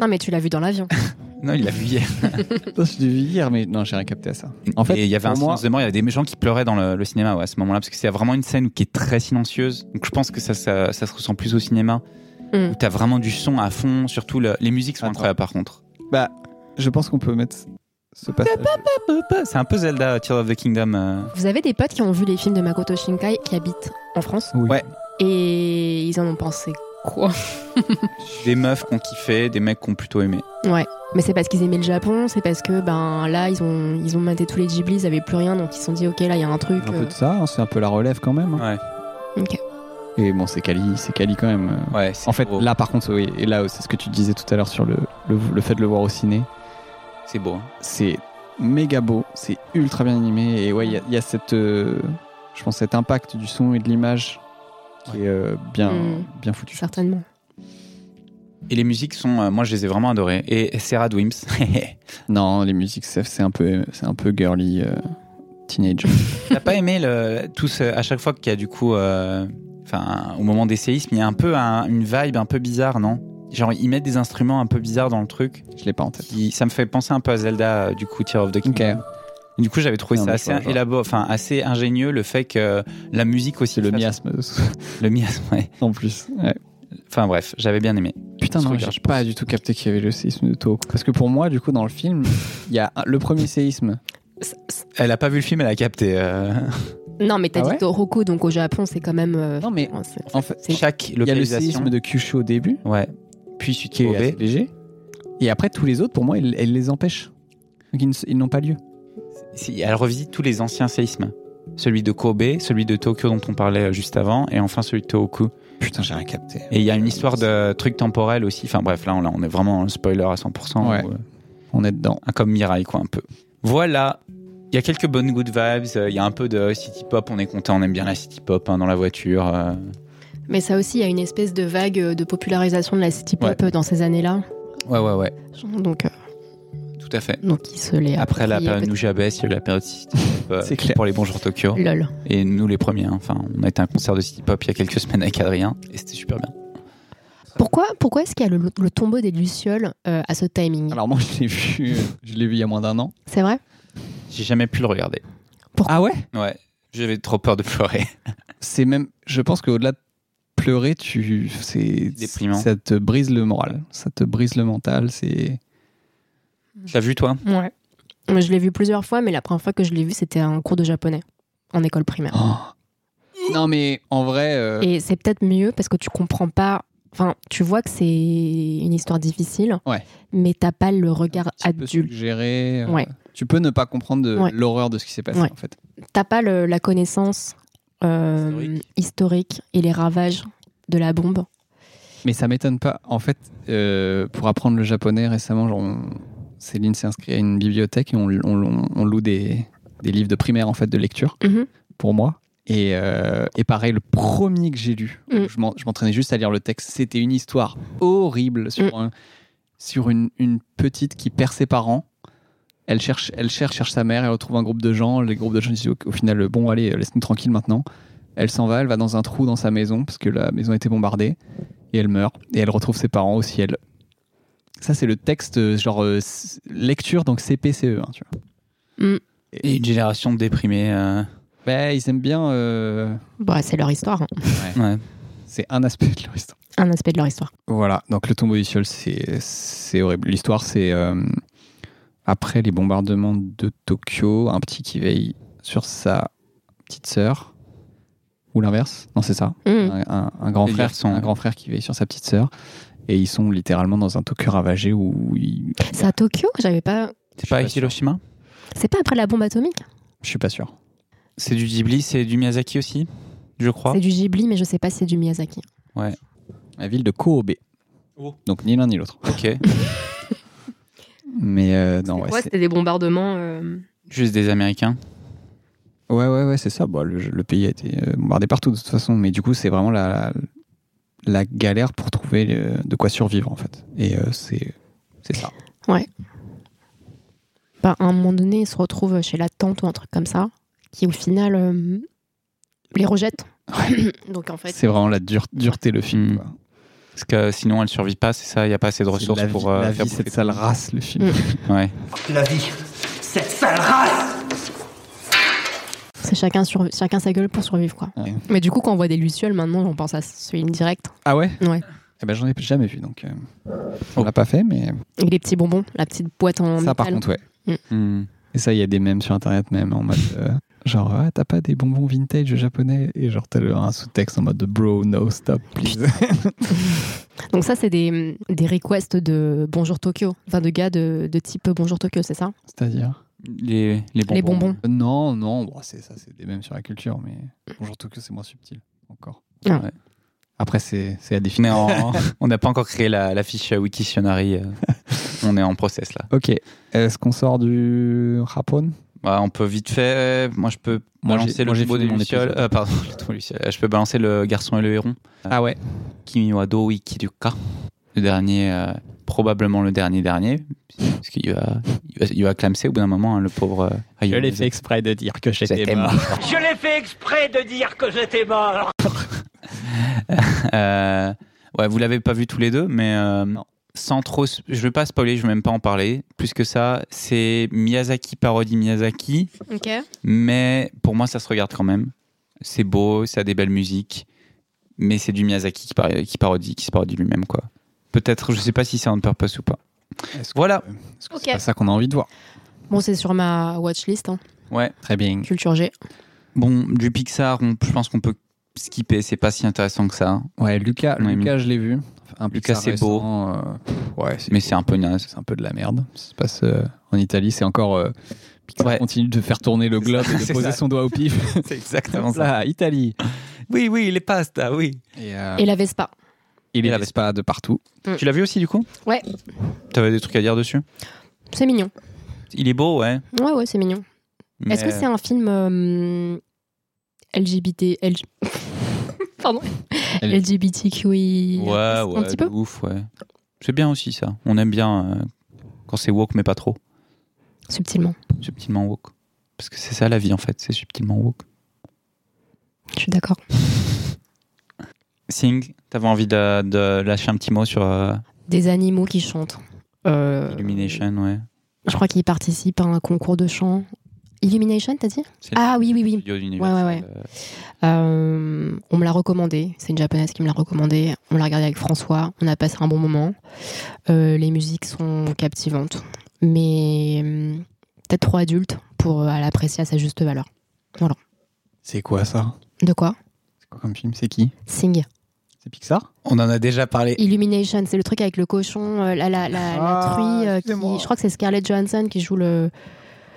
Speaker 3: Non, mais tu l'as vu dans l'avion.
Speaker 1: Non, il l'a vu hier.
Speaker 2: Putain, je l'ai vu hier, mais non, j'ai rien capté à ça. En fait,
Speaker 1: Et il y avait un
Speaker 2: pour moi,
Speaker 1: silence de mort, il y avait des gens qui pleuraient dans le, le cinéma ouais, à ce moment-là, parce que c'est vraiment une scène qui est très silencieuse. Donc je pense que ça, ça, ça se ressent plus au cinéma,
Speaker 3: Mm.
Speaker 1: où t'as vraiment du son à fond, surtout le- les musiques sont
Speaker 2: Attends.
Speaker 1: incroyables par contre.
Speaker 2: bah, je pense qu'on peut mettre ce passage.
Speaker 1: C'est un peu Zelda, Tears of the Kingdom. euh.
Speaker 3: Vous avez des potes qui ont vu les films de Makoto Shinkai qui habitent en France
Speaker 2: Oui.
Speaker 1: Ouais.
Speaker 3: Et ils en ont pensé quoi
Speaker 1: Des meufs qu'on kiffait, des mecs qu'on plutôt aimé.
Speaker 3: Ouais. Mais c'est parce qu'ils aimaient le Japon, c'est parce que ben là ils ont ils ont maté tous les Ghibli, ils avaient plus rien donc ils se sont dit ok là il y a un truc.
Speaker 2: Un
Speaker 3: euh,
Speaker 2: peu de ça, hein, c'est un peu la relève quand même. hein.
Speaker 1: Ouais,
Speaker 3: ok.
Speaker 2: Et bon, c'est Cali, c'est Cali quand même. euh,
Speaker 1: ouais. c'est
Speaker 2: En fait,
Speaker 1: beau.
Speaker 2: là par contre, oui, et là, c'est ce que tu disais tout à l'heure sur le, le, le fait de le voir au ciné.
Speaker 1: c'est beau. hein.
Speaker 2: C'est méga beau, c'est ultra bien animé, et ouais, il y a- il y, a cette. euh, je pense cet impact du son et de l'image qui est euh, bien,
Speaker 3: Mm.
Speaker 2: bien foutu.
Speaker 3: Certainement.
Speaker 1: Et les musiques sont, euh, moi, je les ai vraiment adorées. Et Sarah Dwims,
Speaker 2: Non, les musiques, c'est c'est un peu, c'est un peu girly, euh, teenager.
Speaker 1: t'as pas aimé le, tout ce- à chaque fois qu'il y a du coup, euh, enfin, au moment des séismes, il y a un peu un- une vibe un peu bizarre, non Genre, ils mettent des instruments un peu bizarres dans le truc.
Speaker 2: je l'ai pas en tête.
Speaker 1: Qui, ça me fait penser un peu à Zelda, euh, du coup, Tear of the King.
Speaker 2: Ok.
Speaker 1: Et Du coup, j'avais trouvé
Speaker 2: Non,
Speaker 1: ça
Speaker 2: mais je
Speaker 1: assez
Speaker 2: vois, je vois.
Speaker 1: élaboré, enfin, assez ingénieux le fait que la musique aussi.
Speaker 2: C'est le
Speaker 1: fasse-
Speaker 2: miasme euh,
Speaker 1: Le miasme, ouais.
Speaker 2: en plus.
Speaker 1: Enfin, bref, j'avais bien aimé.
Speaker 2: Putain,
Speaker 1: Ce
Speaker 2: non,
Speaker 1: regard,
Speaker 2: j'ai pas du tout capté qu'il y avait le séisme de Tohoku. Parce que pour moi, du coup, dans le film, il y a un- le premier séisme.
Speaker 3: C- c-
Speaker 1: Elle a pas vu le film, elle a capté. euh,
Speaker 3: Non mais t'as
Speaker 2: Ah
Speaker 3: dit
Speaker 2: ouais
Speaker 3: Toroku donc au Japon c'est quand même. euh,
Speaker 2: Ah Non, mais
Speaker 3: ouais, c'est-
Speaker 2: en fait,
Speaker 3: C'est-
Speaker 1: Chaque
Speaker 2: il y a le
Speaker 1: localisation.
Speaker 2: séisme de Kyushu au début,
Speaker 1: Ouais. Puis tu
Speaker 2: qui est assez
Speaker 1: Kobe.
Speaker 2: léger. Et après, tous les autres, pour moi, elle, elle les empêche. Donc, ils ne- ils n'ont pas lieu.
Speaker 1: Si, elle revisite tous les anciens séismes. Celui de Kobe, celui de Tokyo dont on parlait euh, juste avant, et enfin celui de Tohoku.
Speaker 2: Putain, j'ai rien capté.
Speaker 1: Et il y a une histoire de truc temporel aussi. Enfin bref, là on, là, on est vraiment dans le spoiler à 100%.
Speaker 2: Ouais.
Speaker 1: ou, euh,
Speaker 2: On est dedans.
Speaker 1: un comme Mirai, quoi, un peu. Voilà. Il y a quelques bonnes good vibes. euh, Il y a un peu de city pop. On est content. On aime bien la city pop hein, dans la voiture. euh.
Speaker 3: Mais ça aussi il y a une espèce de vague euh, de popularisation de la city pop euh, dans ces années là.
Speaker 1: Ouais, ouais, ouais.
Speaker 3: Donc euh,
Speaker 1: Tout à fait.
Speaker 3: donc ils se les.
Speaker 1: Après la
Speaker 3: approprient,
Speaker 1: période
Speaker 3: peut-être.
Speaker 1: nous abaisse, il y a eu la période city pop euh,
Speaker 2: C'est clair.
Speaker 1: pour les bonjours Tokyo.
Speaker 3: Lol.
Speaker 1: Et nous les premiers. hein. Enfin, on a été à un concert de city pop il y a quelques semaines avec Adrien et c'était super bien.
Speaker 3: Pourquoi pourquoi est-ce qu'il y a le, le tombeau des lucioles euh, à ce timing
Speaker 2: Alors, moi, je l'ai vu, euh, je l'ai vu il y a moins d'un an.
Speaker 3: C'est vrai
Speaker 1: J'ai jamais pu le regarder.
Speaker 2: Ah ouais
Speaker 1: Ouais, j'avais trop peur de pleurer.
Speaker 2: C'est même. Je pense qu'au-delà de pleurer, tu. C'est.
Speaker 1: Déprimant.
Speaker 2: Ça te brise le moral. Ça te brise le mental. C'est.
Speaker 1: Tu l'as vu toi
Speaker 3: Ouais. Moi, je l'ai vu plusieurs fois, mais la première fois que je l'ai vu, c'était à un cours de japonais en école primaire.
Speaker 2: Oh. Non, mais en vrai. euh,
Speaker 3: Et c'est peut-être mieux parce que tu comprends pas. Enfin, tu vois que c'est une histoire difficile,
Speaker 2: Ouais.
Speaker 3: mais t'as pas le regard
Speaker 2: tu peux
Speaker 3: adulte.
Speaker 2: suggérer, euh,
Speaker 3: Ouais.
Speaker 2: Tu peux ne pas comprendre de-
Speaker 3: Ouais.
Speaker 2: l'horreur de ce qui s'est passé
Speaker 3: Ouais.
Speaker 2: en fait.
Speaker 3: T'as pas le- la connaissance euh,
Speaker 1: Historique.
Speaker 3: historique. et les ravages de la bombe.
Speaker 2: Mais ça m'étonne pas. En fait, euh, pour apprendre le japonais récemment, genre, on- Céline s'est inscrite à une bibliothèque et on, on- on loue des, des livres de primaire en fait de lecture
Speaker 3: Mhm.
Speaker 2: pour moi. Et, euh, et pareil, le premier que j'ai lu,
Speaker 3: Mhm.
Speaker 2: je m'en- je m'entraînais juste à lire le texte. C'était une histoire horrible sur, un- sur une, une petite qui perd ses parents. Elle cherche, elle cherche, cherche sa mère, elle retrouve un groupe de gens. Les groupes de gens disent au, au final, euh, bon, allez, laisse-nous tranquille maintenant. Elle s'en va, elle va dans un trou dans sa maison parce que la maison a été bombardée et elle meurt. Et elle retrouve ses parents au ciel. Ça, c'est le texte, euh, genre euh, s- lecture, donc CPCE. E, hein, tu vois.
Speaker 1: Et une génération de déprimés. euh,
Speaker 2: Ouais, ils aiment bien. euh,
Speaker 3: Bah, c'est leur histoire. hein.
Speaker 1: ouais.
Speaker 2: C'est un aspect de leur histoire.
Speaker 3: Un aspect de leur histoire.
Speaker 2: Voilà, donc le tombeau du ciel, c'est c'est horrible. L'histoire, c'est euh, après les bombardements de Tokyo, un petit qui veille sur sa petite sœur, ou l'inverse. Non, c'est ça.
Speaker 3: Mhm.
Speaker 2: Un, un- un grand
Speaker 1: Les
Speaker 2: frère,
Speaker 1: garçons,
Speaker 2: un
Speaker 1: ouais.
Speaker 2: grand frère qui veille sur sa petite sœur, et ils sont littéralement dans un Tokyo ravagé où ils-
Speaker 3: C'est à Tokyo J'avais pas.
Speaker 1: C'est pas avec Hiroshima
Speaker 3: C'est pas après la bombe atomique
Speaker 2: Je suis pas sûr.
Speaker 1: C'est du Ghibli, c'est du Miyazaki aussi, je crois.
Speaker 3: C'est du Ghibli, mais je sais pas si c'est du Miyazaki.
Speaker 1: Ouais.
Speaker 2: La ville de Kobe. Donc ni l'un ni l'autre.
Speaker 1: Ok.
Speaker 2: Mais euh, non, ouais,
Speaker 3: Ouais,
Speaker 2: c'est-
Speaker 3: c'était des bombardements. euh,
Speaker 1: Juste des Américains.
Speaker 2: Ouais, ouais, ouais, c'est ça. Bah, le, le pays a été euh, bombardé partout de toute façon, mais du coup, c'est vraiment la, la galère pour trouver euh, de quoi survivre en fait. Et euh, c'est c'est ça.
Speaker 3: Ouais. Bah, à un moment donné, ils se retrouvent chez la tante ou un truc comme ça, qui au final euh, les rejette. Donc en fait, Mm.
Speaker 2: C'est vraiment la dure- dureté le film. quoi.
Speaker 1: Parce que euh, sinon, elle survit pas, c'est ça, il n'y a pas assez de ressources
Speaker 2: la
Speaker 1: pour
Speaker 2: vie-
Speaker 1: euh,
Speaker 2: la
Speaker 1: faire
Speaker 2: vie,
Speaker 1: bouffer
Speaker 2: cette sale
Speaker 1: tout le monde.
Speaker 2: race, le
Speaker 3: Mm.
Speaker 2: film.
Speaker 1: Ouais.
Speaker 5: La vie, cette sale race
Speaker 3: c'est chacun, sur- chacun sa gueule pour survivre. quoi.
Speaker 2: Ouais.
Speaker 3: Mais du coup, quand on voit des Lucioles maintenant, on pense à ce film direct.
Speaker 2: Ah ouais
Speaker 3: Ouais.
Speaker 2: Eh ben, j'en ai jamais vu donc. euh, on l'a pas fait, mais
Speaker 3: Et les petits bonbons, la petite boîte en.
Speaker 2: ça par
Speaker 3: métal.
Speaker 2: contre, ouais.
Speaker 3: Mm.
Speaker 1: Hmm.
Speaker 2: Et ça, il y a des mèmes sur internet, même en mode. euh, Genre, ah, t'as pas des bonbons vintage japonais Et genre, t'as le- un sous-texte en mode de bro, no, stop, please.
Speaker 3: Donc ça, c'est des, des requests de Bonjour Tokyo, enfin de gars de, de type Bonjour Tokyo, c'est ça
Speaker 2: C'est-à-dire
Speaker 1: Les,
Speaker 3: Les bonbons.
Speaker 2: Euh, Non, non, bon, c'est ça, c'est des mêmes sur la culture, mais bonjour Tokyo, c'est moins subtil encore.
Speaker 3: Ah.
Speaker 1: Ouais.
Speaker 2: Après, c'est c'est
Speaker 1: On
Speaker 2: à
Speaker 1: est
Speaker 2: définir.
Speaker 1: en- on n'a pas encore créé la, la fiche Wiktionary. euh, on est en process là.
Speaker 2: ok, est-ce qu'on sort du Rapon
Speaker 1: Bah, on peut vite fait. Moi, je peux
Speaker 2: Moi, j'ai-
Speaker 1: balancer
Speaker 2: moi,
Speaker 1: le
Speaker 2: j'ai
Speaker 1: tombeau des
Speaker 2: fini mon
Speaker 1: lucioles.
Speaker 2: épisode.
Speaker 1: Euh, pardon, le tombeau des lucioles. Je peux balancer le garçon et le héron.
Speaker 2: Ah ouais
Speaker 1: Kimi wa do ikiruka. Le dernier, euh, probablement le dernier dernier, parce qu'il va, il va, il va clamser au bout d'un moment hein, le pauvre. euh,
Speaker 2: Je l'ai
Speaker 1: Hayao
Speaker 2: fait exprès de dire que j'étais
Speaker 1: C'était
Speaker 2: mort.
Speaker 1: mort.
Speaker 5: Je l'ai fait exprès de dire que j'étais mort
Speaker 1: Euh, ouais, vous l'avez pas vu tous les deux, mais euh, sans trop. s- Je vais pas spoiler, je vais même pas en parler. Plus que ça, c'est Miyazaki parodie Miyazaki,
Speaker 3: Ok.
Speaker 1: mais pour moi, ça se regarde quand même. C'est beau, ça a des belles musiques, mais c'est du Miyazaki qui, par- qui parodie, qui se parodie lui-même, quoi. Peut-être, je sais pas si c'est on purpose ou pas.
Speaker 2: Est-ce que-
Speaker 1: Voilà.
Speaker 2: est-ce que
Speaker 3: Ok.
Speaker 2: C'est pas ça qu'on a envie de voir.
Speaker 3: Bon, c'est sur ma watchlist, hein,
Speaker 1: Ouais.
Speaker 2: Très bien.
Speaker 3: Culture G.
Speaker 1: Bon, du Pixar, on- je pense qu'on peut skipper. C'est pas si intéressant que ça.
Speaker 2: Ouais, Lucas,
Speaker 1: On a
Speaker 2: Lucas je l'ai vu. Un
Speaker 1: Lucas,
Speaker 2: Pixar
Speaker 1: c'est beau.
Speaker 2: récent, euh, ouais, c'est
Speaker 1: Mais c'est un peu naze.
Speaker 2: c'est un peu de la merde. Ça se passe euh, en Italie, c'est encore. euh, Pixar
Speaker 1: Ouais.
Speaker 2: continue de faire tourner le globe et de
Speaker 1: c'est
Speaker 2: poser
Speaker 1: ça.
Speaker 2: son doigt au pif.
Speaker 1: C'est exactement
Speaker 2: Là, Italie.
Speaker 1: Oui, oui, les pastas, oui.
Speaker 2: Et, euh,
Speaker 1: Ah.
Speaker 3: Et la Vespa.
Speaker 2: il
Speaker 1: et la
Speaker 2: est pas de partout.
Speaker 1: Tu l'as vu aussi, du coup
Speaker 3: Ouais,
Speaker 1: T'avais des trucs à dire dessus
Speaker 3: c'est mignon.
Speaker 1: Il est beau, ouais.
Speaker 3: Ouais, ouais, c'est mignon. Est-ce que
Speaker 1: mais-
Speaker 3: c'est un film euh, LGBT, LG... Pardon,
Speaker 2: Elle-
Speaker 3: LGBTQI
Speaker 1: Ouais, ouais,
Speaker 3: un petit peu
Speaker 1: de ouf, ouais. C'est bien aussi ça. On aime bien euh, quand c'est woke, mais pas trop.
Speaker 3: subtilement.
Speaker 1: Subtilement woke. Parce que c'est ça la vie en fait, c'est subtilement woke.
Speaker 3: Je suis d'accord.
Speaker 1: Sing, t'avais envie de, de lâcher un petit mot sur euh,
Speaker 3: Des animaux qui chantent. Euh,
Speaker 1: Illumination, ouais.
Speaker 3: Je crois qu'il participe à un concours de chant. Illumination, t'as dit
Speaker 1: C'est
Speaker 3: Ah oui, oui, oui.
Speaker 1: le studio
Speaker 3: Ouais,
Speaker 1: d'Universal,
Speaker 3: ouais, ouais.
Speaker 1: euh,
Speaker 3: Euh, on me l'a recommandé. C'est une japonaise qui me l'a recommandé. On l'a regardé avec François. On a passé un bon moment. Euh, les musiques sont captivantes, mais hum, peut-être trop adultes pour euh, l'apprécier à sa juste valeur.
Speaker 2: C'est quoi ça
Speaker 3: De quoi
Speaker 2: C'est quoi comme film C'est qui
Speaker 3: Sing.
Speaker 2: C'est Pixar
Speaker 1: On en a déjà parlé.
Speaker 3: Illumination, c'est le truc avec le cochon, euh, la, la, la, la
Speaker 2: Ah,
Speaker 3: truie. euh, qui-
Speaker 2: excusez-moi.
Speaker 3: je crois que c'est Scarlett Johansson qui joue le,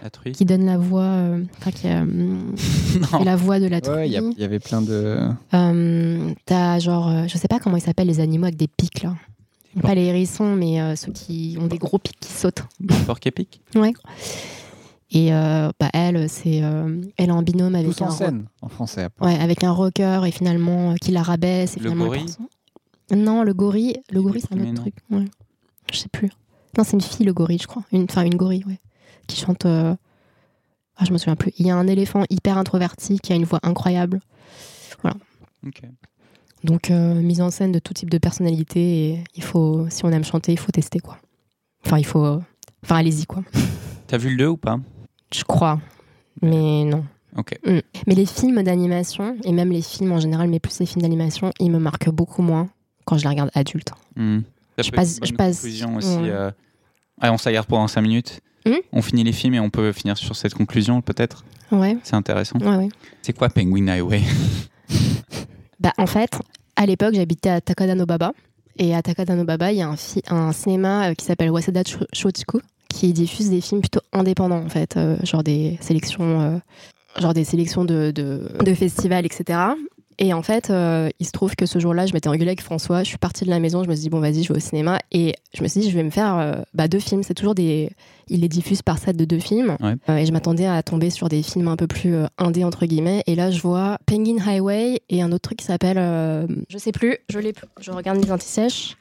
Speaker 1: La truie.
Speaker 3: qui donne la voix, euh, enfin qui, euh, hum, fait
Speaker 1: Non.
Speaker 3: la voix de la truie.
Speaker 2: Ouais, il y, a- il y avait plein de.
Speaker 3: Euh, T'as genre, euh, je sais pas comment ils s'appellent les animaux avec des pics là. Pas les hérissons, mais euh, ceux qui ont des gros pics qui sautent.
Speaker 1: Porc épic
Speaker 3: Ouais. Et euh, bah, elle, c'est euh, elle est en binôme avec
Speaker 2: Tous en
Speaker 3: un ro-
Speaker 2: scène, en français. après.
Speaker 3: ouais, avec un rocker et finalement euh, qui la rabaisse et
Speaker 2: Le
Speaker 3: finalement elle
Speaker 2: gorille
Speaker 3: prend son- Non, le gorille, le gorille c'est un
Speaker 1: primé,
Speaker 3: autre
Speaker 1: non
Speaker 3: truc. ouais. Je sais plus. Non, c'est une fille le gorille, je crois. Une enfin une gorille, ouais. Qui chante euh, Ah, je me souviens plus. Il y a un éléphant hyper introverti qui a une voix incroyable. Voilà.
Speaker 1: Ok.
Speaker 3: Donc euh, mise en scène de tout type de personnalité et il faut si on aime chanter, il faut tester quoi. Enfin, il faut euh, enfin allez-y quoi.
Speaker 1: T'as vu le 2 ou pas
Speaker 3: Je crois. Mais non.
Speaker 1: Ok.
Speaker 3: Mm. Mais les films d'animation, et même les films en général, mais plus les films d'animation, ils me marquent beaucoup moins quand je les regarde adultes.
Speaker 1: Hmm. Ça peut
Speaker 3: Je
Speaker 1: être
Speaker 3: passe-
Speaker 1: une bonne
Speaker 3: je passe-
Speaker 1: conclusion aussi.
Speaker 3: ouais.
Speaker 1: euh. Allez, on s'agarde pendant 5 minutes.
Speaker 3: Hmm
Speaker 1: on finit les films et on peut finir sur cette conclusion, peut-être.
Speaker 3: Ouais.
Speaker 1: C'est intéressant.
Speaker 3: Ouais, ouais.
Speaker 1: C'est quoi Penguin Highway
Speaker 3: Bah, en fait, à l'époque, j'habitais à Takadanobaba. Et à Takadanobaba, il y a un, fi- un cinéma euh, qui s'appelle Waseda Cho- Shochiku qui diffuse des films plutôt indépendants, en fait, euh, genre des sélections, euh, genre des sélections de, de, de festivals, etc. Et en fait, euh, il se trouve que ce jour-là, je m'étais engueulée avec François. Je suis partie de la maison, je me suis dit bon, vas-y, je vais au cinéma. Et je me suis dit, je vais me faire euh, bah, deux films. C'est toujours des, il les diffuse par set de deux films.
Speaker 1: Ouais.
Speaker 3: Euh, et je m'attendais à tomber sur des films un peu plus euh, indés entre guillemets. Et là, je vois Penguin Highway et un autre truc qui s'appelle, euh, je sais plus, je l'ai plus. Je regarde les antisèches.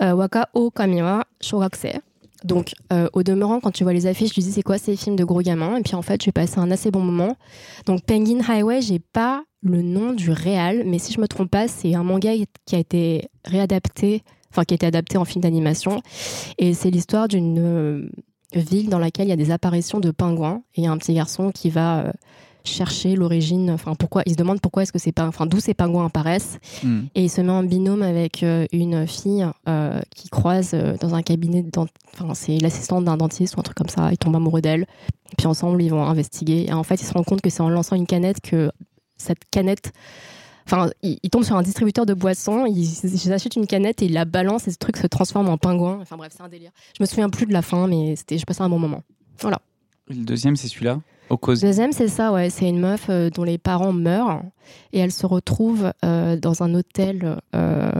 Speaker 3: Euh, Waka o Kamiwa Shogakuse. Donc, euh, au demeurant, quand tu vois les affiches, tu te dis c'est quoi ces films de gros gamins Et puis en fait, j'ai passé un assez bon moment. Donc, Penguin Highway, j'ai pas le nom du réal, mais si je me trompe pas, c'est un manga qui a été réadapté, enfin qui a été adapté en film d'animation. Et c'est l'histoire d'une euh, ville dans laquelle il y a des apparitions de pingouins et il y a un petit garçon qui va euh, chercher l'origine, enfin pourquoi, il se demande pourquoi est-ce que c'est pas, enfin d'où ces pingouins apparaissent
Speaker 1: Hmm.
Speaker 3: et il se met en binôme avec euh, une fille euh, qui croise euh, dans un cabinet, de dent- enfin c'est l'assistante d'un dentiste ou un truc comme ça, il tombe amoureux d'elle et puis ensemble ils vont investiguer et en fait ils se rendent compte que c'est en lançant une canette que cette canette Enfin, ils ils tombent sur un distributeur de boissons, ils, ils achètent une canette et ils la balancent et ce truc se transforme en pingouin. Enfin bref, c'est un délire. Je me souviens plus de la fin, mais c'était, je passais un bon moment. Voilà.
Speaker 1: Le deuxième, c'est celui-là. Au cause.
Speaker 3: Deuxième, c'est ça, ouais. C'est une meuf euh, dont les parents meurent et elle se retrouve euh, dans un hôtel. euh,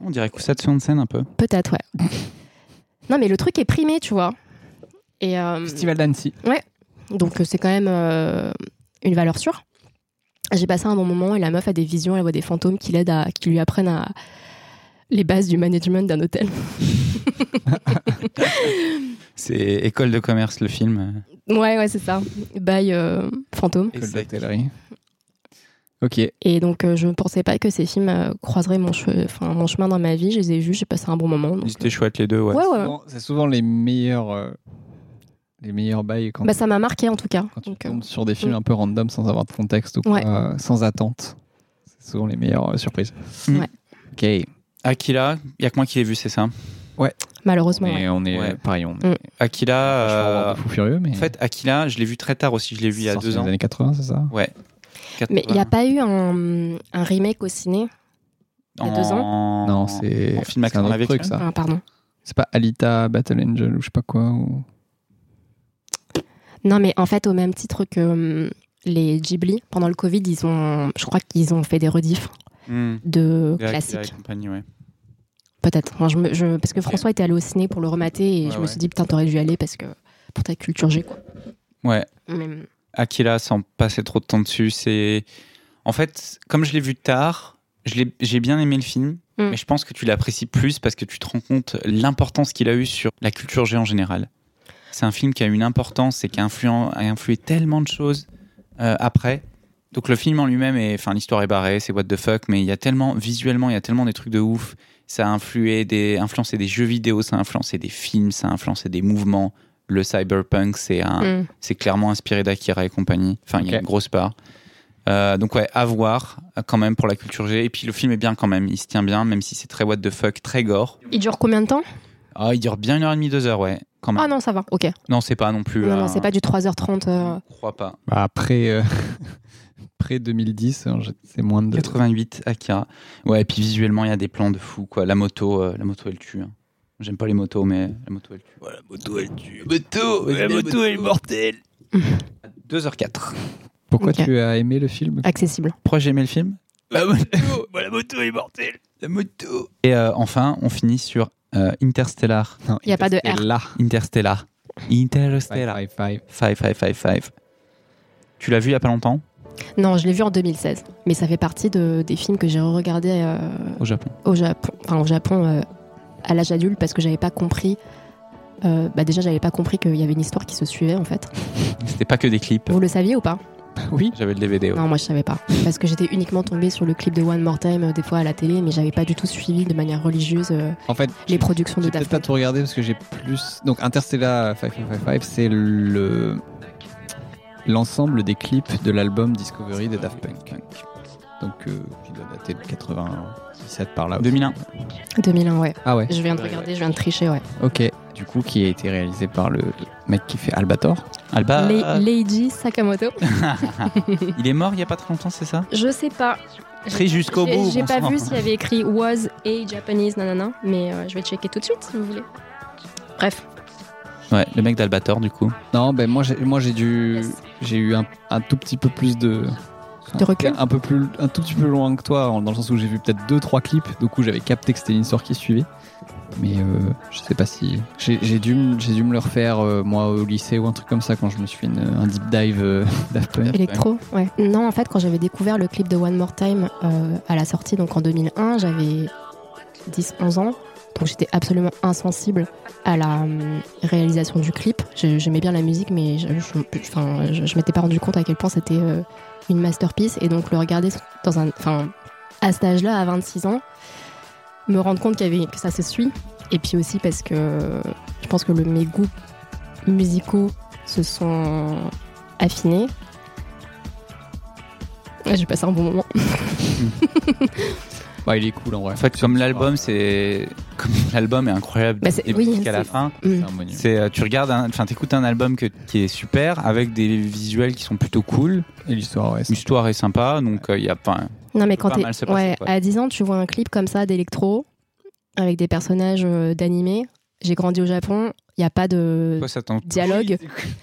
Speaker 1: On dirait Kusatsu Onsen un peu.
Speaker 3: Peut-être, ouais. non, mais le truc est primé, tu vois. Et, euh,
Speaker 2: Festival d'Annecy.
Speaker 3: Ouais. Donc euh, c'est quand même euh, une valeur sûre. J'ai passé un bon moment et la meuf a des visions, elle voit des fantômes qui l'aident à, qui lui apprennent à les bases du management d'un hôtel.
Speaker 1: C'est École de commerce, le film.
Speaker 3: ouais, ouais, c'est ça. Bye euh, fantôme.
Speaker 1: École
Speaker 2: d'hôtellerie. Ok.
Speaker 3: Et donc euh, je ne pensais pas que ces films euh, croiseraient mon, che- enfin, mon chemin dans ma vie. Je les ai vus, j'ai passé un bon moment. donc.
Speaker 1: Ils étaient chouettes, les deux, ouais.
Speaker 3: Ouais, ouais.
Speaker 2: Souvent- C'est souvent les meilleurs, euh, les meilleurs bails quand
Speaker 3: Bah, ça m'a marqué en tout cas. Donc, euh,
Speaker 2: on tombe sur des films un peu random sans avoir de contexte ou
Speaker 3: Ouais.
Speaker 2: quoi, euh, sans attente. C'est souvent les meilleures euh, surprises.
Speaker 3: Mm. Ouais.
Speaker 2: Ok.
Speaker 1: Akira, il y a que moi qui l'ai vu, c'est ça
Speaker 2: Ouais.
Speaker 3: euh, Malheureusement.
Speaker 1: euh,
Speaker 2: Mais on est
Speaker 1: Ouais.
Speaker 2: pareil, on est
Speaker 1: Akila. euh,
Speaker 2: fou furieux, mais
Speaker 1: En fait, Akila, je l'ai vu très tard aussi. Je l'ai vu il y a
Speaker 2: sorti
Speaker 1: deux
Speaker 2: dans
Speaker 1: ans.
Speaker 2: les années 80, c'est ça
Speaker 1: Ouais.
Speaker 3: Mais il n'y a pas eu un, un remake au ciné il y a deux ans
Speaker 2: Non, c'est
Speaker 1: en film
Speaker 2: c'est un
Speaker 1: action
Speaker 2: autre
Speaker 1: avec
Speaker 2: truc
Speaker 1: ça.
Speaker 3: Ah,
Speaker 2: ça.
Speaker 3: pardon.
Speaker 2: C'est pas Alita Battle Angel ou je sais pas quoi ou
Speaker 3: Non, mais en fait, au même titre que hum, les Ghibli, pendant le Covid, ils ont, je crois qu'ils ont fait des rediffs de classiques.
Speaker 1: Hmm. compagnie, ouais.
Speaker 3: Peut-être. Enfin, je me- je- parce que François était allé au ciné pour le remater et
Speaker 1: Ouais,
Speaker 3: je me
Speaker 1: ouais.
Speaker 3: suis dit, putain, t'aurais dû y aller parce que pour ta culture G, quoi.
Speaker 1: Ouais.
Speaker 3: Mais-
Speaker 1: Akira, sans passer trop de temps dessus, c'est. En fait, comme je l'ai vu tard, je l'ai- j'ai bien aimé le film,
Speaker 3: Mm.
Speaker 1: mais je pense que tu l'apprécies plus parce que tu te rends compte l'importance qu'il a eu sur la culture G en général. C'est un film qui a une importance et qui a, influen- a influé tellement de choses euh, après. Donc le film en lui-même, est- enfin l'histoire est barrée, c'est what the fuck, mais il y a tellement visuellement, il y a tellement des trucs de ouf. Ça a influé des, influencé des jeux vidéo, ça a influencé des films, ça a influencé des mouvements. Le cyberpunk, c'est un,
Speaker 3: Mm.
Speaker 1: c'est clairement inspiré d'Akira et compagnie. Enfin, il y a
Speaker 2: Ok.
Speaker 1: une grosse part. Euh, donc ouais, à voir euh, quand même pour la culture G. Et puis le film est bien quand même, il se tient bien, même si c'est très what the fuck, très gore.
Speaker 3: Il dure combien de temps
Speaker 1: Ah, il dure bien une heure et demie, deux heures, ouais, quand même.
Speaker 3: Ah non, ça va, ok.
Speaker 1: Non, c'est pas non plus.
Speaker 3: Non,
Speaker 1: euh,
Speaker 3: non, c'est pas du 3h30. euh,
Speaker 1: Je crois pas.
Speaker 2: Bah, après euh, après 2010, hein, je- c'est moins de
Speaker 1: 88 Akira. Ouais, et puis visuellement, il y a des plans de fou, quoi. La moto, euh, la moto elle tue. hein. J'aime pas les motos, mais la moto elle tue. la moto elle tue.
Speaker 2: Moto,
Speaker 1: la moto,
Speaker 2: elle est mortelle.
Speaker 1: 2h04.
Speaker 2: Pourquoi
Speaker 3: Ok.
Speaker 2: tu as aimé le film
Speaker 3: accessible.
Speaker 1: Pourquoi j'ai aimé le film
Speaker 2: La bah, moto, la moto est mortelle.
Speaker 1: La moto. Et euh, enfin, on finit sur euh, Interstellar.
Speaker 3: Il y a pas de R.
Speaker 2: Interstellar.
Speaker 1: Interstellar. Interstellar.
Speaker 2: Five, five,
Speaker 1: five. Five, five, five. Tu l'as vu il y a pas longtemps
Speaker 3: Non, je l'ai vu en 2016, mais ça fait partie de, des films que j'ai regardé
Speaker 1: au Japon.
Speaker 3: au Japon, enfin au Japon euh, à l'âge adulte parce que j'avais pas compris. euh, bah déjà, j'avais pas compris qu'il y avait une histoire qui se suivait en fait.
Speaker 1: C'était pas que des clips.
Speaker 3: Vous le saviez ou pas
Speaker 2: Oui.
Speaker 1: J'avais le DVD. ouais.
Speaker 3: Non, moi je savais pas. Parce que j'étais uniquement tombée sur le clip de One More Time euh, des fois à la télé, mais j'avais pas du tout suivi de manière religieuse euh,
Speaker 2: En fait,
Speaker 3: les productions de
Speaker 2: J'ai peut-être
Speaker 3: Daft
Speaker 2: pas
Speaker 3: Punk.
Speaker 2: tout regardé parce que j'ai plus. Donc Interstellar euh, 5555, c'est le l'ensemble des clips de l'album Discovery des Daft Punk. Donc euh, qui doit dater de 97 par là.
Speaker 1: 2001.
Speaker 3: 2001, ouais.
Speaker 2: Ah ouais.
Speaker 3: Je viens de regarder, je viens de tricher, ouais.
Speaker 2: Ok. Du coup, qui a été réalisé par le mec qui fait Albator.
Speaker 1: Alba. euh,
Speaker 3: Le- Leiji Sakamoto.
Speaker 1: il est mort il y a pas très longtemps, c'est ça
Speaker 3: Je sais pas.
Speaker 1: Tri jusqu'au
Speaker 3: J'ai-
Speaker 1: bout.
Speaker 3: J'ai
Speaker 1: bon
Speaker 3: pas
Speaker 1: sang.
Speaker 3: vu s'il y avait écrit was a Japanese nanana, mais euh, je vais checker tout de suite si vous voulez. Bref,
Speaker 1: Ouais, le mec d'Albator du coup.
Speaker 2: Non, ben moi j'ai moi j'ai dû j'ai eu un, un tout petit peu plus de
Speaker 3: De recul
Speaker 2: un peu plus un tout petit peu loin que toi en- dans le sens où j'ai vu peut-être deux trois clips du coup j'avais capté que c'était une histoire qui suivait mais euh, je sais pas si j'ai j'ai dû me- j'ai dû me le refaire euh, moi au lycée ou un truc comme ça quand je me suis fait une- un deep dive euh, Daft Punk.
Speaker 3: électro, ouais. Non, en fait, quand j'avais découvert le clip de One More Time euh, à la sortie, donc en 2001, j'avais 10-11 ans. Donc j'étais absolument insensible à la euh, réalisation du clip. Je- J'aimais bien la musique, mais je, je, enfin, je- je m'étais pas rendu compte à quel point c'était euh, une masterpiece. Et donc le regarder dans un, enfin, à cet âge-là, à 26 ans, me rendre compte qu'il y avait, que ça se suit. Et puis aussi parce que euh, je pense que le, mes goûts musicaux se sont affinés. Ouais, J'ai passé un bon moment.
Speaker 2: Bah, il est cool en vrai
Speaker 1: En fait, comme l'album, c'est comme l'album est incroyable
Speaker 3: Bah,
Speaker 1: du
Speaker 3: c'est-
Speaker 1: début
Speaker 3: oui,
Speaker 1: jusqu'à la
Speaker 3: c'est-
Speaker 1: fin.
Speaker 3: Mm.
Speaker 1: C'est euh, tu regardes, un- enfin t'écoutes un album que- qui est super avec des visuels qui sont plutôt cool.
Speaker 2: et l'histoire ouais, c'est-
Speaker 1: L'histoire est sympa, donc euh, il y a enfin.
Speaker 3: Non, mais
Speaker 1: peut
Speaker 3: quand
Speaker 1: pas
Speaker 3: t'es
Speaker 1: mal se passer,
Speaker 3: ouais,
Speaker 1: quoi.
Speaker 3: à 10 ans, tu vois un clip comme ça d'électro avec des personnages euh, d'animé. J'ai grandi au Japon, il n'y a pas de
Speaker 1: Toi, ça t'en-
Speaker 3: dialogue.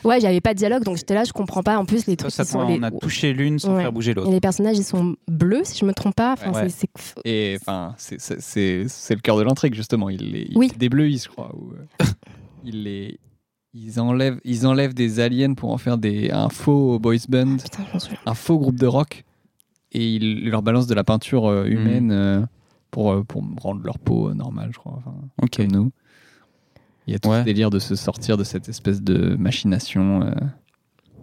Speaker 3: Ouais, j'avais pas de dialogue, donc j'étais là, je comprends pas. En plus, les
Speaker 1: Toi,
Speaker 3: trucs,
Speaker 1: ça
Speaker 3: ils sont
Speaker 1: t'en-
Speaker 3: les...
Speaker 1: on a touché l'une sans
Speaker 3: Ouais.
Speaker 1: faire bouger
Speaker 3: Et
Speaker 1: l'autre.
Speaker 3: les personnages, ils sont bleus, si je me trompe pas. Enfin,
Speaker 2: Ouais.
Speaker 3: c'est- c'est-
Speaker 2: et enfin c'est- c'est- c'est c'est le cœur de l'intrigue justement il les il
Speaker 3: Oui.
Speaker 2: les débleuille, je crois ou, euh, il les ils enlèvent ils enlèvent des aliens pour en faire des un faux boys band
Speaker 3: Putain, je m'en souviens.
Speaker 2: un faux groupe de rock et ils leur balancent de la peinture euh, humaine euh, pour euh, pour rendre leur peau euh, normale je crois enfin,
Speaker 1: Ok.
Speaker 2: comme nous il y a tout
Speaker 1: Ouais.
Speaker 2: ce délire de se sortir de cette espèce de machination euh,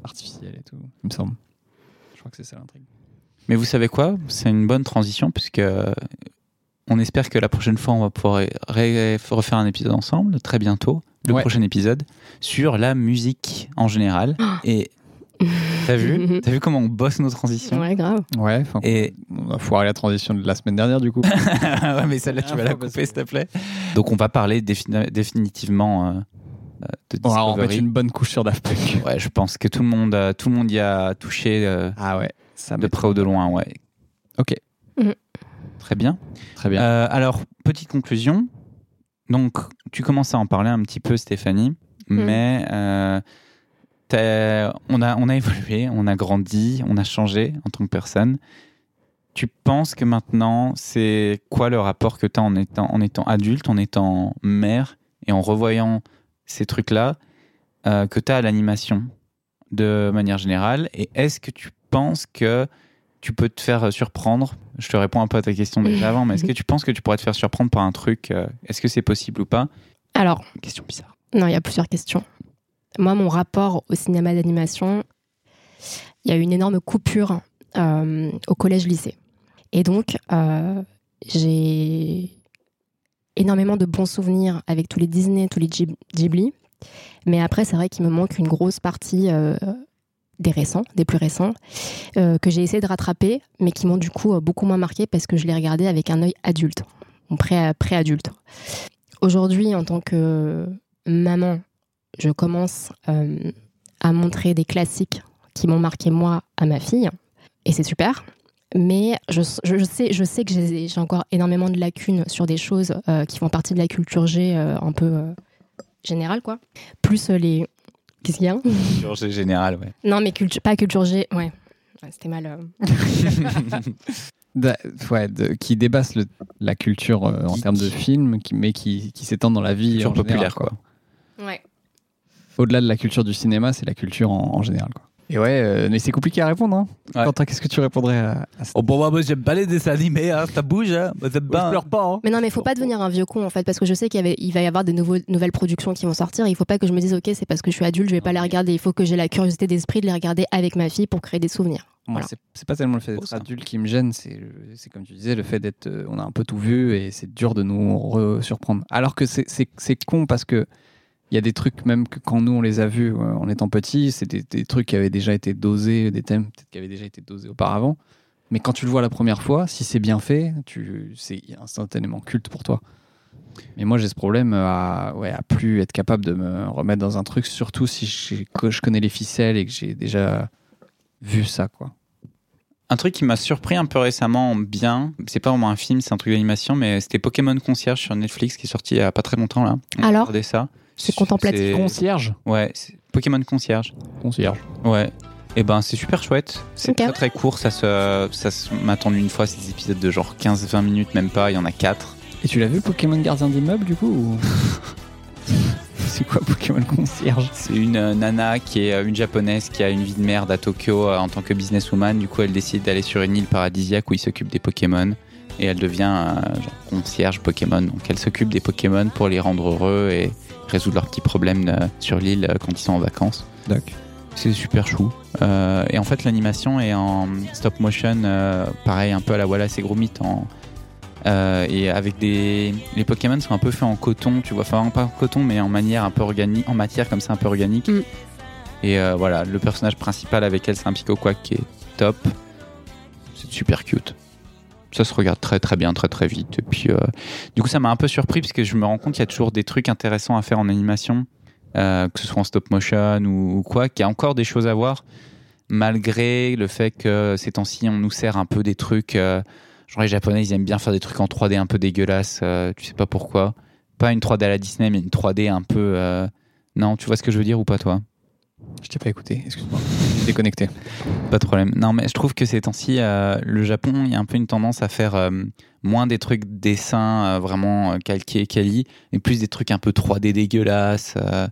Speaker 2: artificielle et tout il me semble je crois que c'est ça l'intrigue
Speaker 1: Mais vous savez quoi C'est une bonne transition puisque euh, on espère que la prochaine fois on va pouvoir ré- ré- refaire un épisode ensemble très bientôt. Le
Speaker 2: Ouais.
Speaker 1: prochain épisode sur la musique en général. Et t'as vu T'as vu comment on bosse nos transitions
Speaker 3: Ouais, grave.
Speaker 2: ouais enfin,
Speaker 1: Et
Speaker 2: on a foiré la transition de la semaine dernière du coup
Speaker 1: ouais, mais celle-là
Speaker 2: Ah,
Speaker 1: tu vas la couper s'il te plaît. Donc on va parler défini- définitivement euh, euh, de
Speaker 2: On va en
Speaker 1: Discovery.
Speaker 2: mettre une bonne couche sur Daft Punk.
Speaker 1: Ouais, je pense que tout le monde, euh, tout le monde y a touché euh,
Speaker 2: Ah ouais, ça
Speaker 1: de près ou de loin. Ouais.
Speaker 2: Ok,
Speaker 1: Très bien.
Speaker 2: très bien.
Speaker 1: Euh, alors, petite conclusion. Donc, tu commences à en parler un petit peu, Stéphanie, mais euh, t'as- on, a, on a évolué, on a grandi, on a changé en tant que personne. Tu penses que maintenant, c'est quoi le rapport que tu as en étant, en étant adulte, en étant mère et en revoyant ces trucs-là euh, que tu as à l'animation de manière générale Et est-ce que tu penses que tu peux te faire euh, surprendre Je te réponds un peu à ta question déjà avant, mais est-ce que tu penses que tu pourrais te faire surprendre par un truc euh, Est-ce que c'est possible ou pas
Speaker 3: Alors,
Speaker 1: Question bizarre.
Speaker 3: non, il y a plusieurs questions. Moi, mon rapport au cinéma d'animation, il y a eu une énorme coupure euh, au collège-lycée. Et donc, euh, j'ai énormément de bons souvenirs avec tous les Disney, tous les Ghib- Ghibli. Mais après, c'est vrai qu'il me manque une grosse partie euh, des récents, des plus récents, euh, que j'ai essayé de rattraper, mais qui m'ont du coup euh, beaucoup moins marqué parce que je les regardais avec un œil adulte, ou pré- pré-adulte. Aujourd'hui, en tant que euh, maman, je commence euh, à montrer des classiques qui m'ont marqué moi à ma fille, et c'est super. Mais je, je- je sais, je sais que j'ai j'ai encore énormément de lacunes sur des choses euh, qui font partie de la culture G euh, un peu euh, générale, quoi. Plus euh, les. Qu'est-ce qu'il y a
Speaker 1: Chirurgie générale, ouais.
Speaker 3: non, mais cultu- pas culture G, ouais. Ouais, C'était mal. euh.
Speaker 2: Da- bah, ouais, de- qui dépasse le- la culture euh, en termes de film, qui, mais qui, qui s'étend dans la vie
Speaker 1: Culture
Speaker 2: en général,
Speaker 1: populaire,
Speaker 2: quoi.
Speaker 3: Ouais.
Speaker 2: Au-delà de la culture du cinéma, c'est la culture en, en général. Quoi. Et ouais, euh, mais c'est compliqué à répondre. Hein. Quentin, qu'est-ce que tu répondrais à, à ça
Speaker 1: Oh, bon, bah, moi, j'aime pas les dessins animés, hein, ça bouge, hein. Moi, j'aime pas, hein.
Speaker 2: pas.
Speaker 3: Mais non, mais faut pas devenir un vieux con en fait, parce que je sais qu'il y avait- il va y avoir des nouveaux, nouvelles productions qui vont sortir. Il faut pas que je me dise, ok, c'est parce que je suis adulte, je vais pas les regarder. Il faut que j'ai la curiosité d'esprit de les regarder avec ma fille pour créer des souvenirs.
Speaker 2: Moi,
Speaker 3: Voilà.
Speaker 2: c'est- c'est pas tellement le fait d'être adulte qui me gêne, c'est le- c'est comme tu disais, le fait d'être. euh, on a un peu tout vu et c'est dur de nous re- surprendre. Alors que c'est- c'est c'est con parce que il y a des trucs, même que quand nous on les a vus euh, en étant petits, c'est des, des trucs qui avaient déjà été dosés, des thèmes peut-être qui avaient déjà été dosés auparavant. Mais quand tu le vois la première fois, si c'est bien fait, tu- c'est instantanément culte pour toi. Mais moi, j'ai ce problème à, ouais, à plus être capable de me remettre dans un truc, surtout si j'ai- que je connais les ficelles et que j'ai déjà vu ça, quoi.
Speaker 1: Un truc qui m'a surpris un peu récemment, en bien, c'est pas vraiment un film, c'est un truc d'animation, mais c'était Pokémon Concierge sur Netflix qui est sorti il y a pas très longtemps là. On a
Speaker 3: Alors
Speaker 1: regardé ça.
Speaker 3: C'est contemplatif.
Speaker 2: Concierge
Speaker 1: Ouais, c'est Pokémon Concierge.
Speaker 2: Concierge.
Speaker 1: Ouais. Et ben c'est super chouette. C'est
Speaker 3: Ok.
Speaker 1: très très court, ça se ça se- m'a attendu une fois ces épisodes de genre 15-20 minutes même pas, il y en a 4.
Speaker 2: Et tu l'as vu Pokémon Gardien d'immeuble du coup ou- C'est quoi Pokémon Concierge
Speaker 1: C'est une euh, nana qui est euh, une japonaise qui a une vie de merde à Tokyo euh, en tant que businesswoman. Du coup, elle décide d'aller sur une île paradisiaque où il s'occupe des Pokémon. Et elle devient euh, genre concierge Pokémon. Donc, elle s'occupe des Pokémon pour les rendre heureux et résoudre leurs petits problèmes euh, sur l'île euh, quand ils sont en vacances.
Speaker 2: D'accord.
Speaker 1: C'est super chou. Euh, et en fait, l'animation est en stop motion, euh, pareil, un peu à la Wallace et Gromit. En, euh, et avec des. Les Pokémon sont un peu faits en coton, tu vois. Enfin, pas en coton, mais en manière un peu organique, en matière comme ça, un peu organique. Et euh, voilà, le personnage principal avec elle, c'est un Picoquac qui est top. C'est super cute. Ça se regarde très très bien, très très vite. Et puis, euh, du coup, ça m'a un peu surpris parce que je me rends compte qu'il y a toujours des trucs intéressants à faire en animation, euh, que ce soit en stop motion ou, ou quoi, qu'il y a encore des choses à voir, malgré le fait que ces temps-ci, on nous sert un peu des trucs. euh, genre, les Japonais, ils aiment bien faire des trucs en 3D un peu dégueulasses, euh, tu sais pas pourquoi. Pas une 3D à la Disney, mais une 3D un peu. euh, Non, tu vois ce que je veux dire ou pas, toi
Speaker 2: Je t'ai pas écouté, excuse-moi. J'ai déconnecté.
Speaker 1: Pas de problème. Non, mais je trouve que ces temps-ci, euh, le Japon, il y a un peu une tendance à faire euh, moins des trucs dessins euh, vraiment euh, calqués, quali, et plus des trucs un peu 3D dégueulasses. euh,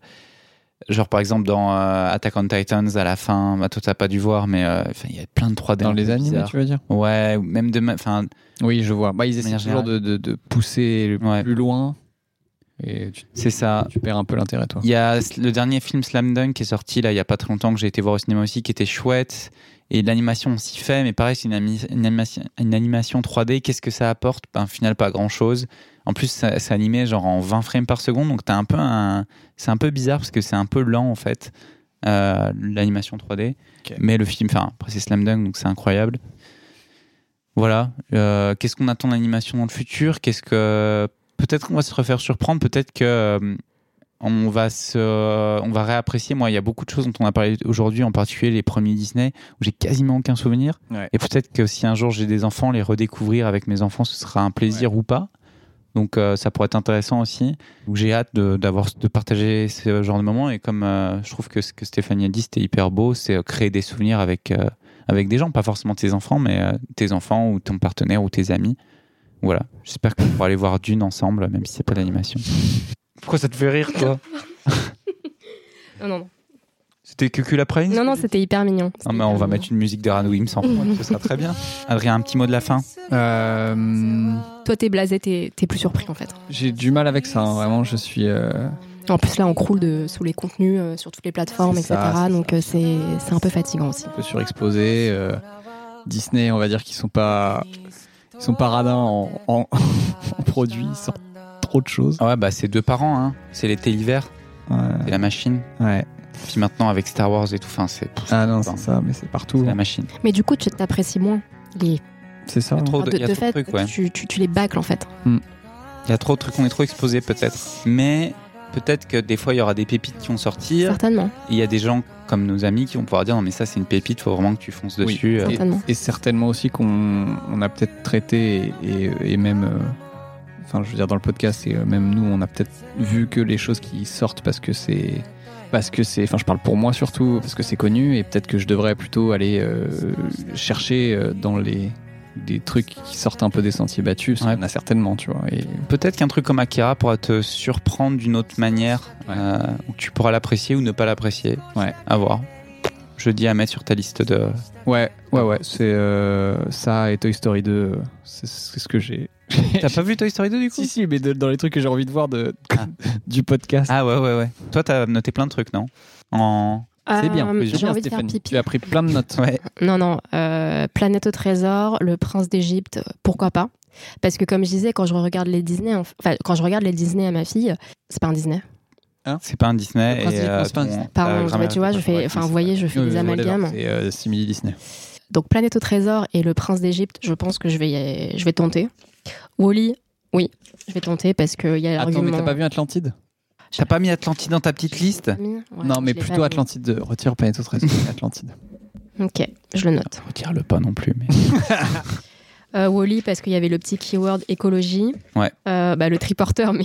Speaker 1: genre, par exemple, dans euh, Attack on Titans, à la fin, bah, toi, t'as pas dû voir, mais euh, enfin, il y a plein de 3D.
Speaker 2: Dans
Speaker 1: un
Speaker 2: les
Speaker 1: peu
Speaker 2: animés,
Speaker 1: bizarres.
Speaker 2: tu veux dire
Speaker 1: Ouais, ou même de. ma- Enfin,
Speaker 2: Oui, je vois. Bah, ils
Speaker 1: De
Speaker 2: essaient
Speaker 1: manière
Speaker 2: toujours de, de- de pousser le plus loin. Et tu,
Speaker 1: c'est ça.
Speaker 2: Tu perds un peu l'intérêt, toi.
Speaker 1: Il y a s- le dernier film Slam Dunk qui est sorti là il y a pas très longtemps que j'ai été voir au cinéma aussi qui était chouette et de l'animation on s'y fait mais pareil c'est une, ami- une animation, une animation 3D qu'est-ce que ça apporte ben, au final pas grand chose en plus ça- c'est animé genre en 20 frames par seconde donc t'as un peu un c'est un peu bizarre parce que c'est un peu lent en fait euh, l'animation 3D mais le film enfin après c'est Slam Dunk donc c'est incroyable voilà. Euh, Qu'est-ce qu'on attend d'animation dans le futur Qu'est-ce que peut-être qu'on va se refaire surprendre Peut-être que euh, on va se, on va réapprécier. Moi, il y a beaucoup de choses dont on a parlé aujourd'hui, en particulier les premiers Disney où j'ai quasiment aucun souvenir.
Speaker 2: Ouais.
Speaker 1: Et peut-être que si un jour j'ai des enfants, les redécouvrir avec mes enfants, ce sera un plaisir ou pas. Donc euh, ça pourrait être intéressant aussi. Donc, J'ai hâte de, d'avoir, de partager ce genre de moments. Et comme euh, je trouve que ce que Stéphanie a dit, c'était hyper beau, c'est euh, créer des souvenirs avec, euh, avec des gens, pas forcément tes enfants, mais euh, tes enfants ou ton partenaire ou tes amis. Voilà, j'espère qu'on pourra aller voir Dune ensemble, même si c'est pas d'animation. Pourquoi ça te fait rire, toi
Speaker 3: Non, non, non.
Speaker 1: C'était Cucul après
Speaker 3: non, non, c'était hyper mignon.
Speaker 1: Ah, mais on va mettre une musique de Ranwim sans faute, ce sera très bien. Adrien, un petit mot de la fin
Speaker 3: Toi, t'es blasé, t'es t'es plus surpris en fait.
Speaker 2: Euh, J'ai du mal avec ça, hein, vraiment. Je suis. euh,
Speaker 3: En plus, là, on croule de, sous les contenus, euh, sur toutes les plateformes,
Speaker 2: C'est
Speaker 3: etc.
Speaker 2: ça, c'est
Speaker 3: donc, euh, c'est c'est un peu fatigant aussi.
Speaker 2: un peu surexposé. euh, Disney, on va dire qu'ils sont pas, ils sont pas radins en, en, en produits, ils sortent trop de choses.
Speaker 1: Ouais, bah c'est deux par an, hein. c'est l'été, l'hiver, c'est la machine.
Speaker 2: Ouais.
Speaker 1: Puis maintenant avec Star Wars et tout, enfin c'est.
Speaker 2: Ah non, c'est ça, mais c'est partout. hein.
Speaker 1: La machine.
Speaker 3: Mais du coup, tu t'apprécies moins. Les...
Speaker 2: C'est ça.
Speaker 1: Trop de-
Speaker 3: de,
Speaker 1: il y a
Speaker 3: de
Speaker 1: trop de
Speaker 3: fait,
Speaker 1: trucs, ouais.
Speaker 3: tu, tu- tu les bâcles en fait.
Speaker 1: Il y a trop de trucs, on est trop exposé peut-être. Mais peut-être que des fois il y aura des pépites qui vont sortir.
Speaker 3: Certainement.
Speaker 1: Il y a des gens comme nos amis qui vont pouvoir dire non mais ça c'est une pépite, faut vraiment que tu fonces
Speaker 2: Oui.
Speaker 1: dessus.
Speaker 2: Et- hein. Et, certainement aussi qu'on on a peut-être traité et, et- et même, euh, enfin je veux dire dans le podcast et euh, même nous, on a peut-être vu que les choses qui sortent parce que c'est parce que c'est, enfin je parle pour moi surtout parce que c'est connu et peut-être que je devrais plutôt aller euh, chercher euh, dans les des trucs qui sortent un peu des sentiers battus, parce qu'il y en a certainement, tu vois. Et...
Speaker 1: Peut-être qu'un truc comme Akira pourra te surprendre d'une autre manière, euh, où tu pourras l'apprécier ou ne pas l'apprécier.
Speaker 2: Ouais.
Speaker 1: À voir. Je dis à mettre sur ta liste de.
Speaker 2: Ouais, ouais, ouais, c'est euh, ça et Toy Story 2, euh, c'est c'est ce que j'ai.
Speaker 1: T'as pas vu Toy Story 2 du coup
Speaker 2: Si, si, mais de- dans les trucs que j'ai envie de voir de, du podcast.
Speaker 1: Ah ouais, ouais, ouais. Toi, t'as noté plein de trucs, non En.
Speaker 2: C'est bien,
Speaker 3: Euh,
Speaker 2: c'est
Speaker 3: j'ai
Speaker 2: bien,
Speaker 3: envie de faire
Speaker 2: Stéphanie.
Speaker 3: pipi.
Speaker 2: Tu as pris plein de notes.
Speaker 1: Ouais.
Speaker 3: Non, non. euh, Planète au trésor, Le Prince d'Égypte, euh, pourquoi pas Parce que comme je disais, quand je regarde les Disney, en f- enfin quand je regarde les Disney à ma fille, c'est pas un Disney.
Speaker 1: C'est pas un Disney.
Speaker 2: Le prince
Speaker 1: et, euh,
Speaker 2: d'Égypte, non, c'est pas un
Speaker 1: ton-
Speaker 2: Disney.
Speaker 1: ta
Speaker 3: Pardon,
Speaker 1: grand-mère
Speaker 3: tu vois,
Speaker 1: était
Speaker 3: je
Speaker 1: pas
Speaker 3: fais,
Speaker 1: correcte,
Speaker 3: enfin,
Speaker 1: c'est
Speaker 3: vous voyez, je fais
Speaker 2: Euh,
Speaker 3: des
Speaker 2: whatever,
Speaker 3: amalgames.
Speaker 2: C'est euh, simili Disney.
Speaker 3: Donc Planète au trésor et Le Prince d'Égypte, je pense que je vais, je vais tenter. Wally, oui, je vais tenter parce qu'il y a
Speaker 2: Attends, mais
Speaker 3: l'argument.
Speaker 2: t'as pas vu Atlantide
Speaker 1: T'as pas mis Atlantide dans ta petite liste
Speaker 3: euh, Ouais,
Speaker 2: Non, mais
Speaker 3: je l'ai
Speaker 2: plutôt
Speaker 3: pas
Speaker 2: Atlantide. euh, Retire Planète aux Trésors, Atlantide.
Speaker 3: mis. Ok, je le note.
Speaker 1: Retire-le pas non plus. Mais...
Speaker 3: Euh, Wally parce qu'il y avait le petit keyword écologie.
Speaker 1: Ouais.
Speaker 3: Euh, bah, le triporteur, mais.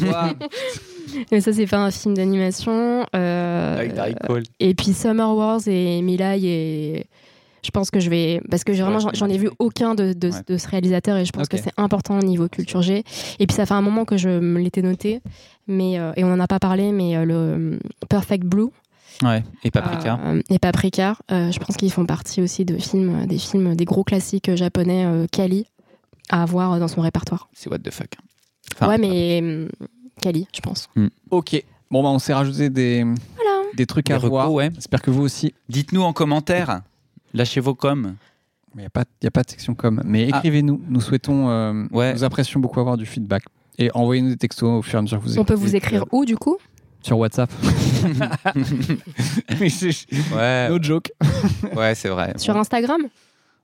Speaker 3: mais ça, c'est pas un film d'animation. Euh,
Speaker 1: Avec Darry Cole.
Speaker 3: Et puis Summer Wars et Milaï et. Je pense que je vais. Parce que j'ai vraiment,
Speaker 1: Ouais,
Speaker 3: j'en- j'en ai vu aucun de, de-
Speaker 1: Ouais.
Speaker 3: de ce réalisateur et je pense
Speaker 1: Ok.
Speaker 3: que c'est important au niveau culture G. Et puis ça fait un moment que je me l'étais noté, mais, euh, et on n'en a pas parlé, mais euh, le euh, Perfect Blue
Speaker 1: Ouais, et Paprika.
Speaker 3: euh, et Paprika, euh, je pense qu'ils font partie aussi de films, des films, des gros classiques euh, japonais, euh, Kali, à avoir euh, dans son répertoire.
Speaker 1: C'est what the fuck. Enfin,
Speaker 3: ouais, mais euh, Kali, je pense.
Speaker 2: Ok. Bon, bah, on s'est rajouté des, des trucs à
Speaker 1: Des recos,
Speaker 2: revoir.
Speaker 1: ouais.
Speaker 2: J'espère que vous aussi.
Speaker 1: Dites-nous en commentaire. Lâchez vos coms.
Speaker 2: Il n'y a, pas- y a pas de section com. Mais écrivez-nous. Nous souhaitons. euh,
Speaker 1: Ouais.
Speaker 2: Nous apprécions beaucoup avoir du feedback. Et envoyez-nous des textos au fur et à mesure que vous
Speaker 3: On peut vous écrire où, du coup
Speaker 2: Sur WhatsApp. Mais c'est-
Speaker 1: Ouais.
Speaker 2: No joke.
Speaker 1: Ouais, c'est vrai.
Speaker 3: Sur Instagram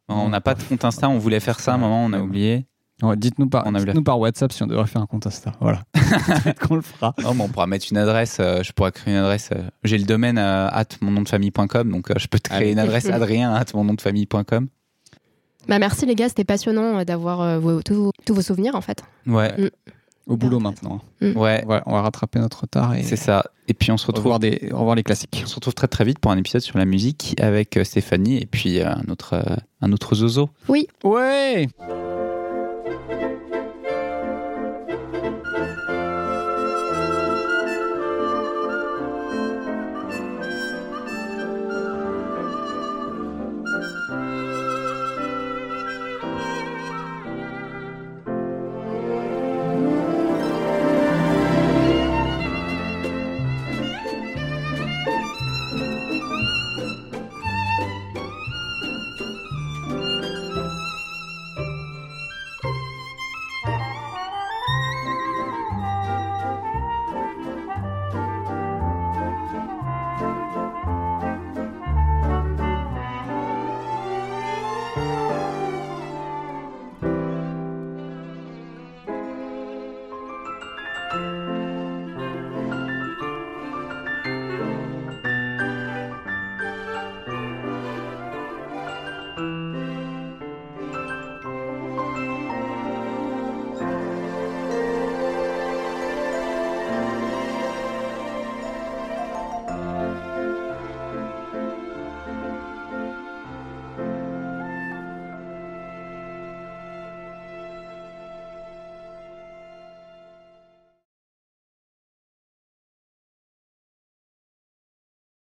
Speaker 1: On n'a pas de compte Insta, on voulait faire ça à un moment, on a oublié.
Speaker 2: Ouais, dites-nous par,
Speaker 1: On a oublié.
Speaker 2: dites-nous par WhatsApp si on devrait faire un compte Insta. Voilà. Peut-être qu'on le fera.
Speaker 1: Oh, mais on pourra mettre une adresse, euh, je pourrais créer une adresse. euh, J'ai le domaine euh, at mon nom de famille.com, donc euh, je peux te créer
Speaker 2: Allez.
Speaker 1: une adresse adrien at mon nom de famille.com.
Speaker 3: bah, Merci, les gars, c'était passionnant euh, d'avoir euh, vos- tous, vos- tous vos souvenirs, en fait.
Speaker 1: Ouais,
Speaker 3: Mm.
Speaker 2: Au boulot maintenant.
Speaker 3: Mm.
Speaker 1: ouais,
Speaker 2: Voilà, on va rattraper notre retard et
Speaker 1: c'est ça. Et puis on se retrouve,
Speaker 2: revoir, des, revoir les classiques.
Speaker 1: on se retrouve très très vite pour un épisode sur la musique avec euh, Stéphanie et puis euh, un, autre, euh, un autre zozo.
Speaker 3: Oui.
Speaker 2: Ouais!